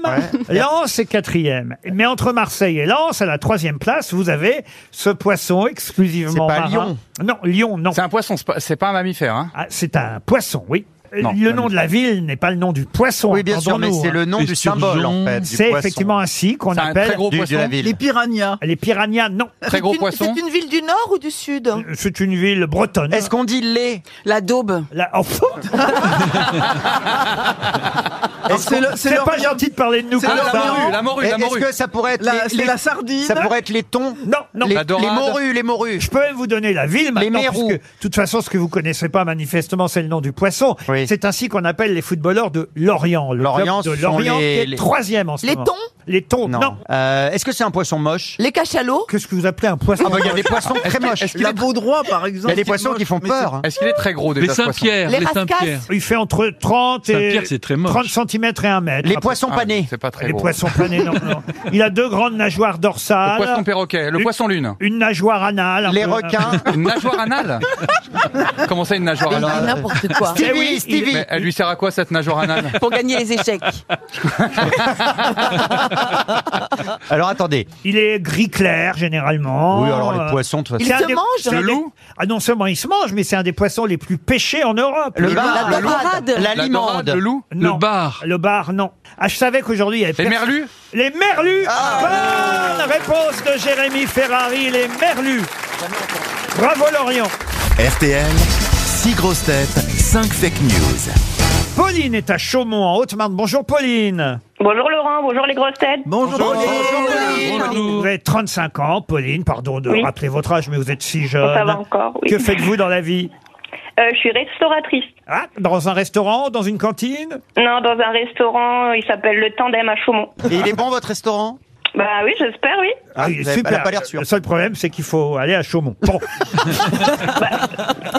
[SPEAKER 4] Ouais.
[SPEAKER 2] Lens est quatrième. Mais entre Marseille et Lens, à la troisième place, vous avez ce poisson exclusivement
[SPEAKER 7] C'est pas
[SPEAKER 2] marin.
[SPEAKER 7] Lyon.
[SPEAKER 2] Non, Lyon, non.
[SPEAKER 7] C'est un poisson, c'est pas- c'est pas un mammifère. Hein.
[SPEAKER 2] Ah, c'est un poisson, oui. Euh,
[SPEAKER 7] Non,
[SPEAKER 2] le
[SPEAKER 7] pas
[SPEAKER 2] nom de la ville n'est pas le nom du poisson.
[SPEAKER 4] Oui, bien sûr, mais
[SPEAKER 2] entendons-nous,
[SPEAKER 4] c'est le
[SPEAKER 2] hein.
[SPEAKER 4] nom du symbole en fait. du
[SPEAKER 2] C'est
[SPEAKER 4] poisson.
[SPEAKER 2] effectivement ainsi qu'on
[SPEAKER 7] C'est un
[SPEAKER 2] appelle
[SPEAKER 7] très gros
[SPEAKER 4] Du- de
[SPEAKER 7] poisson.
[SPEAKER 4] la ville.
[SPEAKER 5] Les piranhas.
[SPEAKER 2] les piranhas. Non, Euh,
[SPEAKER 7] Très gros
[SPEAKER 6] C'est une-
[SPEAKER 7] poisson.
[SPEAKER 6] C'est une ville du nord ou du sud
[SPEAKER 2] c'est une ville bretonne.
[SPEAKER 4] Est-ce qu'on dit les
[SPEAKER 3] La daube.
[SPEAKER 2] La- oh,
[SPEAKER 5] Alors, C'est le- c'est
[SPEAKER 2] c'est
[SPEAKER 5] leur-
[SPEAKER 2] pas gentil de parler de nous
[SPEAKER 5] C'est
[SPEAKER 2] comme
[SPEAKER 5] leur
[SPEAKER 2] ça.
[SPEAKER 5] nom.
[SPEAKER 7] La morue,
[SPEAKER 4] Est-
[SPEAKER 7] la
[SPEAKER 4] Est-ce
[SPEAKER 7] morue.
[SPEAKER 4] que ça pourrait être
[SPEAKER 5] La-
[SPEAKER 4] les,
[SPEAKER 5] c'est
[SPEAKER 4] les-
[SPEAKER 5] la sardine.
[SPEAKER 4] Ça pourrait être les thons
[SPEAKER 2] Non, non.
[SPEAKER 4] les,
[SPEAKER 7] La dorade.
[SPEAKER 4] les morues, les morues.
[SPEAKER 2] Je peux même vous donner la ville maintenant,
[SPEAKER 4] mérous.
[SPEAKER 2] puisque de toute façon, ce que vous connaissez pas manifestement, c'est le nom du poisson.
[SPEAKER 4] Oui.
[SPEAKER 2] C'est ainsi qu'on appelle les footballeurs de Lorient. Le
[SPEAKER 4] Lorient,
[SPEAKER 2] club
[SPEAKER 4] ce
[SPEAKER 2] de
[SPEAKER 4] sont
[SPEAKER 2] Lorient
[SPEAKER 4] les-
[SPEAKER 2] qui est
[SPEAKER 4] les-
[SPEAKER 2] troisième en ce
[SPEAKER 6] Les
[SPEAKER 2] moment.
[SPEAKER 6] thons
[SPEAKER 2] Les thons, non.
[SPEAKER 4] Euh, Est-ce que c'est un poisson moche
[SPEAKER 6] Les cachalots
[SPEAKER 2] Qu'est-ce que vous appelez un poisson
[SPEAKER 4] Ah bah il y a des poissons très moches.
[SPEAKER 7] est-ce qu'il
[SPEAKER 4] Il y
[SPEAKER 5] La Baudroie, par exemple.
[SPEAKER 4] a des
[SPEAKER 5] c'est
[SPEAKER 4] poissons
[SPEAKER 5] moche,
[SPEAKER 4] qui font
[SPEAKER 5] mais c'est-
[SPEAKER 4] peur. hein.
[SPEAKER 7] Est-ce qu'il est très gros déjà
[SPEAKER 8] Les
[SPEAKER 7] ce poisson
[SPEAKER 8] Saint-Pierre,
[SPEAKER 6] Les
[SPEAKER 8] les
[SPEAKER 6] rascasses.
[SPEAKER 8] Saint-Pierre.
[SPEAKER 2] Il fait entre 30 et
[SPEAKER 8] Saint-Pierre, c'est très moche.
[SPEAKER 2] 30 cm et 1 mètre.
[SPEAKER 4] Les
[SPEAKER 2] Après-
[SPEAKER 4] poissons
[SPEAKER 7] Ah,
[SPEAKER 4] panés.
[SPEAKER 7] C'est pas très
[SPEAKER 2] Les
[SPEAKER 7] gros.
[SPEAKER 2] poissons planés, non, non. Il a deux grandes nageoires
[SPEAKER 7] Le
[SPEAKER 2] dorsales.
[SPEAKER 7] poisson perroquet,
[SPEAKER 2] Ah,
[SPEAKER 7] le
[SPEAKER 2] Une-
[SPEAKER 7] poisson lune.
[SPEAKER 2] Une nageoire anale. un
[SPEAKER 4] Les
[SPEAKER 2] peu-
[SPEAKER 4] requins.
[SPEAKER 7] Une nageoire anale Comment ça, une nageoire
[SPEAKER 6] Mais
[SPEAKER 7] anale
[SPEAKER 6] N'importe quoi.
[SPEAKER 2] Eh oui,
[SPEAKER 4] Stevie, Stevie.
[SPEAKER 7] Mais elle lui sert à quoi cette nageoire anale
[SPEAKER 3] Pour gagner les échecs.
[SPEAKER 4] Alors attendez.
[SPEAKER 2] Il est gris clair, généralement.
[SPEAKER 4] Oui, alors les
[SPEAKER 2] Euh,
[SPEAKER 4] poissons, de toute façon.
[SPEAKER 6] Il
[SPEAKER 2] c'est un
[SPEAKER 6] se
[SPEAKER 2] des-
[SPEAKER 6] mange, hein.
[SPEAKER 2] c'est un
[SPEAKER 6] le
[SPEAKER 2] des-
[SPEAKER 7] loup
[SPEAKER 2] Ah non seulement il se mange, mais c'est un des poissons les plus pêchés en Europe.
[SPEAKER 4] Le bar,
[SPEAKER 3] La
[SPEAKER 4] le loup,
[SPEAKER 3] dorade.
[SPEAKER 4] la
[SPEAKER 7] La dorade,
[SPEAKER 4] limande.
[SPEAKER 7] le loup
[SPEAKER 2] Non.
[SPEAKER 8] Le bar.
[SPEAKER 2] Le bar, non. Ah, je savais qu'aujourd'hui, il y avait...
[SPEAKER 7] Les
[SPEAKER 2] pers-
[SPEAKER 7] merlus
[SPEAKER 2] Les merlus
[SPEAKER 4] Ah.
[SPEAKER 2] Bonne réponse de Jérémy Ferrari, les merlus Bravo Lorient
[SPEAKER 1] RTL, 6 grosses têtes, 5 fake news.
[SPEAKER 2] Pauline est à Chaumont, en Haute-Marne. Bonjour Pauline
[SPEAKER 12] Bonjour Laurent, bonjour les grosses têtes.
[SPEAKER 5] Bonjour.
[SPEAKER 2] Vous avez 35 ans, Pauline, pardon de
[SPEAKER 12] Oui.
[SPEAKER 2] rappeler votre âge, mais vous êtes si jeune.
[SPEAKER 12] Ça va encore, oui.
[SPEAKER 2] Que faites-vous dans la vie
[SPEAKER 12] Euh, je suis restauratrice.
[SPEAKER 2] ah, Dans un restaurant, dans une cantine
[SPEAKER 12] Non, dans un restaurant, il s'appelle le Tandem à Chaumont.
[SPEAKER 4] Et il est bon votre restaurant
[SPEAKER 12] Bah oui, j'espère, oui.
[SPEAKER 2] Ah,
[SPEAKER 4] vous avez- Elle a pas l'air sûre.
[SPEAKER 2] Le seul problème, c'est qu'il faut aller à Chaumont. Bon,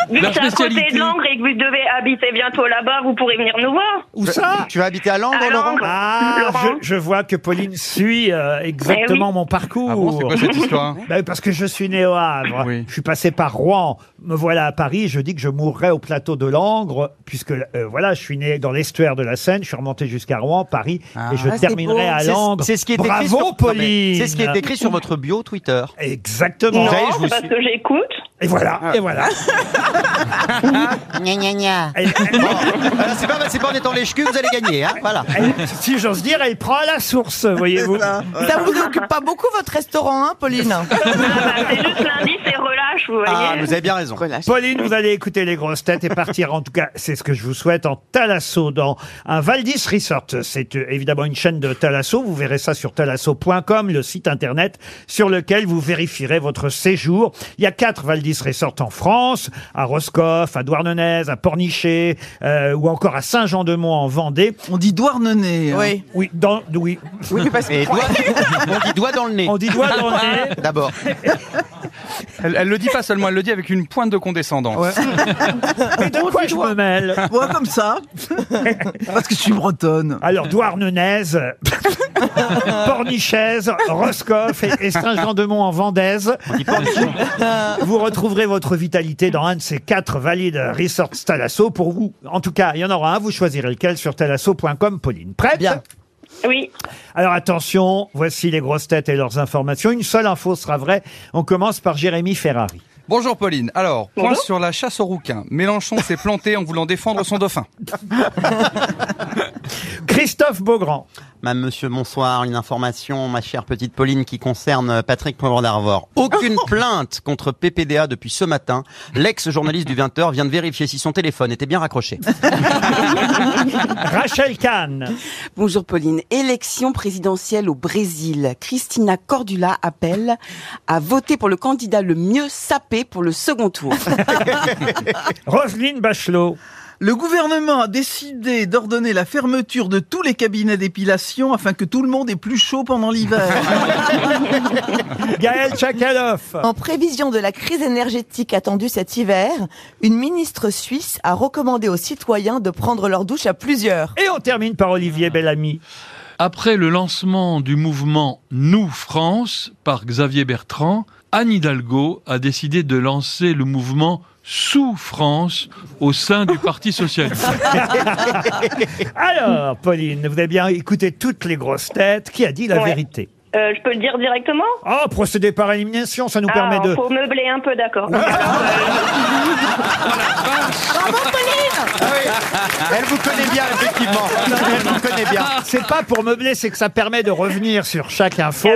[SPEAKER 12] Vu
[SPEAKER 8] La
[SPEAKER 12] que c'est à côté
[SPEAKER 8] spécialité.
[SPEAKER 12] de Langres et que vous devez habiter bientôt là-bas, vous pourrez venir nous voir.
[SPEAKER 2] où ça
[SPEAKER 4] Tu vas habiter à Langres,
[SPEAKER 12] À
[SPEAKER 4] Laurent
[SPEAKER 12] Langres.
[SPEAKER 2] Ah,
[SPEAKER 12] Laurent.
[SPEAKER 2] je, je vois que Pauline suit euh, exactement mon parcours.
[SPEAKER 7] Ah bon, c'est quoi cette histoire
[SPEAKER 2] Ben, parce que je suis né au Havre,
[SPEAKER 7] Oui.
[SPEAKER 2] je suis passé par Rouen, me voilà à Paris, je dis que je mourrai au plateau de Langres, puisque euh, voilà, je suis né dans l'estuaire de la Seine, je suis remonté jusqu'à Rouen, Paris, et je
[SPEAKER 3] Ah, c'est
[SPEAKER 2] terminerai
[SPEAKER 3] beau.
[SPEAKER 2] à
[SPEAKER 4] C'est-
[SPEAKER 2] Langres.
[SPEAKER 4] C'est ce qui est écrit
[SPEAKER 2] Bravo,
[SPEAKER 4] sur... non, mais
[SPEAKER 2] Pauline
[SPEAKER 4] C'est ce qui est écrit sur votre bio Twitter.
[SPEAKER 2] Exactement.
[SPEAKER 4] Vous savez, je
[SPEAKER 12] non,
[SPEAKER 4] vous
[SPEAKER 12] c'est parce
[SPEAKER 4] suis.
[SPEAKER 12] que j'écoute.
[SPEAKER 2] Et
[SPEAKER 4] Ah.
[SPEAKER 2] voilà, et voilà. Elle- elle-
[SPEAKER 4] Voilà, Ah, c'est pas, bah, c'est pas en étant les ch'culs que vous allez gagner, hein. Voilà.
[SPEAKER 2] elle- si j'ose dire, elle prend à la source, voyez-vous.
[SPEAKER 6] Ça vous occupe pas beaucoup votre restaurant, hein, Pauline
[SPEAKER 12] Ah, bah, c'est juste lundi, c'est relâche, relâche, vous voyez.
[SPEAKER 4] bien raison.
[SPEAKER 2] Pauline, vous allez écouter les grosses têtes et partir, en tout cas, c'est ce que je vous souhaite, en Talasso, dans un Valdis Resort. C'est euh, évidemment une chaîne de Talasso. Vous verrez ça sur talasso.com, le site internet sur lequel vous vérifierez votre séjour. Il y a quatre Valdis Resort en France, à Roscoff, à Douarnenez, à Pornichet, euh, ou encore à Saint-Jean-de-Mont en Vendée. On dit Douarnenez.
[SPEAKER 6] hein. Oui.
[SPEAKER 2] Oui, dans, oui.
[SPEAKER 6] Oui, mais parce que- Et doigt-
[SPEAKER 2] on dit doigt dans le nez. On dit doigt dans le nez.
[SPEAKER 4] D'abord.
[SPEAKER 7] Elle, elle le dit pas seulement, elle le dit avec une pointe de condescendance.
[SPEAKER 2] Mais de quoi je me mêle
[SPEAKER 5] Moi, comme ça.
[SPEAKER 2] Parce que je suis bretonne. Alors, Douarnenaise, Pornichaise, Roscoff et, et Saint-Jean-de-Mont en Vendèse. vous retrouverez votre vitalité dans un de ces quatre valides resorts Talasso. Pour vous, en tout cas, il y en aura un. Vous choisirez lequel sur talasso.com. Pauline, prête
[SPEAKER 12] Oui.
[SPEAKER 2] Alors attention, voici les grosses têtes et leurs informations. Une seule info sera vraie. On commence par Jérémy Ferrari.
[SPEAKER 7] Bonjour Pauline. Alors, point
[SPEAKER 2] Bonjour.
[SPEAKER 7] sur la chasse aux rouquins. Mélenchon s'est planté en voulant défendre son dauphin.
[SPEAKER 2] Christophe Beaugrand.
[SPEAKER 4] Madame, monsieur, bonsoir. Une information, ma chère petite Pauline, qui concerne Patrick Poivre d'Arvor. Aucune
[SPEAKER 2] Oh.
[SPEAKER 4] plainte contre PPDA depuis ce matin. L'ex-journaliste du 20h vient de vérifier si son téléphone était bien raccroché.
[SPEAKER 2] Oh. Rachel Kahn.
[SPEAKER 3] Bonjour Pauline. Élection présidentielle au Brésil. Christina Cordula appelle à voter pour le candidat le mieux sapé pour le second tour.
[SPEAKER 2] Roselyne Bachelot.
[SPEAKER 5] Le gouvernement a décidé d'ordonner la fermeture de tous les cabinets d'épilation afin que tout le monde ait plus chaud pendant l'hiver.
[SPEAKER 2] Gaël Tchakaloff.
[SPEAKER 6] En prévision de la crise énergétique attendue cet hiver, une ministre suisse a recommandé aux citoyens de prendre leur douche à plusieurs.
[SPEAKER 2] Et on termine par
[SPEAKER 4] Ah.
[SPEAKER 2] Olivier Bellamy.
[SPEAKER 8] Après le lancement du mouvement Nous France par Xavier Bertrand, Anne Hidalgo a décidé de lancer le mouvement Sous France au sein du Parti Socialiste.
[SPEAKER 2] Alors, Pauline, vous avez bien écouté toutes les grosses têtes. Qui a dit la
[SPEAKER 12] Ouais.
[SPEAKER 2] vérité
[SPEAKER 12] Euh, je peux le dire directement
[SPEAKER 2] Oh, procéder par élimination, ça nous
[SPEAKER 12] Ah,
[SPEAKER 2] permet de...
[SPEAKER 12] Faut meubler un peu, d'accord.
[SPEAKER 11] Ah,
[SPEAKER 4] Elle vous connaît bien, effectivement. Elle vous connaît bien.
[SPEAKER 2] C'est pas pour meubler, c'est que ça permet de revenir sur chaque info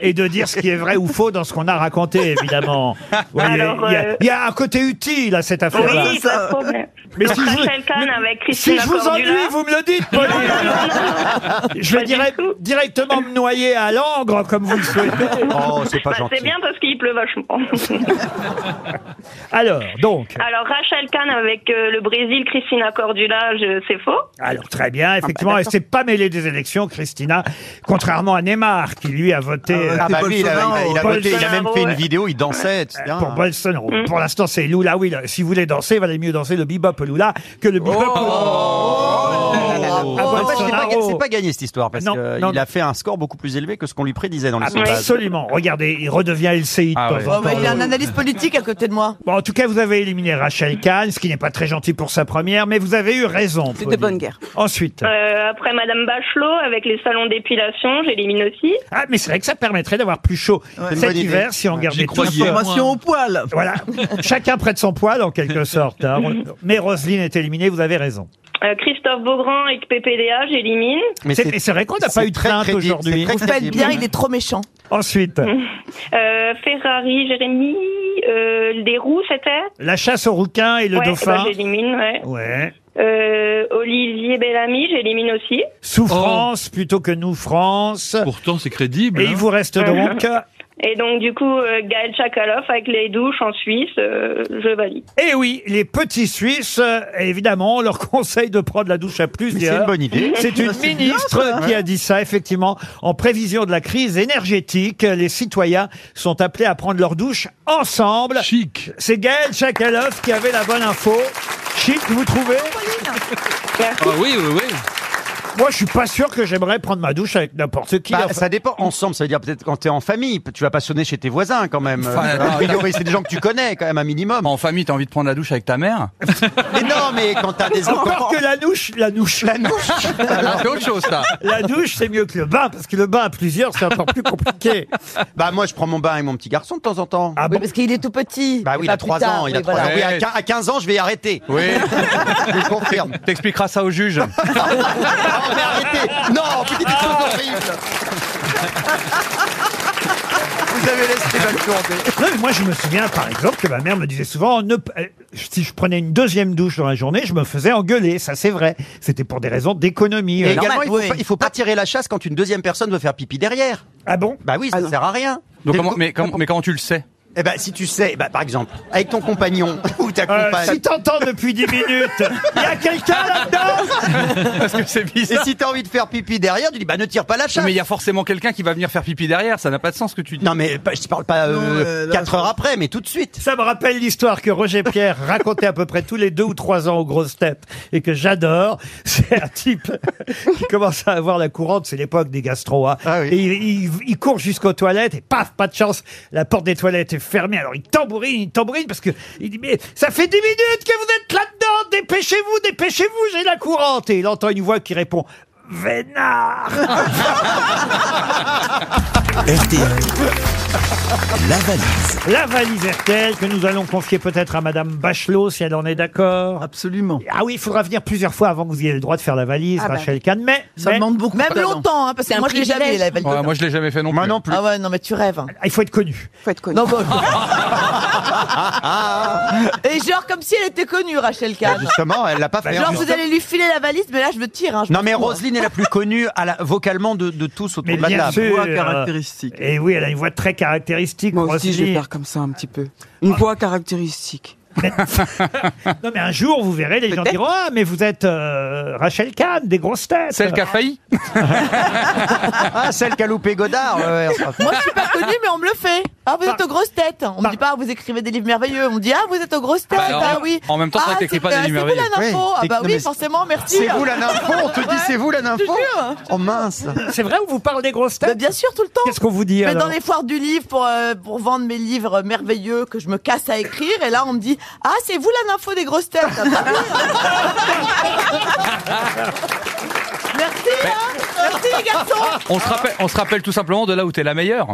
[SPEAKER 2] et de dire ce qui est vrai ou faux dans ce qu'on a raconté, évidemment. Vous voyez, Il
[SPEAKER 12] Alors,
[SPEAKER 2] y, a-
[SPEAKER 12] euh,
[SPEAKER 2] il y a un côté utile à cette affaire-là.
[SPEAKER 12] Oui, pas de problème.
[SPEAKER 2] Mais
[SPEAKER 12] Donc,
[SPEAKER 2] si je vous-
[SPEAKER 12] Rachel Kahn
[SPEAKER 2] mais-
[SPEAKER 12] avec
[SPEAKER 2] si
[SPEAKER 12] Christina
[SPEAKER 2] je vous
[SPEAKER 12] Cordula.
[SPEAKER 2] ennuie, vous me le dites, Pauline. Je vais direct- directement me noyer à l'angre, comme vous le souhaitez.
[SPEAKER 4] Oh, c'est
[SPEAKER 12] Bah, c'est bien parce qu'il pleut vachement.
[SPEAKER 2] Alors, donc...
[SPEAKER 12] Alors, Rachel Kahn avec euh, le Brésil, Christina Cordula, je- c'est faux.
[SPEAKER 2] Alors très eh bien, effectivement, elle s'est pas mêlée des élections, Christina, contrairement à Neymar qui lui a voté. euh,
[SPEAKER 4] Ah bah lui, il a, il a- il a
[SPEAKER 2] Bolsonaro,
[SPEAKER 4] voté, il a même fait une
[SPEAKER 2] ouais.
[SPEAKER 4] vidéo, il dansait, etc.
[SPEAKER 2] Pour Bolsonaro.
[SPEAKER 4] Mm.
[SPEAKER 2] Pour l'instant, c'est Lula. Oui, là, si vous voulez danser, il valait mieux danser le bebop Lula que le bebop.
[SPEAKER 4] Oh. Ah, bah, c'est pas,
[SPEAKER 2] Bolsonaro.
[SPEAKER 4] c'est pas gagné cette histoire parce
[SPEAKER 2] Non, non,
[SPEAKER 4] qu'il a fait un score beaucoup plus élevé que ce qu'on lui prédisait dans les sondages.
[SPEAKER 2] Absolument. Regardez, il redevient LCI. de
[SPEAKER 4] Ah
[SPEAKER 2] temps
[SPEAKER 4] ouais.
[SPEAKER 2] en
[SPEAKER 6] Oh, bah, il y a
[SPEAKER 2] temps.
[SPEAKER 6] un analyste politique à côté de moi.
[SPEAKER 2] Bon, en tout cas, vous avez éliminé Rachel Kahn, ce qui n'est pas très gentil pour sa première, mais vous avez eu raison.
[SPEAKER 3] C'est de
[SPEAKER 2] Pauline.
[SPEAKER 3] bonne guerre.
[SPEAKER 2] Ensuite.
[SPEAKER 12] Euh, après Madame Bachelot avec les salons d'épilation, j'élimine aussi.
[SPEAKER 2] Ah, mais c'est vrai que ça permettrait d'avoir plus chaud
[SPEAKER 12] une
[SPEAKER 2] cet
[SPEAKER 12] bonne
[SPEAKER 2] hiver
[SPEAKER 12] idée.
[SPEAKER 2] si on
[SPEAKER 12] Ouais,
[SPEAKER 2] gardait
[SPEAKER 12] j'y
[SPEAKER 2] tout
[SPEAKER 12] croyais, Formation moi. au
[SPEAKER 2] poil. Voilà. Chacun prête son poil en quelque sorte. hein. Mais Roselyne est éliminée, vous avez raison.
[SPEAKER 12] Euh, Christophe Beaugrand avec PPDA, j'élimine.
[SPEAKER 2] C'est mais c'est vrai qu'on n'a pas eu de plainte aujourd'hui.
[SPEAKER 6] Vous faites bien, il est trop méchant.
[SPEAKER 2] Ensuite,
[SPEAKER 12] Euh, Ferrari, Jérémy, euh, des roues, c'était
[SPEAKER 2] la chasse au rouquin et le
[SPEAKER 12] Ouais,
[SPEAKER 2] dauphin.
[SPEAKER 12] bah, j'élimine, ouais.
[SPEAKER 2] ouais.
[SPEAKER 12] Euh, Olivier Bellamy, j'élimine aussi. Oh,
[SPEAKER 2] Souffrance plutôt que nous France.
[SPEAKER 8] Pourtant, c'est crédible. hein.
[SPEAKER 2] Et il vous reste donc. euh,
[SPEAKER 12] Et donc, du coup, euh, Gaël Chakalov avec les douches en Suisse, euh, je valide.
[SPEAKER 2] Eh oui, les petits Suisses, euh, évidemment, on leur conseille de prendre la douche à plusieurs.
[SPEAKER 4] c'est une bonne idée.
[SPEAKER 2] C'est une
[SPEAKER 4] C'est bien,
[SPEAKER 2] ministre
[SPEAKER 4] ça.
[SPEAKER 2] qui a dit ça, effectivement. En prévision de la crise énergétique, les citoyens sont appelés à prendre leur douche ensemble.
[SPEAKER 8] Chic.
[SPEAKER 2] C'est Gaël Chakalov qui avait la bonne info. Chic, vous trouvez
[SPEAKER 8] Ah oui, oui, oui.
[SPEAKER 2] Moi, je suis pas sûr que j'aimerais prendre ma douche avec n'importe qui.
[SPEAKER 4] Bah,
[SPEAKER 2] enfin.
[SPEAKER 4] Ça dépend. Ensemble, ça veut dire peut-être quand t'es en famille, tu vas pas sonner chez tes voisins quand même. euh,
[SPEAKER 7] Enfin,
[SPEAKER 2] euh,
[SPEAKER 4] A priori,
[SPEAKER 7] attends.
[SPEAKER 4] c'est des gens que tu connais quand même un minimum.
[SPEAKER 7] En famille, t'as envie de prendre la douche avec ta mère
[SPEAKER 4] Mais non, mais quand t'as des
[SPEAKER 2] Encore que la douche, la douche, la douche.
[SPEAKER 7] Ah, c'est autre chose, ça.
[SPEAKER 2] La douche, c'est mieux que le bain, parce que le bain à plusieurs, c'est encore plus compliqué.
[SPEAKER 4] Bah moi, je prends mon bain avec mon petit garçon de temps en temps.
[SPEAKER 2] Ah
[SPEAKER 6] Oui, parce qu'il est tout petit.
[SPEAKER 4] Bah oui, il a 3 ans, il a 3 ans. Oui, à quin- à 15 ans, je vais arrêter.
[SPEAKER 7] Oui.
[SPEAKER 4] Je vous confirme.
[SPEAKER 7] T'expliqueras ça au juge.
[SPEAKER 4] Non, mais arrêtez. Non, petite chose horrible. vous avez laissé mal tourner.
[SPEAKER 2] Non, mais moi, je me souviens, par exemple, que ma mère me disait souvent, ne p- euh, si je prenais une deuxième douche dans la journée, je me faisais engueuler. Ça, c'est vrai. C'était pour des raisons d'économie.
[SPEAKER 4] Et
[SPEAKER 2] Euh,
[SPEAKER 4] également, il faut,
[SPEAKER 2] normal,
[SPEAKER 4] pas,
[SPEAKER 2] oui.
[SPEAKER 4] il faut pas tirer la chasse quand une deuxième personne veut faire pipi derrière.
[SPEAKER 2] Ah bon
[SPEAKER 4] Bah oui, ça ne sert à rien.
[SPEAKER 7] Donc comment- mais, comment, mais comment tu le sais
[SPEAKER 4] Eh ben, si tu sais, bah, par exemple, avec ton compagnon ou ta
[SPEAKER 2] Euh,
[SPEAKER 4] compagne.
[SPEAKER 2] si t'entends depuis 10 minutes, il y a quelqu'un là-dedans
[SPEAKER 7] Parce que c'est
[SPEAKER 4] Et
[SPEAKER 7] bizarre.
[SPEAKER 4] si t'as envie de faire pipi derrière, tu dis bah ne tire pas la chasse.
[SPEAKER 7] Mais il y a forcément quelqu'un qui va venir faire pipi derrière, ça n'a pas de sens ce que tu dis.
[SPEAKER 4] Non mais je te parle pas euh,
[SPEAKER 7] euh,
[SPEAKER 4] 4 heures après, mais tout de suite.
[SPEAKER 2] Ça me rappelle l'histoire que Roger Pierre racontait à peu près tous les deux ou trois ans aux grosses têtes et que j'adore. C'est un type qui commence à avoir la courante, c'est l'époque des gastro. hein.
[SPEAKER 4] Ah
[SPEAKER 2] Et il, il- il court jusqu'aux toilettes et paf, pas de chance, la porte des toilettes est fermée. Alors il tambourine, il tambourine parce que il dit mais ça fait dix minutes que vous êtes là-dedans, dépêchez-vous, dépêchez-vous, j'ai la courante. Et il entend une voix qui répond Vénard
[SPEAKER 1] RTL, la valise.
[SPEAKER 2] La valise RTL que nous allons confier peut-être à Madame Bachelot si elle en est d'accord.
[SPEAKER 5] Absolument.
[SPEAKER 2] Ah oui, il faudra venir plusieurs fois avant que vous ayez le droit de faire la valise,
[SPEAKER 6] Ah bah.
[SPEAKER 2] Rachel Kahn. Mais
[SPEAKER 6] Ça
[SPEAKER 2] mais-
[SPEAKER 6] demande beaucoup Même de talent. longtemps, hein, parce que C'est un moi, je l'ai privilège. jamais, la valise. Ouais, moi,
[SPEAKER 7] je l'ai jamais fait non
[SPEAKER 4] Moi non plus.
[SPEAKER 6] Ah ouais, non, mais tu rêves.
[SPEAKER 2] Il faut être connu.
[SPEAKER 3] Faut être connu.
[SPEAKER 6] Non, bah, Et genre, comme si elle était connue, Rachel Kahn.
[SPEAKER 4] Justement, elle l'a pas fait. hein.
[SPEAKER 6] genre, vous allez lui filer la valise, mais là, je me tire. hein, je
[SPEAKER 4] Non
[SPEAKER 6] me
[SPEAKER 4] mais
[SPEAKER 6] fous, hein.
[SPEAKER 4] Roselyne est la plus connue à la, vocalement de, de tous autour
[SPEAKER 2] Mais
[SPEAKER 4] de la
[SPEAKER 2] bien
[SPEAKER 4] table.
[SPEAKER 2] sûr. Et oui, elle a une voix très caractéristique.
[SPEAKER 3] Moi aussi, je vais
[SPEAKER 2] Roselyne.
[SPEAKER 3] faire comme ça un petit peu. Une voix caractéristique.
[SPEAKER 2] Non, mais un jour, vous verrez, les gens diront Ah, mais vous êtes euh, Rachel Kahn, des grosses têtes.
[SPEAKER 7] Celle qui a failli
[SPEAKER 4] Ah, celle qui a loupé Godard. ouais, ouais, on s'en
[SPEAKER 6] Moi, je suis pas connue, mais on me le fait. Ah, vous êtes aux grosses têtes. On me dit pas, ah, vous écrivez des livres merveilleux. On me dit, ah, vous êtes aux grosses têtes.
[SPEAKER 7] Bah, en-
[SPEAKER 6] ah, oui.
[SPEAKER 7] en même temps, c'est vrai
[SPEAKER 6] ah,
[SPEAKER 7] que t'écris
[SPEAKER 6] c'est-
[SPEAKER 7] pas des
[SPEAKER 6] euh,
[SPEAKER 7] livres
[SPEAKER 6] C'est vous la
[SPEAKER 7] merveilleux.
[SPEAKER 6] nympho.
[SPEAKER 7] Oui.
[SPEAKER 6] Ah, bah
[SPEAKER 7] Non, mais-
[SPEAKER 6] oui, forcément, merci.
[SPEAKER 4] C'est vous la nympho, on te dit, c'est vous la nympho. Oh mince.
[SPEAKER 2] C'est vrai ou vous parlez des grosses têtes
[SPEAKER 6] Bah, Bien sûr, tout le temps.
[SPEAKER 2] Qu'est-ce qu'on vous dit
[SPEAKER 6] Mais
[SPEAKER 2] alors
[SPEAKER 6] dans les foires du livre pour, euh, pour vendre mes livres merveilleux que je me casse à écrire. Et là, on me dit, ah, c'est vous la nympho des grosses têtes. Ah, bah oui. merci, hein. Merci, les garçons.
[SPEAKER 7] on se, rappelle, on se rappelle tout simplement de là où t'es la meilleure.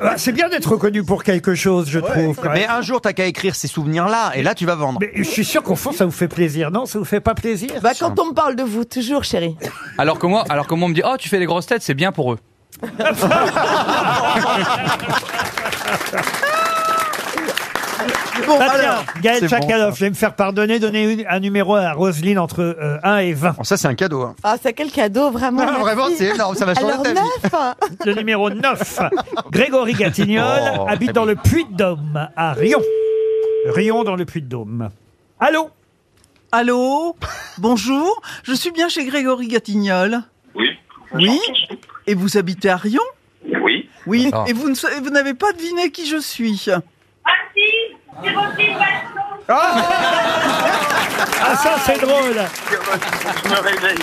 [SPEAKER 2] Ah, C'est bien d'être reconnu pour quelque chose, je trouve. quand
[SPEAKER 4] Mais
[SPEAKER 2] même.
[SPEAKER 4] un jour, t'as qu'à écrire ces souvenirs-là, et là, tu vas vendre.
[SPEAKER 2] Mais je suis sûr qu'au fond, ça vous fait plaisir. Non, ça vous fait pas plaisir
[SPEAKER 6] Bah, quand on me parle de vous, toujours, chérie.
[SPEAKER 7] Alors que moi, alors que moi on me dit oh tu fais les grosses têtes, c'est bien pour eux.
[SPEAKER 6] Bon,
[SPEAKER 2] Pas bien.
[SPEAKER 6] alors.
[SPEAKER 2] Gaël Chakalov, je vais me faire pardonner, donner une- un numéro à Roselyne entre euh, 1 et 20.
[SPEAKER 4] ça, c'est un cadeau. hein.
[SPEAKER 6] Ah, c'est quel cadeau, vraiment.
[SPEAKER 4] Ah,
[SPEAKER 6] merci.
[SPEAKER 4] vraiment, c'est énorme, ça va changer
[SPEAKER 6] Alors,
[SPEAKER 4] ta vie.
[SPEAKER 6] neuf.
[SPEAKER 2] Le numéro 9, Grégory Gatignol,
[SPEAKER 4] Oh,
[SPEAKER 2] habite dans le Puy-de-Dôme, à Rion. Rion dans le Puy-de-Dôme. Allô
[SPEAKER 5] Allô Bonjour, je suis bien chez Grégory Gatignol.
[SPEAKER 14] Oui.
[SPEAKER 5] Oui Et vous habitez à Rion
[SPEAKER 14] Oui.
[SPEAKER 5] Oui,
[SPEAKER 7] Ah.
[SPEAKER 5] et vous, ne sa- et vous n'avez pas deviné qui je suis.
[SPEAKER 2] Ah, ça, c'est drôle
[SPEAKER 14] Je me réveille.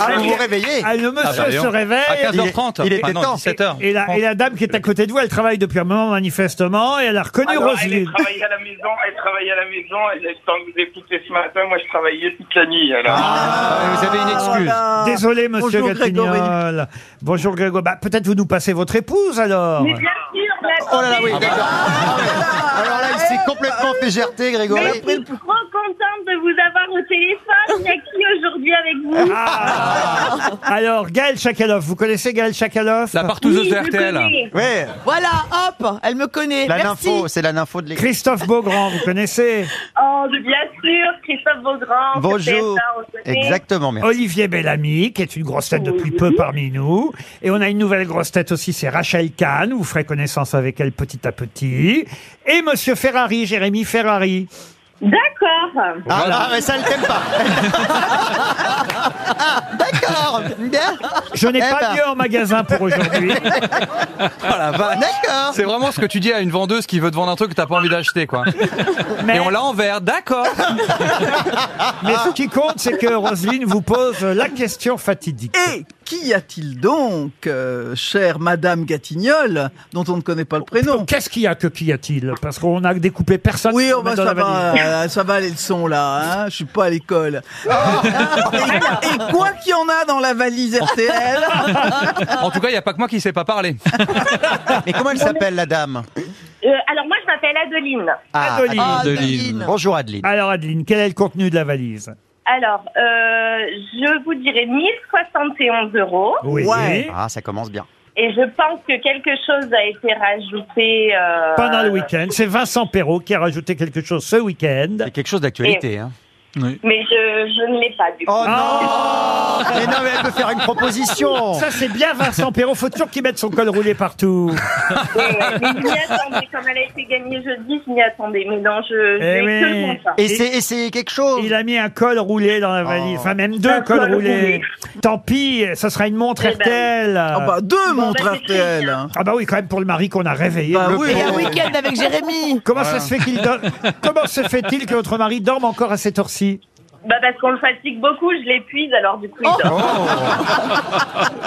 [SPEAKER 4] Ah, vous vous réveillez
[SPEAKER 2] Ah, le monsieur
[SPEAKER 7] Ah bah, Rion.
[SPEAKER 2] se réveille.
[SPEAKER 7] À 15h30.
[SPEAKER 4] Il est- il était
[SPEAKER 7] Ah non,
[SPEAKER 4] temps.
[SPEAKER 7] 17h.
[SPEAKER 2] Et la, et la dame qui est à côté de vous, elle travaille depuis un moment manifestement et elle a reconnu
[SPEAKER 4] Ah
[SPEAKER 14] Alors, elle est
[SPEAKER 2] Roselyne.
[SPEAKER 14] travaillée à la maison, elle travaille à la maison, elle est en vous écouter ce matin, moi je travaillais toute la nuit. Alors.
[SPEAKER 4] Ah, vous avez une excuse.
[SPEAKER 5] Voilà.
[SPEAKER 2] Désolé, monsieur
[SPEAKER 5] Bonjour,
[SPEAKER 2] Gatignol. Bonjour Grégory. Bah, Peut-être vous nous passez votre épouse alors.
[SPEAKER 12] Mais bien sûr, mais
[SPEAKER 4] Oh là là, oui,
[SPEAKER 12] attendez,
[SPEAKER 4] d'accord. Ah
[SPEAKER 2] bah.
[SPEAKER 4] ouais. Alors là, il s'est complètement fait gerter,
[SPEAKER 12] mais
[SPEAKER 4] Grégory.
[SPEAKER 12] je suis trop contente de vous avoir au téléphone. Il y a qui aujourd'hui avec vous
[SPEAKER 2] Ah. alors, Gaël Chakalov, vous connaissez Gaël Chakalov
[SPEAKER 7] La partouzeuse
[SPEAKER 12] Oui,
[SPEAKER 7] de
[SPEAKER 12] je
[SPEAKER 7] RTL.
[SPEAKER 12] connais.
[SPEAKER 4] Ouais,
[SPEAKER 6] Voilà, hop, elle me connaît.
[SPEAKER 4] la
[SPEAKER 6] Merci.
[SPEAKER 4] nympho, c'est la nympho de l'équipe.
[SPEAKER 2] Christophe Beaugrand, vous connaissez
[SPEAKER 12] Oh, mais bien sûr, Christophe Beaugrand.
[SPEAKER 4] Bonjour.
[SPEAKER 12] c'est ça, on se connaît.
[SPEAKER 4] Exactement, merci.
[SPEAKER 2] Olivier Bellamy, qui est une grosse tête depuis peu parmi nous. Et on a une nouvelle grosse tête aussi, c'est Rachel Kahn. Vous ferez connaissance avec elle petit à petit. Et Monsieur Ferrari, Jérémy Ferrari.
[SPEAKER 12] D'accord.
[SPEAKER 4] Ah, ah, mais ça, elle t'aime pas. Ah, D'accord, bien.
[SPEAKER 2] Je n'ai
[SPEAKER 4] Eh
[SPEAKER 2] pas
[SPEAKER 4] ben.
[SPEAKER 2] mieux en magasin pour aujourd'hui.
[SPEAKER 4] Oh D'accord.
[SPEAKER 7] C'est vraiment ce que tu dis à une vendeuse qui veut te vendre un truc que t'as pas envie d'acheter quoi.
[SPEAKER 2] Mais,
[SPEAKER 7] Et on l'a en verre, d'accord.
[SPEAKER 2] mais ce qui compte, c'est que Roselyne vous pose la question fatidique.
[SPEAKER 5] Et qui y a-t-il donc, euh, chère Madame Gatignol, dont on ne connaît pas le prénom
[SPEAKER 2] Qu'est-ce qu'il y a que qu'y a-t-il Parce qu'on a découpé personne.
[SPEAKER 5] Oui,
[SPEAKER 2] pour
[SPEAKER 5] oh, bah,
[SPEAKER 2] mettre dans
[SPEAKER 5] ça,
[SPEAKER 2] la valise.
[SPEAKER 5] va, euh, ça va aller le son là, hein je suis pas à l'école.
[SPEAKER 4] Ah.
[SPEAKER 5] et, et quoi qu'il y en a dans la valise RTL,
[SPEAKER 7] En tout cas, il y a pas que moi qui sais pas parler.
[SPEAKER 4] Mais comment elle s'appelle, la dame
[SPEAKER 12] Euh, alors moi, je m'appelle Adeline.
[SPEAKER 4] Ah,
[SPEAKER 2] Adeline.
[SPEAKER 6] Ah,
[SPEAKER 8] Adeline.
[SPEAKER 6] Adeline.
[SPEAKER 4] Bonjour, Adeline.
[SPEAKER 2] Alors Adeline, quel est le contenu de la valise
[SPEAKER 12] Alors, euh, je vous dirai 1071 euros.
[SPEAKER 2] Oui.
[SPEAKER 5] Ouais.
[SPEAKER 4] Ah, ça commence bien.
[SPEAKER 16] Et je pense que quelque chose a été rajouté. euh,
[SPEAKER 2] Pendant le week-end, c'est Vincent Perrault qui a rajouté quelque chose ce week-end. C'est quelque chose
[SPEAKER 16] d'actualité,
[SPEAKER 2] Hein.
[SPEAKER 16] Mais je, je ne l'ai pas du Oh non
[SPEAKER 4] Mais non, mais elle peut faire une proposition.
[SPEAKER 2] Ça, c'est bien Vincent Perrault. Faut toujours qu'il mette son col roulé partout.
[SPEAKER 16] Mais je m'y attendais, comme elle a été gagnée jeudi, je m'y attendais. Mais non, je, je
[SPEAKER 2] Eh
[SPEAKER 16] n'ai que le
[SPEAKER 2] oui.
[SPEAKER 16] contraire.
[SPEAKER 2] quelque chose. Il a mis un col roulé dans la
[SPEAKER 5] Oh.
[SPEAKER 2] valise. Enfin, même deux cols
[SPEAKER 16] col
[SPEAKER 2] roulés.
[SPEAKER 16] roulé.
[SPEAKER 2] Tant pis, ça sera une montre
[SPEAKER 16] Eh ben.
[SPEAKER 2] RTL.
[SPEAKER 5] Ah bah, deux Bon, bah, montres c'est très RTL, bien. hein.
[SPEAKER 2] Ah bah oui, quand même pour le mari qu'on a réveillé.
[SPEAKER 5] Bah
[SPEAKER 2] Le
[SPEAKER 5] oui. Et un
[SPEAKER 2] pauvre.
[SPEAKER 5] week-end avec Jérémy.
[SPEAKER 2] Comment
[SPEAKER 5] Voilà.
[SPEAKER 2] ça se fait qu'il dorme- Comment se fait-il que votre mari dorme encore à cette heure-ci
[SPEAKER 16] Bah parce qu'on le fatigue beaucoup, je l'épuise, alors du coup,
[SPEAKER 4] Oh.
[SPEAKER 16] il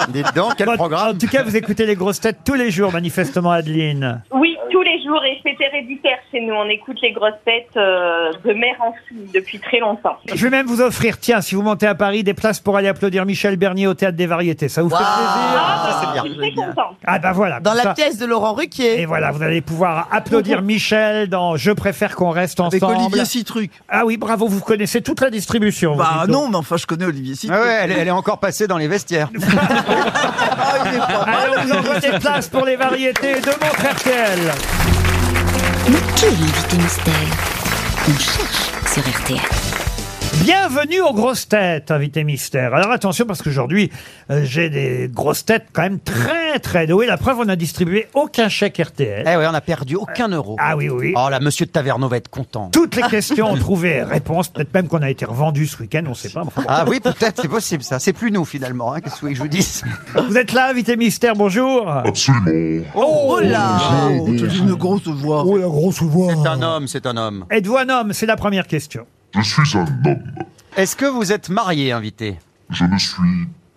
[SPEAKER 2] Dites donc, quel programme En tout cas, vous écoutez les grosses têtes tous les jours, manifestement, Adeline.
[SPEAKER 16] Oui, tous les jours, et c'est héréditaire chez nous. On écoute les grosses têtes euh, de mère en fille depuis très longtemps.
[SPEAKER 2] Je vais même vous offrir, tiens, si vous montez à Paris, des places pour aller applaudir Michel Bernier au Théâtre des Variétés. Ça vous fait plaisir
[SPEAKER 6] Ah,
[SPEAKER 16] Je suis très contente.
[SPEAKER 2] Ah bah voilà.
[SPEAKER 6] Dans
[SPEAKER 2] comme
[SPEAKER 6] la
[SPEAKER 2] ça-
[SPEAKER 6] pièce de Laurent Ruquier.
[SPEAKER 2] Et voilà, vous allez pouvoir applaudir Michel dans Je préfère qu'on reste
[SPEAKER 5] Avec
[SPEAKER 2] ensemble.
[SPEAKER 5] Olivier Citruc.
[SPEAKER 2] Ah oui, bravo, vous connaissez toute la distribution. vous
[SPEAKER 5] Bah
[SPEAKER 2] dites donc.
[SPEAKER 5] non, mais enfin, je connais Olivier Citruc.
[SPEAKER 4] Ah ouais, elle, elle est encore passée dans les vestiaires.
[SPEAKER 2] Allez, on vous envoie des places pour les variétés de montre RTL.
[SPEAKER 9] Mais qui est l'invité mystère On cherche sur RTL.
[SPEAKER 2] Bienvenue aux grosses têtes, invité mystère. Alors attention parce qu'aujourd'hui, euh, j'ai des grosses têtes quand même très très douées. La preuve, on a distribué aucun chèque RTL.
[SPEAKER 4] Eh oui, on a perdu aucun euro.
[SPEAKER 2] Ah oui, oui.
[SPEAKER 4] Oh là, monsieur de Taverneau va être content.
[SPEAKER 2] Toutes les questions ont trouvé réponse. Peut-être même qu'on a été revendu ce week-end, on ne sait pas. mais enfin bon.
[SPEAKER 4] Ah oui, peut-être, c'est possible ça. C'est plus nous finalement, hein, qu'est-ce que vous voulez que je vous dise
[SPEAKER 2] Vous êtes là, invité mystère, bonjour.
[SPEAKER 4] Absolument.
[SPEAKER 2] Oh, là
[SPEAKER 5] Oh, Une grosse voix.
[SPEAKER 2] Oh la grosse voix.
[SPEAKER 4] C'est un homme, c'est un homme.
[SPEAKER 2] Êtes-vous un homme C'est la première question.
[SPEAKER 17] Je suis un homme.
[SPEAKER 4] Est-ce que vous êtes marié, invité
[SPEAKER 17] Je ne suis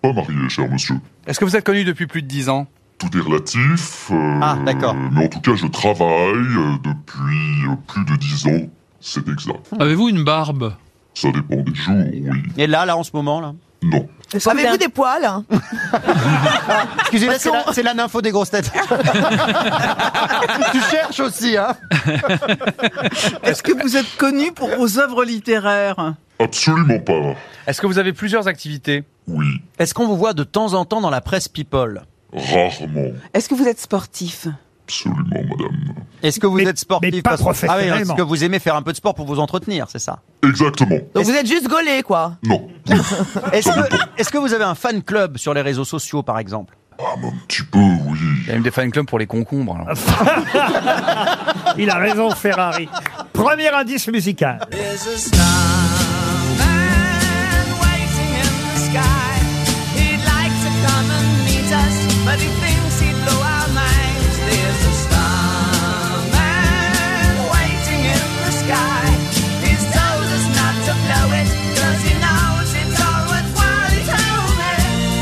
[SPEAKER 17] pas marié, cher monsieur.
[SPEAKER 7] Est-ce que vous êtes connu depuis plus de 10 ans
[SPEAKER 17] Tout est relatif. euh,
[SPEAKER 7] Ah, d'accord.
[SPEAKER 17] Mais en tout cas, je travaille euh, depuis euh, plus de dix ans. C'est exact.
[SPEAKER 8] Avez-vous une barbe
[SPEAKER 17] Ça dépend des jours, oui.
[SPEAKER 4] Et là, là, en ce moment, là
[SPEAKER 17] Non.
[SPEAKER 6] Avez-vous des poils hein
[SPEAKER 4] Excusez-moi,
[SPEAKER 6] Parce
[SPEAKER 4] c'est
[SPEAKER 6] qu'on-
[SPEAKER 4] la, c'est la nympho des grosses têtes. tu cherches aussi, hein
[SPEAKER 5] Est-ce que vous êtes connu pour vos œuvres littéraires
[SPEAKER 17] Absolument pas.
[SPEAKER 7] Est-ce que vous avez plusieurs activités
[SPEAKER 17] Oui.
[SPEAKER 4] Est-ce qu'on vous voit de temps en temps dans la presse People
[SPEAKER 17] Rarement.
[SPEAKER 3] Est-ce que vous êtes sportif
[SPEAKER 17] Absolument, madame.
[SPEAKER 4] Est-ce que vous êtes sportif
[SPEAKER 2] pas
[SPEAKER 4] parce-
[SPEAKER 2] professionnellement.
[SPEAKER 4] Ah oui, est-ce que vous aimez faire un peu de sport pour vous entretenir, c'est ça
[SPEAKER 17] Exactement.
[SPEAKER 6] Donc vous êtes juste gaulé, quoi.
[SPEAKER 17] Non.
[SPEAKER 4] Est-ce
[SPEAKER 17] Euh,
[SPEAKER 4] que, est-ce que vous avez un fan club sur les réseaux sociaux, par exemple
[SPEAKER 17] Tu peux, oui.
[SPEAKER 7] Il y a même des fan clubs pour les concombres. alors.
[SPEAKER 2] Il a raison, Ferrari. Premier indice musical.
[SPEAKER 11] There's a starman waiting in the sky. He'd like to come and meet us, but he thinks he'd blow our minds. There's a starman waiting in the sky. He's told us not to blow it, cause he knows it's all worthwhile. He's over.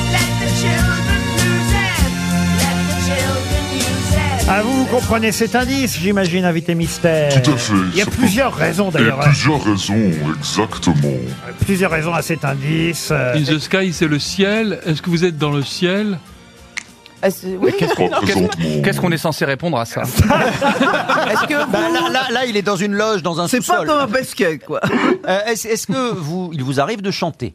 [SPEAKER 11] Let the children use it. Let the children use it.
[SPEAKER 2] Ah, vous, vous comprenez cet indice, j'imagine, invité mystère.
[SPEAKER 17] Tout à fait.
[SPEAKER 2] Il y a
[SPEAKER 17] ça peut-
[SPEAKER 2] plusieurs raisons, d'ailleurs.
[SPEAKER 17] Et plusieurs raisons, exactement.
[SPEAKER 2] Plusieurs raisons à cet indice. euh,
[SPEAKER 8] In the sky, c'est le ciel. Est-ce que vous êtes dans le ciel
[SPEAKER 7] Euh,
[SPEAKER 6] Est-ce oui.
[SPEAKER 7] Qu'est-ce qu'on-
[SPEAKER 6] Non.
[SPEAKER 7] qu'est-ce- qu'est-ce qu'on est censé répondre à ça
[SPEAKER 6] Est-ce que vous...
[SPEAKER 4] Bah, là, là- là, il est dans une loge, dans un
[SPEAKER 5] C'est pas
[SPEAKER 4] sous-sol.
[SPEAKER 5] comme un basket, quoi.
[SPEAKER 4] Euh, est-ce, est-ce que vous, il vous arrive de chanter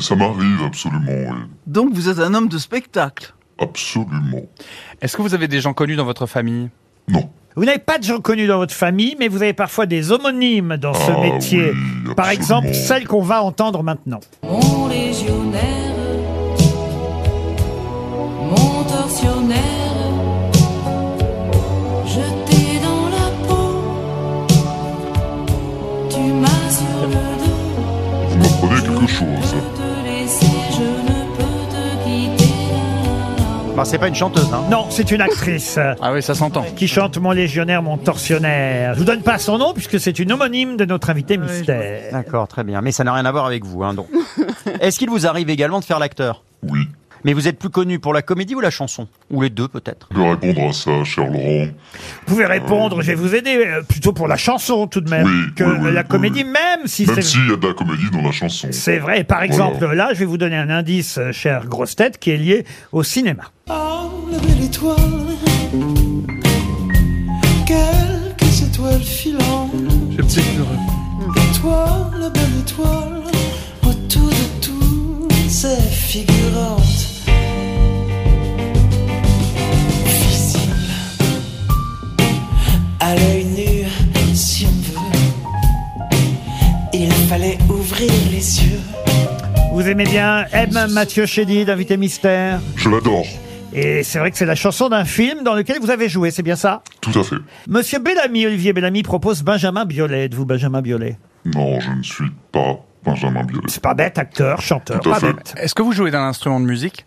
[SPEAKER 17] Ça m'arrive, absolument. oui.
[SPEAKER 5] Donc vous êtes un homme de spectacle.
[SPEAKER 17] Absolument.
[SPEAKER 7] Est-ce que vous avez des gens connus dans votre famille
[SPEAKER 2] Vous n'avez pas de gens connus dans votre famille, mais vous avez parfois des homonymes dans ce
[SPEAKER 17] Ah
[SPEAKER 2] métier. Par exemple, celle qu'on va entendre maintenant.
[SPEAKER 11] Mon légionnaire, mon tortionnaire, jeté dans la peau, tu m'as sur le dos,
[SPEAKER 17] Vous m'apprenez quelque chose.
[SPEAKER 11] te laisser, je ne peux te quitter.
[SPEAKER 4] Bah, c'est pas une chanteuse, hein
[SPEAKER 2] Non, c'est une actrice.
[SPEAKER 7] Ah oui, ça s'entend.
[SPEAKER 2] Qui chante Mon légionnaire, mon tortionnaire. Je vous donne pas son nom puisque c'est une homonyme de notre invité mystère.
[SPEAKER 4] D'accord, très bien. Mais ça n'a rien à voir avec vous, hein, donc. Est-ce qu'il vous arrive également de faire l'acteur
[SPEAKER 17] Oui.
[SPEAKER 4] Mais vous êtes plus connu pour la comédie ou la chanson Ou les deux, peut-être
[SPEAKER 17] Je vais répondre à ça, cher Laurent.
[SPEAKER 2] Vous pouvez répondre, je vais vous aider, euh, plutôt pour la chanson tout de même
[SPEAKER 17] Oui,
[SPEAKER 2] que
[SPEAKER 17] oui, oui,
[SPEAKER 2] la
[SPEAKER 17] oui.
[SPEAKER 2] comédie, même si
[SPEAKER 17] Même
[SPEAKER 2] c'est...
[SPEAKER 17] s'il y a de la comédie dans la chanson.
[SPEAKER 2] C'est vrai. Et Par exemple, là, je vais vous donner un indice, euh, chère grosse tête, qui est lié au cinéma.
[SPEAKER 11] Oh, la belle étoile, quelle que soit étoile filante,
[SPEAKER 8] J'ai peut-être une-
[SPEAKER 11] toi, la belle étoile, autour de tout, c'est figurante. fallait ouvrir les yeux.
[SPEAKER 2] Vous aimez bien M. Mathieu Chédid, invité mystère
[SPEAKER 17] Je l'adore,
[SPEAKER 2] Et c'est vrai que c'est la chanson d'un film dans lequel vous avez joué, c'est bien ça
[SPEAKER 17] tout à fait.
[SPEAKER 2] Monsieur Bellamy, Olivier Bellamy propose Benjamin Biolay. Êtes-vous Benjamin Biolay
[SPEAKER 17] Non, je ne suis pas Benjamin Biolay.
[SPEAKER 2] C'est pas bête, acteur, chanteur.
[SPEAKER 17] Tout à
[SPEAKER 2] pas
[SPEAKER 17] fait.
[SPEAKER 2] bête.
[SPEAKER 7] Ah, Est-ce que vous jouez d'un instrument de musique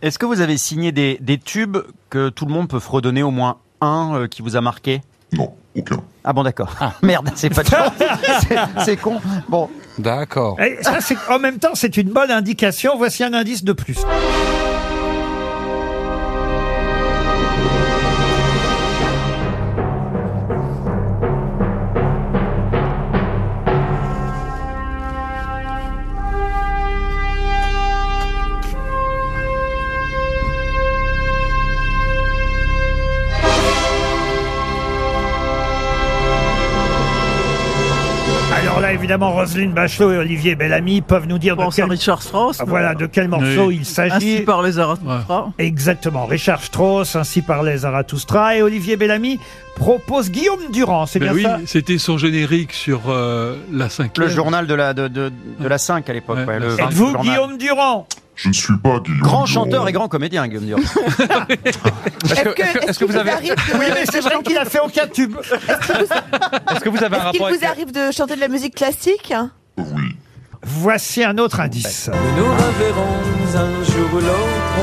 [SPEAKER 4] Est-ce que vous avez signé des, des tubes que tout le monde peut fredonner au moins un euh, qui vous a marqué
[SPEAKER 17] Non, aucun.
[SPEAKER 4] Ah bon, d'accord. Ah, merde, c'est pas de chance. C'est- C'est con. Bon.
[SPEAKER 7] D'accord.
[SPEAKER 4] Eh,
[SPEAKER 2] Et Eh, ça, c'est- en même temps, c'est une bonne indication. Voici un indice de plus. Alors là, évidemment, Roselyne Bachelot et Olivier Bellamy peuvent nous dire de quel... Richard Strauss. Voilà, de quel morceau
[SPEAKER 5] Oui.
[SPEAKER 2] il s'agit.
[SPEAKER 5] Ainsi parlait
[SPEAKER 2] Zarathustra. Exactement, Richard Strauss, ainsi parlait Zarathustra. Et Olivier Bellamy propose Guillaume Durand, c'est
[SPEAKER 8] Ben
[SPEAKER 2] bien
[SPEAKER 8] oui,
[SPEAKER 2] ça
[SPEAKER 8] c'était son générique sur euh, la 5
[SPEAKER 4] Le journal de la, de, de, de la 5 à l'époque.
[SPEAKER 8] Ouais,
[SPEAKER 4] ouais,
[SPEAKER 8] la
[SPEAKER 4] euh, le
[SPEAKER 8] cinq.
[SPEAKER 4] journal.
[SPEAKER 2] Vous, Guillaume Durand
[SPEAKER 17] Je ne suis pas Guillaume.
[SPEAKER 4] Grand
[SPEAKER 17] Durand.
[SPEAKER 4] chanteur et grand comédien, Guillaume Durand.
[SPEAKER 7] Est-ce que, est-ce que- est-ce que vous avez,
[SPEAKER 2] Oui, mais c'est vrai qu'il a fait aucun tube.
[SPEAKER 7] est-ce que vous avez un
[SPEAKER 6] Est-ce qu'il
[SPEAKER 7] rapport avec
[SPEAKER 6] vous arrive de chanter de la musique classique
[SPEAKER 2] Voici un autre indice.
[SPEAKER 11] Nous nous reverrons un jour ou l'autre.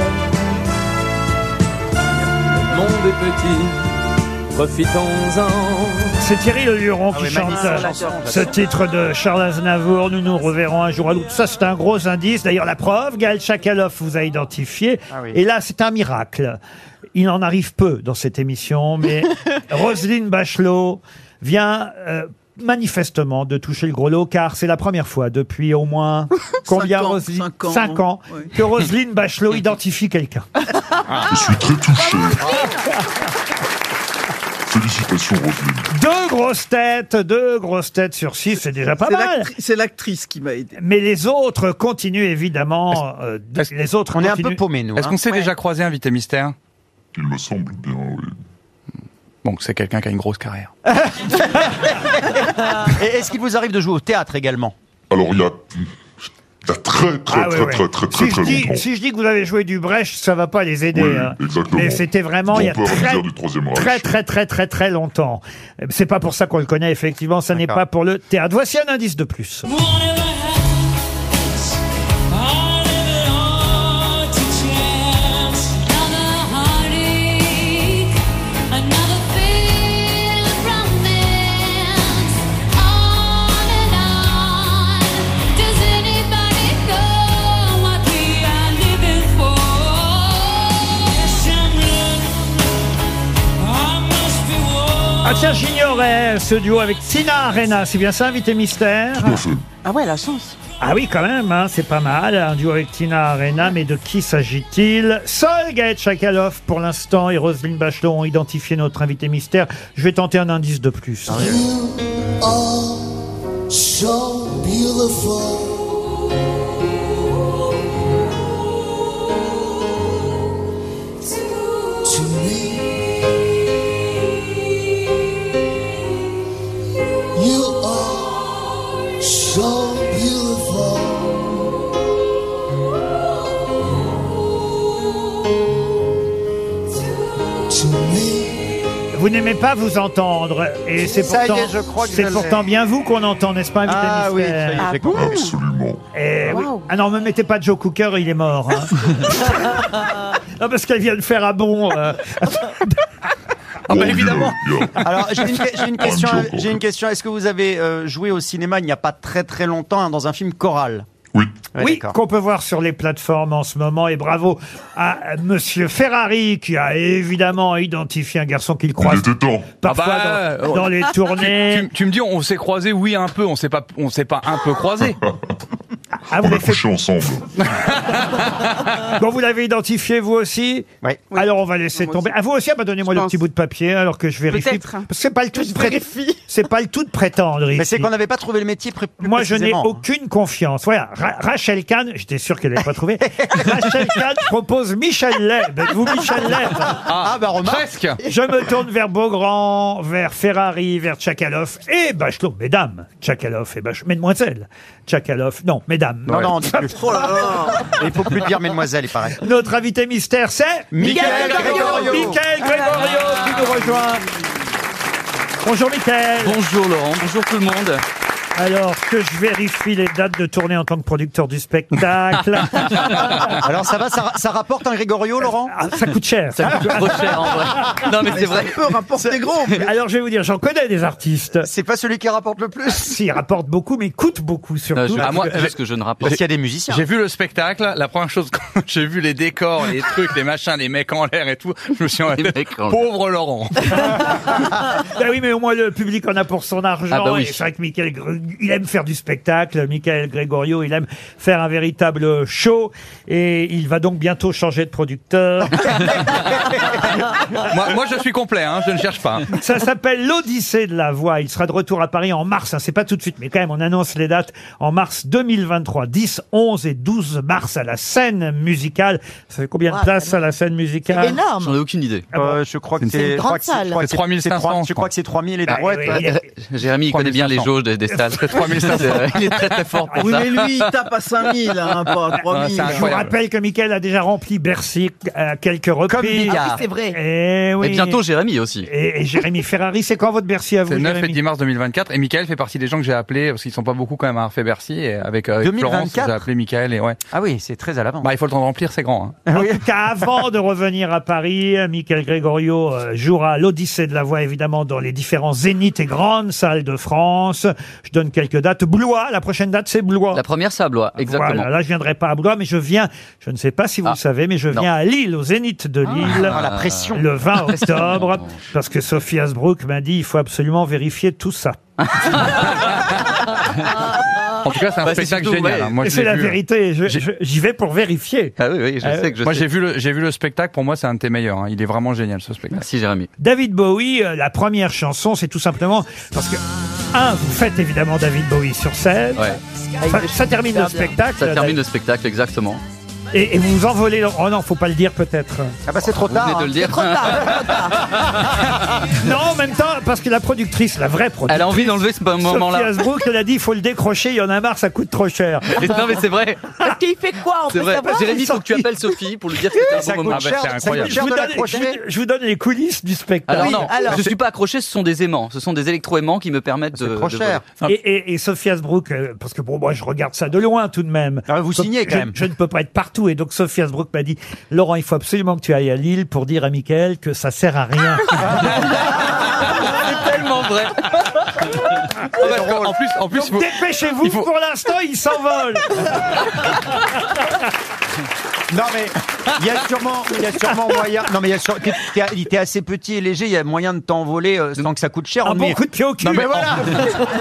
[SPEAKER 11] Le monde est petit, profitons-en.
[SPEAKER 2] C'est Thierry Le Luron
[SPEAKER 11] Ah
[SPEAKER 2] qui
[SPEAKER 11] oui,
[SPEAKER 2] chante
[SPEAKER 11] magnifique
[SPEAKER 2] euh,
[SPEAKER 11] chanson, j'adore.
[SPEAKER 2] ce titre de Charles Aznavour. Nous nous reverrons un jour à l'autre. Ça, c'est un gros indice. D'ailleurs, la preuve, Gaël Chakaloff vous a identifié.
[SPEAKER 4] Ah oui.
[SPEAKER 2] Et là, c'est un miracle. Il en arrive peu dans cette émission, mais Roselyne Bachelot vient euh, manifestement de toucher le gros lot, car c'est la première fois depuis au moins combien
[SPEAKER 5] Cinq ans,
[SPEAKER 2] Roselyne
[SPEAKER 5] cinq ans.
[SPEAKER 2] Cinq ans
[SPEAKER 5] Oui.
[SPEAKER 2] que Roselyne Bachelot identifie quelqu'un.
[SPEAKER 17] Je suis très touché. Félicitations, Roselyne.
[SPEAKER 2] Deux grosses têtes, deux grosses têtes sur six, c'est déjà pas
[SPEAKER 5] C'est
[SPEAKER 2] mal.
[SPEAKER 5] l'actri- C'est l'actrice qui m'a aidé.
[SPEAKER 2] Mais les autres continuent évidemment. euh, les autres
[SPEAKER 4] On est un
[SPEAKER 2] continuent.
[SPEAKER 4] peu paumés, nous.
[SPEAKER 7] Est-ce
[SPEAKER 4] hein.
[SPEAKER 7] qu'on s'est déjà croisé, invité mystère
[SPEAKER 17] Il me semble bien, oui.
[SPEAKER 7] Bon, c'est quelqu'un qui a une grosse carrière.
[SPEAKER 4] Et Est-ce qu'il vous arrive de jouer au théâtre également
[SPEAKER 17] Alors, il y a, il y a très, très,
[SPEAKER 2] Ah, ouais,
[SPEAKER 17] très,
[SPEAKER 2] ouais.
[SPEAKER 17] très, très, très,
[SPEAKER 2] si, je
[SPEAKER 17] très longtemps.
[SPEAKER 2] dis, si je dis que vous avez joué du Brecht, ça va pas les aider.
[SPEAKER 17] Oui,
[SPEAKER 2] hein.
[SPEAKER 17] exactement.
[SPEAKER 2] Mais c'était vraiment
[SPEAKER 17] On
[SPEAKER 2] il y a
[SPEAKER 17] peut
[SPEAKER 2] très,
[SPEAKER 17] revenir du Troisième Reich.
[SPEAKER 2] très très très très très longtemps. Euh, C'est pas pour ça qu'on le connaît effectivement. Ça n'est
[SPEAKER 4] D'accord.
[SPEAKER 2] pas pour le théâtre. Voici un indice de plus. Ah tiens, j'ignorais ce duo avec Tina Arena. C'est bien ça, invité mystère.
[SPEAKER 17] Tout à fait.
[SPEAKER 3] Ah ouais, la chance.
[SPEAKER 2] Ah oui, quand même, hein, c'est pas mal. Un duo avec Tina Arena, mais de qui s'agit-il Seul Gaët Chakalov, pour l'instant, et Roselyne Bachelot ont identifié notre invité mystère. Je vais tenter un indice de plus.
[SPEAKER 17] Ah
[SPEAKER 11] Oh, So beautiful. To me, you are so beautiful. To me,
[SPEAKER 2] Vous n'aimez pas vous entendre, et c'est
[SPEAKER 4] Ça y est,
[SPEAKER 2] pourtant,
[SPEAKER 4] je crois que
[SPEAKER 2] c'est
[SPEAKER 4] je l'ai.
[SPEAKER 2] pourtant bien vous qu'on entend, n'est-ce pas, invité
[SPEAKER 4] Ah oui, ça y est,
[SPEAKER 2] mystère
[SPEAKER 4] j'ai compris.
[SPEAKER 17] Absolument.
[SPEAKER 2] Eh oui.
[SPEAKER 3] Wow.
[SPEAKER 2] Ah non, me mettez pas Joe Cooker, il est mort. hein. non, parce qu'elle vient de faire un bon. euh,
[SPEAKER 17] Ah,
[SPEAKER 7] bah, évidemment.
[SPEAKER 4] Alors, j'ai une, j'ai une
[SPEAKER 17] Prends
[SPEAKER 4] question.
[SPEAKER 17] le jour.
[SPEAKER 4] J'ai une question. Est-ce que vous avez euh, joué au cinéma il n'y a pas très très longtemps hein, dans un film choral
[SPEAKER 17] Oui.
[SPEAKER 4] Ouais,
[SPEAKER 2] oui,
[SPEAKER 4] d'accord.
[SPEAKER 2] qu'on peut voir sur les plateformes en ce moment. Et bravo à Monsieur Ferrari qui a évidemment identifié un garçon qu'il
[SPEAKER 17] Il
[SPEAKER 2] croise
[SPEAKER 17] était temps.
[SPEAKER 2] parfois
[SPEAKER 7] Ah bah,
[SPEAKER 2] dans,
[SPEAKER 7] euh,
[SPEAKER 2] dans les
[SPEAKER 7] Tu,
[SPEAKER 2] tournées.
[SPEAKER 7] Euh, tu- tu me dis, on s'est croisé, oui, un peu, on s'est pas, on s'est pas un peu croisé.
[SPEAKER 2] Ah, vous
[SPEAKER 17] on a
[SPEAKER 2] l'avez fait-
[SPEAKER 17] couché ensemble.
[SPEAKER 2] Bon, vous l'avez identifié, vous aussi Oui. Alors, on va laisser tomber. Ah, vous aussi, ah, bah, donnez-moi le petit bout de papier, alors que je vérifie.
[SPEAKER 4] Peut-être, hein.
[SPEAKER 2] Parce que c'est pas le tout de prét-
[SPEAKER 4] vérifie.
[SPEAKER 2] C'est pas le tout de prétendre
[SPEAKER 4] Mais
[SPEAKER 2] ici.
[SPEAKER 4] c'est qu'on n'avait pas trouvé le métier pré- plus
[SPEAKER 2] Moi, je n'ai
[SPEAKER 4] précisément. hein.
[SPEAKER 2] aucune confiance. Voilà, Ra- Rachel Kahn, j'étais sûr qu'elle n'avait pas trouvé. Rachel Kahn propose Michel Leb. Vous, Michel Leb
[SPEAKER 4] Ah, bah remarque.
[SPEAKER 7] Presque.
[SPEAKER 2] Je me tourne vers Beaugrand, vers Ferrari, vers Tchakaloff Eh, et Bachelot. Mesdames, Tchakaloff eh bah, et Bachelot. Mesdemoiselles, Tchakaloff. Non, mesdames.
[SPEAKER 4] Non, non, on dit plus.
[SPEAKER 18] Oh
[SPEAKER 4] Oh Il faut plus dire mesdemoiselles, il paraît.
[SPEAKER 2] Notre invité mystère, c'est
[SPEAKER 4] Michael Gregorio.
[SPEAKER 2] Michael Gregorio qui nous rejoint. Bonjour Michael.
[SPEAKER 18] Bonjour Laurent, bonjour tout le monde.
[SPEAKER 2] Alors que je vérifie les dates de tournée en tant que producteur du spectacle.
[SPEAKER 4] Alors, ça va, ça, ra- ça rapporte un Gregorio, Laurent
[SPEAKER 2] Ah, Ça coûte cher.
[SPEAKER 4] Ça coûte trop cher, en vrai. Non, mais c'est vrai.
[SPEAKER 2] peu rapporte des gros. Alors je vais vous dire, j'en connais des artistes.
[SPEAKER 4] C'est pas celui qui rapporte le plus.
[SPEAKER 2] Si, il rapporte beaucoup, mais coûte beaucoup
[SPEAKER 18] Ah,
[SPEAKER 2] surtout.
[SPEAKER 18] je- ah, moi, c'est ce que je ne rapporte.
[SPEAKER 4] Parce qu'il y a des musiciens.
[SPEAKER 7] J'ai vu le spectacle, la première chose, quand j'ai vu les décors, les trucs, les machins, les mecs en l'air et tout, je me suis en tête,
[SPEAKER 18] en l'air.
[SPEAKER 7] pauvre Laurent.
[SPEAKER 2] Ben oui, mais au moins le public en a pour son argent.
[SPEAKER 7] Ah bah oui.
[SPEAKER 2] Et C'est vrai que Michael, Gr- il aime faire du spectacle. Michael Gregorio, il aime faire un véritable show. Et il va donc bientôt changer de producteur.
[SPEAKER 7] moi, moi, je suis complet, hein, je ne cherche pas.
[SPEAKER 2] Ça s'appelle l'Odyssée de la voix. Il sera de retour à Paris en mars. hein. C'est pas tout de suite, mais quand même, on annonce les dates en mars 2023. 10, 11 et 12 mars à la scène musicale. Ça fait combien de
[SPEAKER 6] Wow,
[SPEAKER 2] places à la scène musicale
[SPEAKER 6] C'est énorme. J'en ai
[SPEAKER 18] aucune idée.
[SPEAKER 2] Euh,
[SPEAKER 4] je crois
[SPEAKER 18] que c'est-
[SPEAKER 4] je crois que c'est- je crois que c'est- c'est trois- je
[SPEAKER 18] je
[SPEAKER 4] crois que c'est 3000 et droite.
[SPEAKER 18] euh, Jérémy, il connaît bien les jauges des, des stades. il est très très fort pour
[SPEAKER 5] Oui,
[SPEAKER 18] ça.
[SPEAKER 5] mais lui, il tape à 5000, hein, pas à 3000.
[SPEAKER 2] Je vous rappelle que Michael a déjà rempli Bercy à quelques reprises.
[SPEAKER 18] Bigard. Ah oui, c'est
[SPEAKER 2] vrai. Et, oui.
[SPEAKER 18] Et bientôt Jérémy aussi.
[SPEAKER 2] Et, et Jérémy Ferrari, c'est quand votre Bercy à vous
[SPEAKER 7] C'est 9
[SPEAKER 2] Jérémy
[SPEAKER 7] et 10 mars 2024 et Michael fait partie des gens que j'ai appelés parce qu'ils sont pas beaucoup quand même à Arfay Bercy et avec, euh, avec Florence
[SPEAKER 4] 2024.
[SPEAKER 7] j'ai appelé Michael et ouais.
[SPEAKER 4] Ah oui, c'est très à l'avant.
[SPEAKER 7] Bah il faut le temps de remplir, c'est grand. hein.
[SPEAKER 2] En tout cas, avant de revenir à Paris, Michael Gregorio euh, jouera l'Odyssée de la voix, évidemment, dans les différents zéniths et grandes salles de France. Je donne quelques dates. Blois, la prochaine date, c'est Blois.
[SPEAKER 18] La première, c'est à Blois, exactement.
[SPEAKER 2] Voilà, là, je viendrai pas à Blois, mais je viens, je ne sais pas
[SPEAKER 7] Ah.
[SPEAKER 2] si vous le savez, mais je viens à Lille, au Zénith de Lille.
[SPEAKER 4] Ah, la pression.
[SPEAKER 2] Le 20
[SPEAKER 7] Oh,
[SPEAKER 2] octobre, parce que Sophie Asbrook m'a dit, il faut absolument vérifier tout ça.
[SPEAKER 7] En tout cas, c'est un
[SPEAKER 2] Bah, c'est
[SPEAKER 7] spectacle
[SPEAKER 2] surtout,
[SPEAKER 7] génial.
[SPEAKER 2] ouais.
[SPEAKER 7] hein. Moi,
[SPEAKER 2] Et
[SPEAKER 7] je
[SPEAKER 2] c'est
[SPEAKER 7] l'ai
[SPEAKER 2] la
[SPEAKER 7] vu.
[SPEAKER 2] vérité, je-
[SPEAKER 7] J'ai-
[SPEAKER 2] je- j'y vais pour vérifier.
[SPEAKER 18] Ah oui, oui, je
[SPEAKER 2] Ah,
[SPEAKER 18] sais que je
[SPEAKER 7] Moi,
[SPEAKER 18] sais.
[SPEAKER 7] j'ai vu le j'ai vu le spectacle. Pour moi, c'est un de tes meilleurs. hein. Il est vraiment génial ce spectacle.
[SPEAKER 18] Merci Jérémy.
[SPEAKER 2] David Bowie, euh, la première chanson, c'est tout simplement parce que, un, vous faites évidemment David Bowie sur scène.
[SPEAKER 18] Ouais.
[SPEAKER 2] Enfin, ça termine le spectacle.
[SPEAKER 18] Ça termine
[SPEAKER 2] David.
[SPEAKER 18] le spectacle, exactement.
[SPEAKER 2] Et, et vous vous envolez. dans- Oh non, faut pas le dire peut-être.
[SPEAKER 4] Ah bah c'est trop
[SPEAKER 18] Vous venez de le dire.
[SPEAKER 2] Non, en même temps, parce que la productrice, la vraie productrice.
[SPEAKER 18] Elle a envie d'enlever ce moment-là.
[SPEAKER 2] Sophie Hasbrook, elle a dit, il faut le décrocher, il y en a marre, ça coûte trop cher.
[SPEAKER 18] Mais- non, mais c'est vrai.
[SPEAKER 6] Parce qu'il fait quoi On
[SPEAKER 18] C'est
[SPEAKER 6] peut
[SPEAKER 18] vrai.
[SPEAKER 6] savoir
[SPEAKER 18] Jérémy, faut que tu appelles Sophie pour lui dire que c'est un bon moment.
[SPEAKER 2] Je vous, donne, je vous- je vous donne les coulisses du spectacle.
[SPEAKER 18] Alors non, je suis pas accroché, ce sont des aimants, ce sont des électroaimants qui me permettent de. de voler.
[SPEAKER 2] Et, et, et Sophie Asbrook, euh, parce que bon, moi je regarde ça de loin tout de même. vous
[SPEAKER 4] signez, quand
[SPEAKER 2] je,
[SPEAKER 4] même.
[SPEAKER 2] Je ne peux pas être partout. Et donc Sophie Asbrook m'a dit Laurent, il faut absolument que tu ailles à Lille pour dire à Michael que ça sert à rien.
[SPEAKER 18] C'est tellement vrai.
[SPEAKER 4] bah,
[SPEAKER 7] Ah, parce que, en plus, en plus,
[SPEAKER 2] Donc,
[SPEAKER 7] vous-
[SPEAKER 2] dépêchez-vous,
[SPEAKER 7] il faut-
[SPEAKER 2] pour l'instant il s'envole.
[SPEAKER 4] Non mais il y a sûrement, il y a sûrement moyen. Non mais il y a sûrement- t'es- t'es- il était assez petit et léger. Il y a moyen de t'envoler euh, sans que ça coûte cher.
[SPEAKER 2] Un
[SPEAKER 4] On
[SPEAKER 2] Ah bon
[SPEAKER 4] est-
[SPEAKER 2] coup de pied au cul.
[SPEAKER 4] Non mais voilà.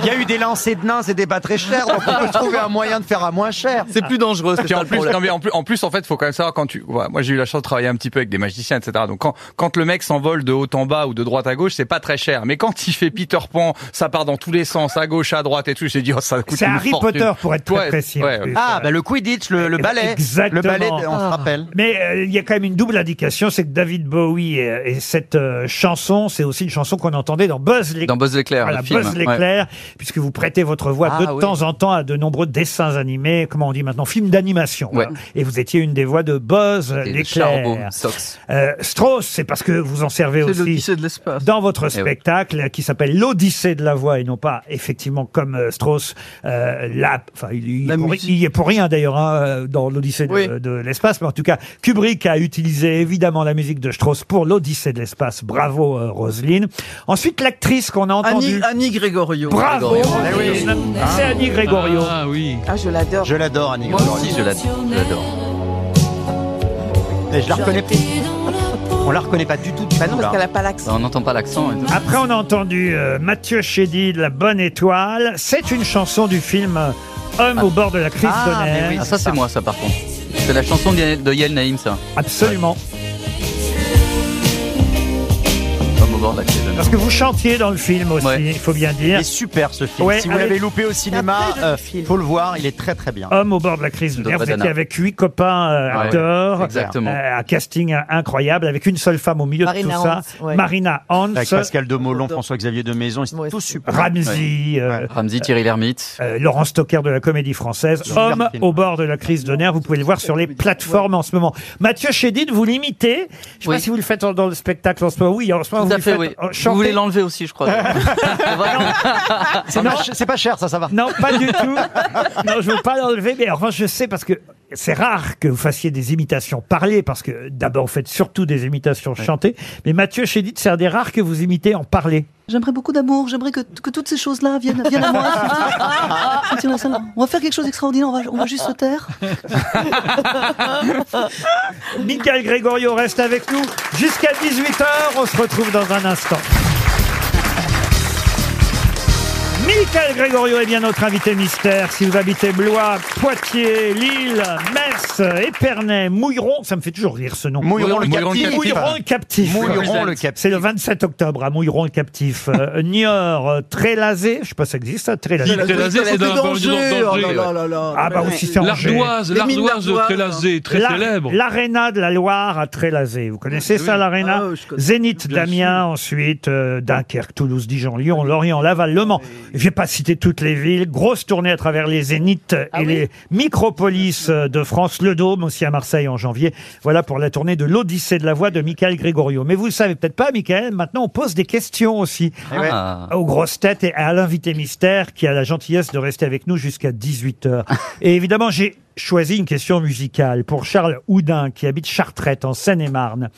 [SPEAKER 4] Il y a eu des lancers de nains, c'était pas très cher. Donc on peut trouver un moyen de faire à moins cher.
[SPEAKER 18] C'est plus dangereux. C'est
[SPEAKER 7] Puis
[SPEAKER 18] ça
[SPEAKER 7] en
[SPEAKER 18] le
[SPEAKER 7] plus,
[SPEAKER 18] problème.
[SPEAKER 7] non, mais en plus, en plus, en fait, faut quand même savoir quand tu. ouais, moi, j'ai eu la chance de travailler un petit peu avec des magiciens, etc. Donc, quand, quand le mec s'envole de haut en bas ou de droite à gauche, c'est pas très cher. Mais quand il fait Peter Pan, ça part dans tous les sens, à gauche, à droite et tout. J'ai dit, oh, ça coûte
[SPEAKER 2] C'est
[SPEAKER 7] une
[SPEAKER 2] Harry
[SPEAKER 7] fortune.
[SPEAKER 2] Potter, pour être très
[SPEAKER 7] Ouais,
[SPEAKER 2] précis, en
[SPEAKER 7] ouais,
[SPEAKER 2] plus.
[SPEAKER 7] ouais.
[SPEAKER 4] Ah bah le Quidditch, le, le ballet,
[SPEAKER 2] Exactement.
[SPEAKER 4] le ballet, on se rappelle.
[SPEAKER 2] Mais euh, il y a quand même une double indication, c'est que David Bowie et, et cette euh, chanson, c'est aussi une chanson qu'on entendait dans Buzz l'éclair.
[SPEAKER 18] Dans Buzz l'éclair,
[SPEAKER 2] Voilà,
[SPEAKER 18] le film.
[SPEAKER 2] Buzz l'éclair, puisque vous prêtez votre voix
[SPEAKER 18] Ah,
[SPEAKER 2] de
[SPEAKER 18] oui.
[SPEAKER 2] temps en temps à de nombreux dessins animés, comment on dit maintenant, films d'animation. voilà. Et vous étiez une des voix de Buzz
[SPEAKER 18] Et le Charbot,
[SPEAKER 2] l'éclair.
[SPEAKER 18] Sox.
[SPEAKER 2] Euh, Strauss, c'est parce que vous en servez
[SPEAKER 5] C'est
[SPEAKER 2] aussi
[SPEAKER 5] l'Odyssée de l'espace.
[SPEAKER 2] dans votre
[SPEAKER 18] Eh oui.
[SPEAKER 2] spectacle euh, qui s'appelle l'Odyssée de la voix et non pas effectivement comme euh, Strauss euh, la, enfin il, il est pour,
[SPEAKER 5] musique.
[SPEAKER 2] il y est pour rien d'ailleurs hein, euh, dans l'Odyssée de-
[SPEAKER 5] Oui.
[SPEAKER 2] de, l'espace mais en tout cas Kubrick a utilisé évidemment la musique de Strauss pour l'Odyssée de l'espace bravo euh, Roselyne ensuite l'actrice qu'on a
[SPEAKER 5] Annie,
[SPEAKER 2] entendue
[SPEAKER 5] Annie Gregorio.
[SPEAKER 2] bravo
[SPEAKER 18] Gregorio.
[SPEAKER 2] Roselyne.
[SPEAKER 18] Ah.
[SPEAKER 2] c'est Annie Gregorio
[SPEAKER 8] Ah oui.
[SPEAKER 3] Ah, je l'adore.
[SPEAKER 4] Je l'adore, Annie.
[SPEAKER 18] Moi aussi, je l'adore. je l'adore.
[SPEAKER 4] Mais je la reconnais pas. On la reconnaît pas du tout du
[SPEAKER 3] Bah non,
[SPEAKER 4] tout,
[SPEAKER 3] parce
[SPEAKER 4] là.
[SPEAKER 3] qu'elle a pas l'accent.
[SPEAKER 18] On n'entend pas l'accent. et tout.
[SPEAKER 2] Après, on a entendu euh, Mathieu Chédid, La Bonne Étoile. C'est une chanson du film Homme au bord de la crise
[SPEAKER 18] Ah, mais
[SPEAKER 2] d'honneur.
[SPEAKER 18] oui, ça c'est moi, ça par contre. C'est la chanson de Yael- de Yael Naïm, ça.
[SPEAKER 2] Absolument.
[SPEAKER 18] Homme au bord de la crise d'honneur.
[SPEAKER 2] Parce que vous chantiez dans le film aussi, il faut bien dire.
[SPEAKER 4] Il est super ce film.
[SPEAKER 2] Ouais,
[SPEAKER 4] si vous
[SPEAKER 2] avec-
[SPEAKER 4] l'avez loupé hein. au cinéma, euh, faut le voir, il est très très bien.
[SPEAKER 2] Homme au bord de la crise.
[SPEAKER 4] De
[SPEAKER 2] D'ailleurs, Vous étiez
[SPEAKER 4] Madonna.
[SPEAKER 2] avec huit copains euh,
[SPEAKER 4] Ah Ouais,
[SPEAKER 2] acteurs,
[SPEAKER 4] exactement.
[SPEAKER 2] euh, un casting euh, incroyable, avec une seule femme au milieu de
[SPEAKER 4] Marina
[SPEAKER 2] tout ça,
[SPEAKER 4] Hans, ouais.
[SPEAKER 2] Marina Hans,
[SPEAKER 4] Avec Pascal de Molon, François-Xavier de Maison, ils sont tous super.
[SPEAKER 2] Ramsey, euh,
[SPEAKER 18] Ramsey, Thierry Lhermitte.
[SPEAKER 2] euh, Laurent Stocker de la Comédie Française,
[SPEAKER 18] Super
[SPEAKER 2] Homme
[SPEAKER 18] film.
[SPEAKER 2] au bord de la crise d'honneur. Vous pouvez le voir sur les plateformes en ce moment. Mathieu Chédid, vous l'imitez. Je sais pas si vous le faites en- dans le spectacle en ce moment. Oui, en ce moment,
[SPEAKER 18] Tout
[SPEAKER 2] vous
[SPEAKER 18] à
[SPEAKER 2] le
[SPEAKER 18] fait,
[SPEAKER 2] faites
[SPEAKER 18] oui.
[SPEAKER 2] en-
[SPEAKER 18] Vous
[SPEAKER 2] chanter.
[SPEAKER 18] voulez l'enlever aussi, je crois. Ah,
[SPEAKER 4] C'est pas, ch- c'est pas cher, ça, ça va.
[SPEAKER 2] Non, pas du tout. Non, je veux pas l'enlever, mais en revanche, je sais parce que c'est rare que vous fassiez des imitations parlées, parce que d'abord, vous faites surtout des imitations chantées. Mais Mathieu Chédid, c'est un des rares que vous imitez en parler.
[SPEAKER 19] J'aimerais beaucoup d'amour, j'aimerais que, que toutes ces choses-là viennent, viennent à moi. Effectivement, ça, On va faire quelque chose d'extraordinaire, on va, on va juste se taire.
[SPEAKER 2] Michael Gregorio reste avec nous jusqu'à 18h. On se retrouve dans un instant. Michael Gregorio est bien notre invité mystère. Si vous habitez Blois, Poitiers, Lille, Metz, Épernay, Mouilleron, ça me fait toujours rire ce nom.
[SPEAKER 4] Mouilleron le Mouilleron le captif. captif.
[SPEAKER 2] Mouilleron le captif.
[SPEAKER 4] Mouilleron le captif.
[SPEAKER 2] C'est le 27 octobre à Mouilleron le captif. Euh, Niort, euh, Trélazé, je sais pas si ça existe hein, ça, Trélazé.
[SPEAKER 8] Oui, Trélazé, c'est Oh, dans- dans- dans- dans- dans-
[SPEAKER 2] Ah bah aussi c'est Angers.
[SPEAKER 8] L'ardoise, l'ardoise de Trélazé, très
[SPEAKER 2] La-
[SPEAKER 8] célèbre.
[SPEAKER 2] L'aréna de la Loire à Trélazé. Vous connaissez ça,
[SPEAKER 8] Oui.
[SPEAKER 2] l'aréna
[SPEAKER 8] Ah, oui, je connais.
[SPEAKER 2] Zénith d'Amiens, ensuite euh, Dunkerque, Toulouse, Dijon, Lyon, Lorient, Laval, Le Mans. Je vais pas citer toutes les villes. Grosse tournée à travers les Zéniths
[SPEAKER 8] Ah
[SPEAKER 2] et les micropolis euh, de France. Le Dôme aussi à Marseille en janvier. Voilà pour la tournée de l'Odyssée de la voix de Michael Gregorio. Mais vous le savez peut-être pas, Michael, maintenant on pose des questions aussi Ah.
[SPEAKER 4] Eh ouais.
[SPEAKER 2] aux grosses têtes et à l'invité mystère qui a la gentillesse de rester avec nous jusqu'à 18h. Et évidemment, j'ai choisi une question musicale pour Charles Houdin qui habite Chartrette en Seine-et-Marne.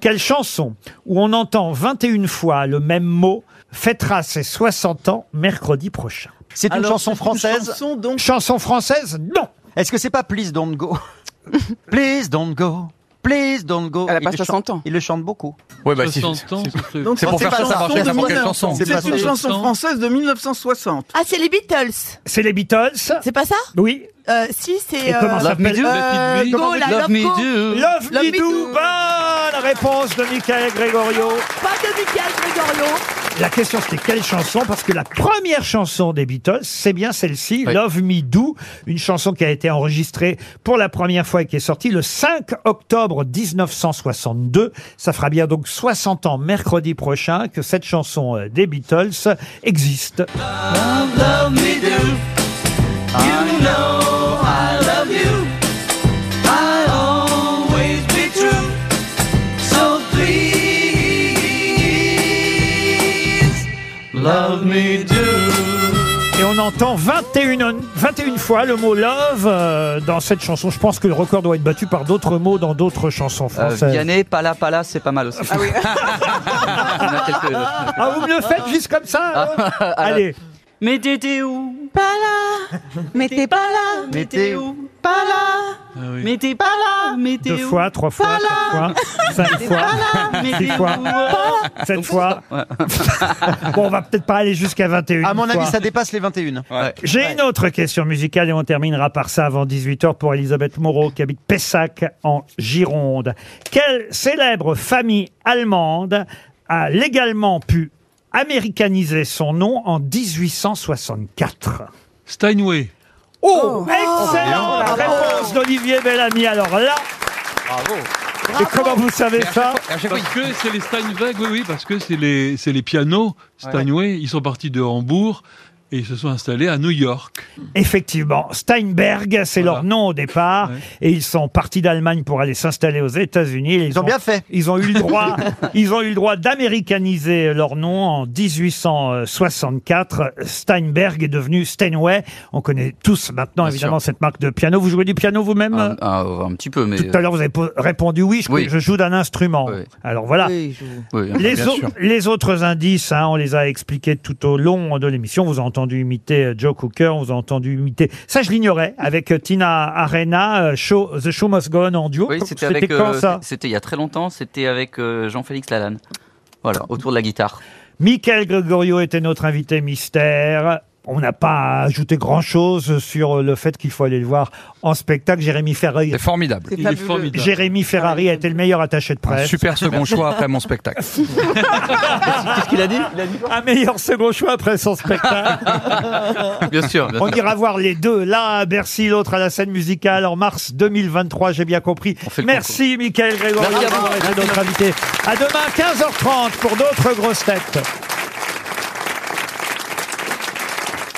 [SPEAKER 2] Quelle chanson où on entend 21 fois le même mot fêtera ses 60 ans mercredi prochain
[SPEAKER 4] C'est une chanson française
[SPEAKER 2] chanson, française Non
[SPEAKER 4] Est-ce que c'est pas Please Don't Go Please Don't Go Please Don't Go Elle a
[SPEAKER 3] pas 60
[SPEAKER 4] ans. Il le chante beaucoup.
[SPEAKER 7] Ouais, bah, si-
[SPEAKER 8] 60 ans,
[SPEAKER 7] c'est-
[SPEAKER 8] c'est-
[SPEAKER 7] c'est pour faire ça, ça marche
[SPEAKER 5] de
[SPEAKER 7] n'importe quelle
[SPEAKER 5] 1900.
[SPEAKER 7] chanson.
[SPEAKER 5] C'est
[SPEAKER 7] pas
[SPEAKER 5] une
[SPEAKER 7] ça.
[SPEAKER 5] chanson française de 1960.
[SPEAKER 6] Ah, c'est les Beatles.
[SPEAKER 2] C'est les Beatles.
[SPEAKER 6] C'est pas ça
[SPEAKER 2] Oui.
[SPEAKER 6] Euh, si, c'est.
[SPEAKER 2] Et comment
[SPEAKER 6] euh,
[SPEAKER 2] ça s'appelle
[SPEAKER 6] euh, Go, la Love Me Do.
[SPEAKER 2] Love Me Do. Bonne réponse de Michael Gregorio.
[SPEAKER 6] Pas de Michael Gregorio.
[SPEAKER 2] La question c'était quelle chanson Parce que la première chanson des Beatles, c'est bien celle-ci, Love Me Do, une chanson qui a été enregistrée pour la première fois et qui est sortie le 5 octobre 1962. Ça fera bien donc 60 ans mercredi prochain que cette chanson euh, des Beatles existe.
[SPEAKER 11] Love me do. You know I love you. I'll always be true. So please, love me do.
[SPEAKER 2] Et on entend 21, 21 fois le mot love euh, dans cette chanson. Je pense que le record doit être battu par d'autres mots dans d'autres chansons
[SPEAKER 18] Euh,
[SPEAKER 2] françaises.
[SPEAKER 18] Vianney, Pala Pala, c'est pas mal aussi. Ah oui.
[SPEAKER 2] Ah, vous me le faites juste comme ça hein Allez.
[SPEAKER 11] Mais t'étais où Pas là. Mais t'es pas là. Mais t'es où Pas là. Mais t'es pas là. Mais t'es
[SPEAKER 2] Ah Deux
[SPEAKER 11] où
[SPEAKER 2] fois, trois fois, quatre fois, cinq fois,
[SPEAKER 11] Mais
[SPEAKER 2] six
[SPEAKER 11] t'es
[SPEAKER 2] fois,
[SPEAKER 11] où euh Pas
[SPEAKER 2] sept fois. Bon, on va peut-être pas aller jusqu'à 21
[SPEAKER 4] À mon avis,
[SPEAKER 2] fois.
[SPEAKER 4] ça dépasse les 21.
[SPEAKER 2] J'ai une autre question musicale et on terminera par ça avant 18h pour Elisabeth Moreau qui habite Pessac en Gironde. Quelle célèbre famille allemande a légalement pu américaniser son nom en 1864
[SPEAKER 8] Steinway.
[SPEAKER 2] Oh,
[SPEAKER 8] Oh.
[SPEAKER 2] excellent la réponse d'Olivier Bellamy. Alors là,
[SPEAKER 8] Bravo.
[SPEAKER 2] et comment vous savez ça
[SPEAKER 8] Parce que c'est les Steinway, oui, oui, parce que c'est les, c'est les pianos Steinway. Ils sont partis de Hambourg et ils se sont installés à New York.
[SPEAKER 2] Effectivement, Steinberg, c'est leur nom au départ, et ils sont partis d'Allemagne pour aller s'installer aux États-Unis. Ils, ont bien fait. Ils ont eu le droit, ils ont eu le droit d'américaniser leur nom en 1864. Steinberg est devenu Steinway. On connaît tous maintenant
[SPEAKER 18] Bien
[SPEAKER 2] évidemment
[SPEAKER 18] sûr.
[SPEAKER 2] cette marque de piano. Vous jouez du piano vous-même
[SPEAKER 18] un, Ah, un- un petit peu, mais.
[SPEAKER 2] Tout à l'heure, vous avez po- répondu oui, je,
[SPEAKER 18] Oui.
[SPEAKER 2] je joue d'un instrument. Alors voilà.
[SPEAKER 18] Oui, hein,
[SPEAKER 2] Les,
[SPEAKER 18] bien
[SPEAKER 2] au-
[SPEAKER 18] sûr.
[SPEAKER 2] les autres indices, hein, on les a expliqués tout au long de l'émission. On Vous a entendu imiter euh, Joe Cooker, on vous a entendu imiter. Ça, je l'ignorais. Avec euh, Tina Arena, euh, Show- The Show Must Go On en duo.
[SPEAKER 18] Oui, c'était avec.
[SPEAKER 2] quand
[SPEAKER 18] euh,
[SPEAKER 2] ça
[SPEAKER 18] C'était il y a très longtemps, c'était avec euh, Jean-Félix Lalanne. Voilà, autour de la guitare.
[SPEAKER 2] Michael Gregorio était notre invité mystère. On n'a pas ajouté grand-chose sur le fait qu'il faut aller le voir en spectacle. Jérémy Ferrari.
[SPEAKER 7] C'est formidable. C'est Il est fabuleux. formidable.
[SPEAKER 2] Jérémy Ferrari a été le meilleur attaché de
[SPEAKER 7] Un
[SPEAKER 2] presse.
[SPEAKER 7] super second choix après mon spectacle.
[SPEAKER 2] Qu'est-ce qu'il a dit Un meilleur second choix après son spectacle.
[SPEAKER 7] Ah.
[SPEAKER 18] Bien sûr. bien
[SPEAKER 2] On
[SPEAKER 18] sûr.
[SPEAKER 2] ira voir les deux, l'un à Bercy, l'autre à la scène musicale en mars 2023, j'ai bien compris. Merci Michael Grégory
[SPEAKER 11] Merci à vous.
[SPEAKER 2] d'avoir été notre invité. À demain 15h30 pour d'autres grosses têtes.